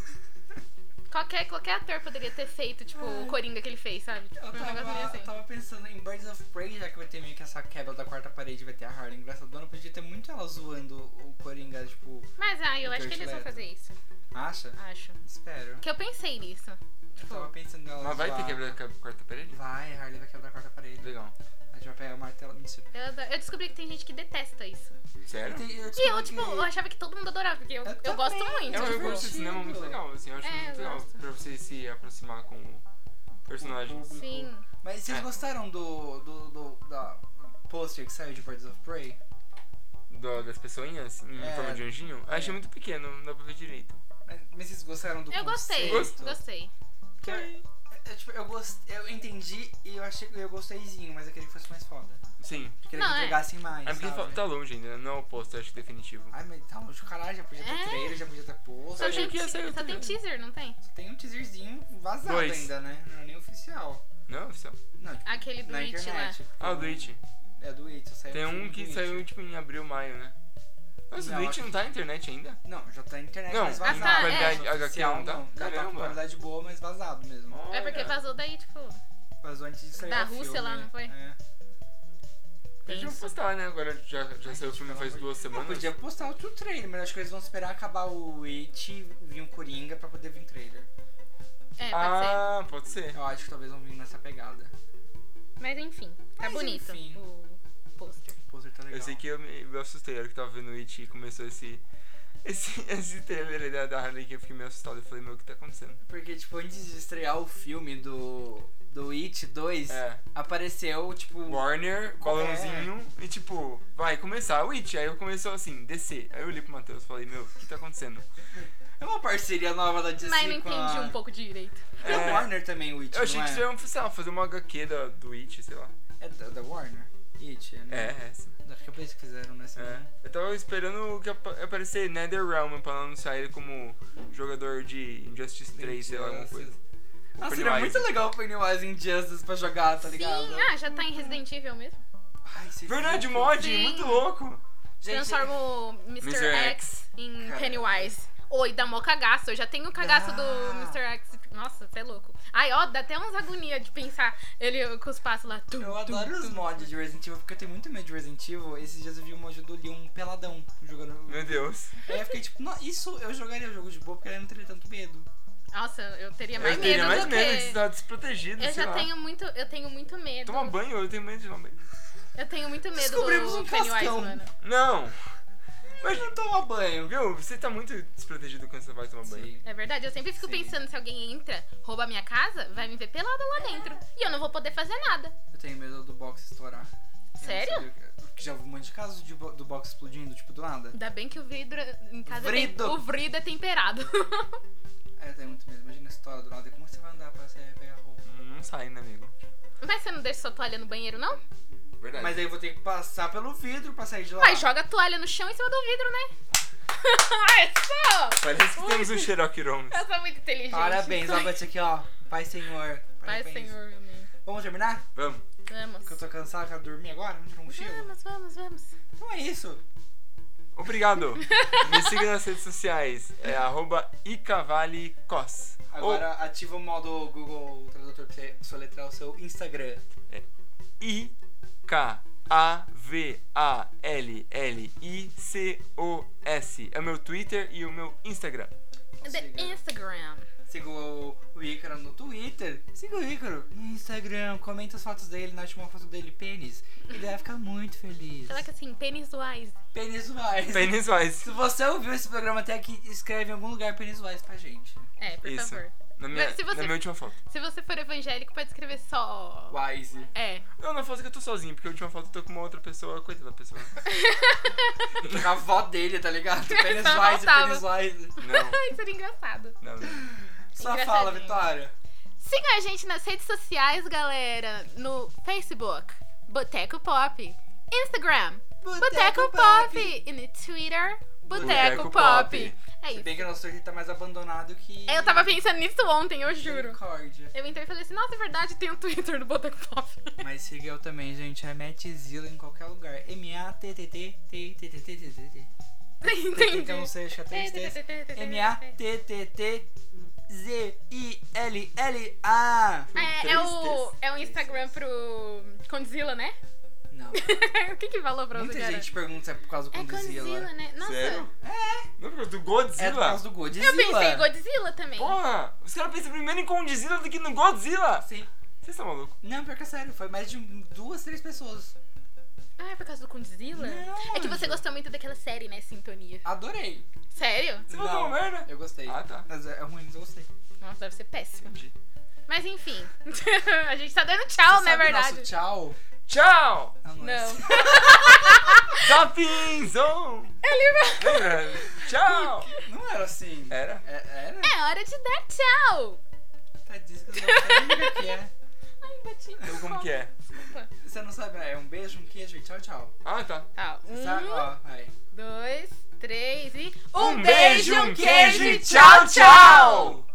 S3: Qualquer, qualquer ator poderia ter feito, tipo, o Coringa que ele fez, sabe? Tipo,
S2: Eu
S3: um negócio meio
S2: tava,
S3: assim.
S2: eu tava pensando em Birds of Prey, já que vai ter meio que essa quebra da quarta parede, vai ter a Harley engraçadona, podia ter muito ela zoando o Coringa, tipo,
S3: Mas, ah, eu
S2: O
S3: acho que
S2: Jared
S3: eles vão
S2: Leto.
S3: fazer isso.
S2: acha?
S3: Acho.
S2: Espero.
S3: Que eu pensei nisso.
S2: Eu tava
S3: Tipo,
S2: pensando nela.
S4: Mas vai ter
S2: zoar.
S4: quebra a quarta parede?
S2: Vai, a Harley vai quebrar a quarta parede.
S4: Legal.
S2: A gente vai pegar o martelo. é Mentira.
S3: eu, ado- eu descobri que tem gente que detesta isso.
S4: Sério? É
S2: Tem-
S3: E eu,
S2: descobri
S3: tipo,
S2: que-
S3: eu achava que todo mundo adorava, porque eu,
S2: Eu
S3: eu
S2: também,
S3: gosto muito.
S4: É um
S2: Então,
S4: recurso de
S2: divertido.
S4: cinema muito legal, assim, eu acho
S3: É,
S4: muito
S3: eu
S4: legal
S3: gosto.
S4: pra você se aproximar com personagens.
S3: Sim.
S2: Mas vocês
S4: É.
S2: gostaram do, do, do da pôster que saiu de Birds of Prey?
S4: Do- das pessoinhas em
S2: É.
S4: forma de anjinho? Eu Achei muito pequeno, não dá pra ver direito.
S2: Mas, mas vocês gostaram do
S3: Eu gostei,
S2: conceito?
S3: gostei.
S2: Ok. Eu, eu, tipo, eu, gost... eu entendi e eu achei que eu gosteizinho, mas eu queria que fosse mais foda.
S4: Sim.
S2: Eu queria
S3: Não,
S2: que
S3: é.
S2: entregassem mais.
S4: É porque
S2: sabe?
S4: fa- tá longe ainda, não é o posto, acho que definitivo.
S2: Ai, mas tá longe do caralho, já podia ter
S3: É.
S2: trailer, já podia ter post.
S3: Só
S4: achei
S3: tem,
S4: que ia
S3: te-
S4: sair
S3: só
S4: outro
S3: tem
S4: dia.
S3: teaser, não tem?
S2: Tem um teaserzinho vazado
S4: Dois.
S2: ainda, né? Não é nem oficial.
S4: Não, oficial.
S2: Não, tipo,
S3: Aquele é do
S2: na
S3: It né? lá.
S2: internet.
S4: Ah, o do It.
S2: É do It, só saiu
S4: Tem
S2: o
S4: um
S2: filme
S4: que
S2: do It.
S4: saiu tipo em abril, maio, né? Mas o
S2: Não,
S4: do It
S2: acho
S4: não tá na internet ainda?
S2: Não, já tá na internet,
S4: Não,
S2: mas
S4: em
S2: vazado.
S4: qualidade
S2: Não,
S4: HQ
S2: oficial,
S4: não tá?
S2: Já tá com
S4: Caramba.
S2: qualidade boa, mas vazado mesmo.
S3: É porque vazou daí, tipo.
S2: Vazou antes de sair
S3: Da
S2: o
S3: Rússia
S2: filme,
S3: lá,
S2: né?
S3: não foi?
S2: É.
S4: Eles vão
S3: Tenso.
S4: postar, né? Agora já, já saiu o filme faz duas
S2: Eu
S4: semanas.
S2: podia postar outro trailer, mas acho que eles vão esperar acabar o It e vir um Coringa pra poder vir trailer.
S3: É, pode
S4: ah, pode ser.
S2: Eu acho que talvez vão vir nessa pegada.
S3: ser. Mas enfim, tá
S2: Mas
S3: bonito
S2: enfim.
S3: o pôster.
S2: O pôster tá legal.
S4: Eu sei que eu me eu assustei. A hora que tava vendo o It e começou esse. [laughs] Esse, esse trailer aí da, da Harley que eu fiquei meio assustado. Eu falei, meu, o que tá acontecendo?
S2: Porque, tipo, antes de estrear o filme do, do It 2,
S4: É.
S2: apareceu, tipo...
S4: Warner, balãozinho
S2: É.
S4: e tipo, vai começar o It. Aí eu começou assim, descer. Aí eu olhei pro Matheus e falei, meu, o que tá acontecendo?
S2: É uma parceria nova da Disney
S3: Mas não
S2: com a-
S3: entendi um pouco direito.
S2: É
S4: É.
S2: da Warner também o It,
S4: Eu achei
S2: não é?
S4: que isso ia sei lá, fazer uma HQ da, do It, sei lá.
S2: É da, da Warner? It,
S4: É,
S2: né?
S4: é essa.
S2: Acho que é pra isso que fizeram, né?
S4: É.
S2: senão-
S4: Eu tava esperando que apa aparecer NetherRealm pra anunciar ele como jogador de Injustice 3, sei lá, alguma coisa. O
S2: Ah, seria
S4: Pennywise.
S2: muito legal o Pennywise Injustice pra jogar, tá ligado?
S3: Sim, ah, já tá em Resident Evil mesmo.
S2: Ai, esse
S4: Verdade,
S2: jogo-
S4: mod,
S3: Sim.
S4: muito louco.
S2: Gente,
S3: Transforma o Mr.
S4: Mr.
S3: X, em
S2: Cara.
S3: Pennywise. Oi, dá mó cagaço. Eu já tenho o cagaço do
S2: Dá.
S3: Mr. X. Nossa, você é louco. Ai, ó, dá até umas agonia de pensar ele com os passos lá. Tum,
S2: Eu
S3: tum,
S2: adoro os
S3: tum.
S2: mods de Resident Evil, porque eu tenho muito medo de Resident Evil. Esses dias eu vi um mod do Leon peladão jogando.
S4: Meu Deus.
S2: Aí eu fiquei tipo, "Não, isso eu jogaria o jogo de boa, porque eu não teria tanto medo.
S3: Nossa, eu teria É mais
S4: eu teria
S3: medo
S4: mais
S3: do
S4: medo de
S3: que...
S4: estar desprotegido,
S3: Eu
S4: sei
S3: já
S4: lá.
S3: tenho muito, eu tenho muito medo.
S4: Toma banho, eu tenho medo de tomar banho.
S3: Eu tenho muito medo
S2: Descobrimos
S3: do
S2: um
S3: Pennywise,
S2: cascão.
S3: mano.
S4: Não. Mas,
S2: Não toma banho.
S4: viu, você tá muito desprotegido quando você vai tomar banho.
S2: Sim.
S3: É verdade, eu sempre fico
S2: Sim.
S3: pensando se alguém entra, rouba a minha casa, vai me ver pelada lá dentro. E eu não vou poder fazer nada.
S2: Eu tenho medo do box estourar. Eu não
S3: Sério?
S2: sei do que- Porque já houve um monte de casos de bo- do box explodindo, tipo, do nada.
S3: Ainda bem que o vidro em casa tem-
S2: Vrido.
S3: o vidro é temperado. [laughs]
S2: É, eu tenho muito medo. Imagina a história do nada. Como é que você vai andar pra você pegar roupa?
S4: Não sai, né, amigo?
S3: Mas você não deixa sua toalha no banheiro, não?
S2: Tá.
S4: Verdade.
S2: Mas aí eu vou ter que passar pelo vidro pra sair de lá.
S3: Mas joga a toalha no chão em cima do vidro, né? [laughs] Ai, sou!
S4: Parece que temos um Xerox
S3: [laughs]
S4: Roms.
S3: Eu sou muito inteligente.
S2: Parabéns, ó, bate aqui, ó. Pai Senhor.
S3: então. Vai,
S2: Parabéns.
S3: senhor, meu amigo.
S2: Vamos terminar?
S4: Vamos.
S3: Vamos.
S2: Porque eu tô cansado, quero dormir agora, não tirar um cochilo.
S3: Vamos, vamos, vamos.
S2: Então é isso.
S4: Obrigado. Me siga nas redes sociais. É arroba icavallecos.
S2: Agora ativa o modo Google Tradutor pra você soletrar o seu Instagram.
S4: I-K-A-V-A-L-L-I-C-O-S. É o meu Twitter e o meu Instagram.
S3: The
S2: Siga.
S3: Instagram.
S2: Siga o, o Ícaro no Twitter. Siga o Ícaro no Instagram. Comenta as fotos dele, na última foto dele, pênis. Ele vai ficar muito feliz.
S3: Será que assim, pênis wise?
S2: Pênis Wise.
S4: Pênis Wise.
S2: Se você ouviu esse programa até aqui, escreve em algum lugar Pênis Wise pra gente.
S3: É, por
S4: Isso.
S3: favor.
S4: Na minha,
S3: Mas se você-
S4: na minha última foto.
S3: Se você for evangélico, pode escrever só.
S2: Wise.
S3: É.
S4: Não, na foto que eu tô sozinho, porque a última foto eu tô com uma outra pessoa. Coitada da pessoa.
S2: A avó dele, tá ligado? Pênis
S3: Só
S2: Wise,
S3: faltava.
S2: Pênis Wise.
S4: Não,
S3: Isso era engraçado.
S4: não, não.
S2: Só
S3: Engraçadinho.
S2: fala, Vitória.
S3: Siga a gente nas redes sociais, galera. No Facebook, Boteco Pop. Instagram, Boteco Pop. E no Twitter, Boteco
S4: Boteco
S3: Pop.
S4: Pop.
S3: É
S2: Se
S3: isso.
S2: bem que o nosso Twitter tá mais abandonado que.
S3: Eu tava pensando nisso ontem, eu juro.
S2: Misericórdia.
S3: Eu entrei e falei assim, nossa, é verdade, tem o Twitter do Boteco Pop. [laughs]
S2: Mas siga eu também, gente. É Mattzilla em qualquer lugar. M-A-T-T-T-T-T-T-T-T.
S3: Entendi.
S2: Que eu não sei, acho que é três T's. M-A-T-T-T-Z-I-L-L-A.
S3: É, é o, é o Instagram pro Condzilla, né? [laughs]
S2: Não.
S3: o que que falou pra você,
S2: Muita
S3: cara?
S2: gente pergunta se é por causa do
S3: É Condzilla,
S2: Godzilla.
S3: né? [laughs] Nossa,
S4: Sério? Não, porque eu tô
S2: É por
S4: Godzilla.
S2: causa do Godzilla.
S3: eu pensei em Godzilla também.
S4: Porra, os caras pensam primeiro em Condizila do que no Godzilla.
S2: Sim.
S4: Vocês são malucos?
S2: Não, pior que é sério. Foi mais de duas, três pessoas.
S3: Ah, é por causa do Condzilla?
S2: Não,
S3: é que você
S2: anjo.
S3: gostou muito daquela série, né, Sintonia.
S2: Adorei.
S3: Sério?
S4: Você falou uma merda?
S2: Eu gostei.
S4: Ah, tá.
S2: Mas é ruim, mas eu gostei.
S3: Nossa, deve ser péssimo.
S4: Entendi.
S3: Mas enfim, [laughs] a gente tá dando tchau,
S2: Você
S3: né,
S2: sabe o
S3: verdade?
S2: nosso tchau.
S4: Tchau!
S2: Ah, é
S3: Não.
S4: Zapinzão! Lembra? Tchau!
S2: [laughs] Não era assim.
S4: Era?
S2: É, era?
S3: É hora de dar tchau!
S2: Tá dizendo que eu não sei nem o que é.
S3: Ai, bati.
S4: Então como que é?
S3: Desculpa.
S2: Você não sabe, é um beijo, um queijo e tchau, tchau.
S4: Ah, tá.
S3: Tá, um,
S2: Sabe? Ó, aí.
S3: dois, três e...
S4: Um beijo, um queijo e tchau, tchau!
S2: Ah,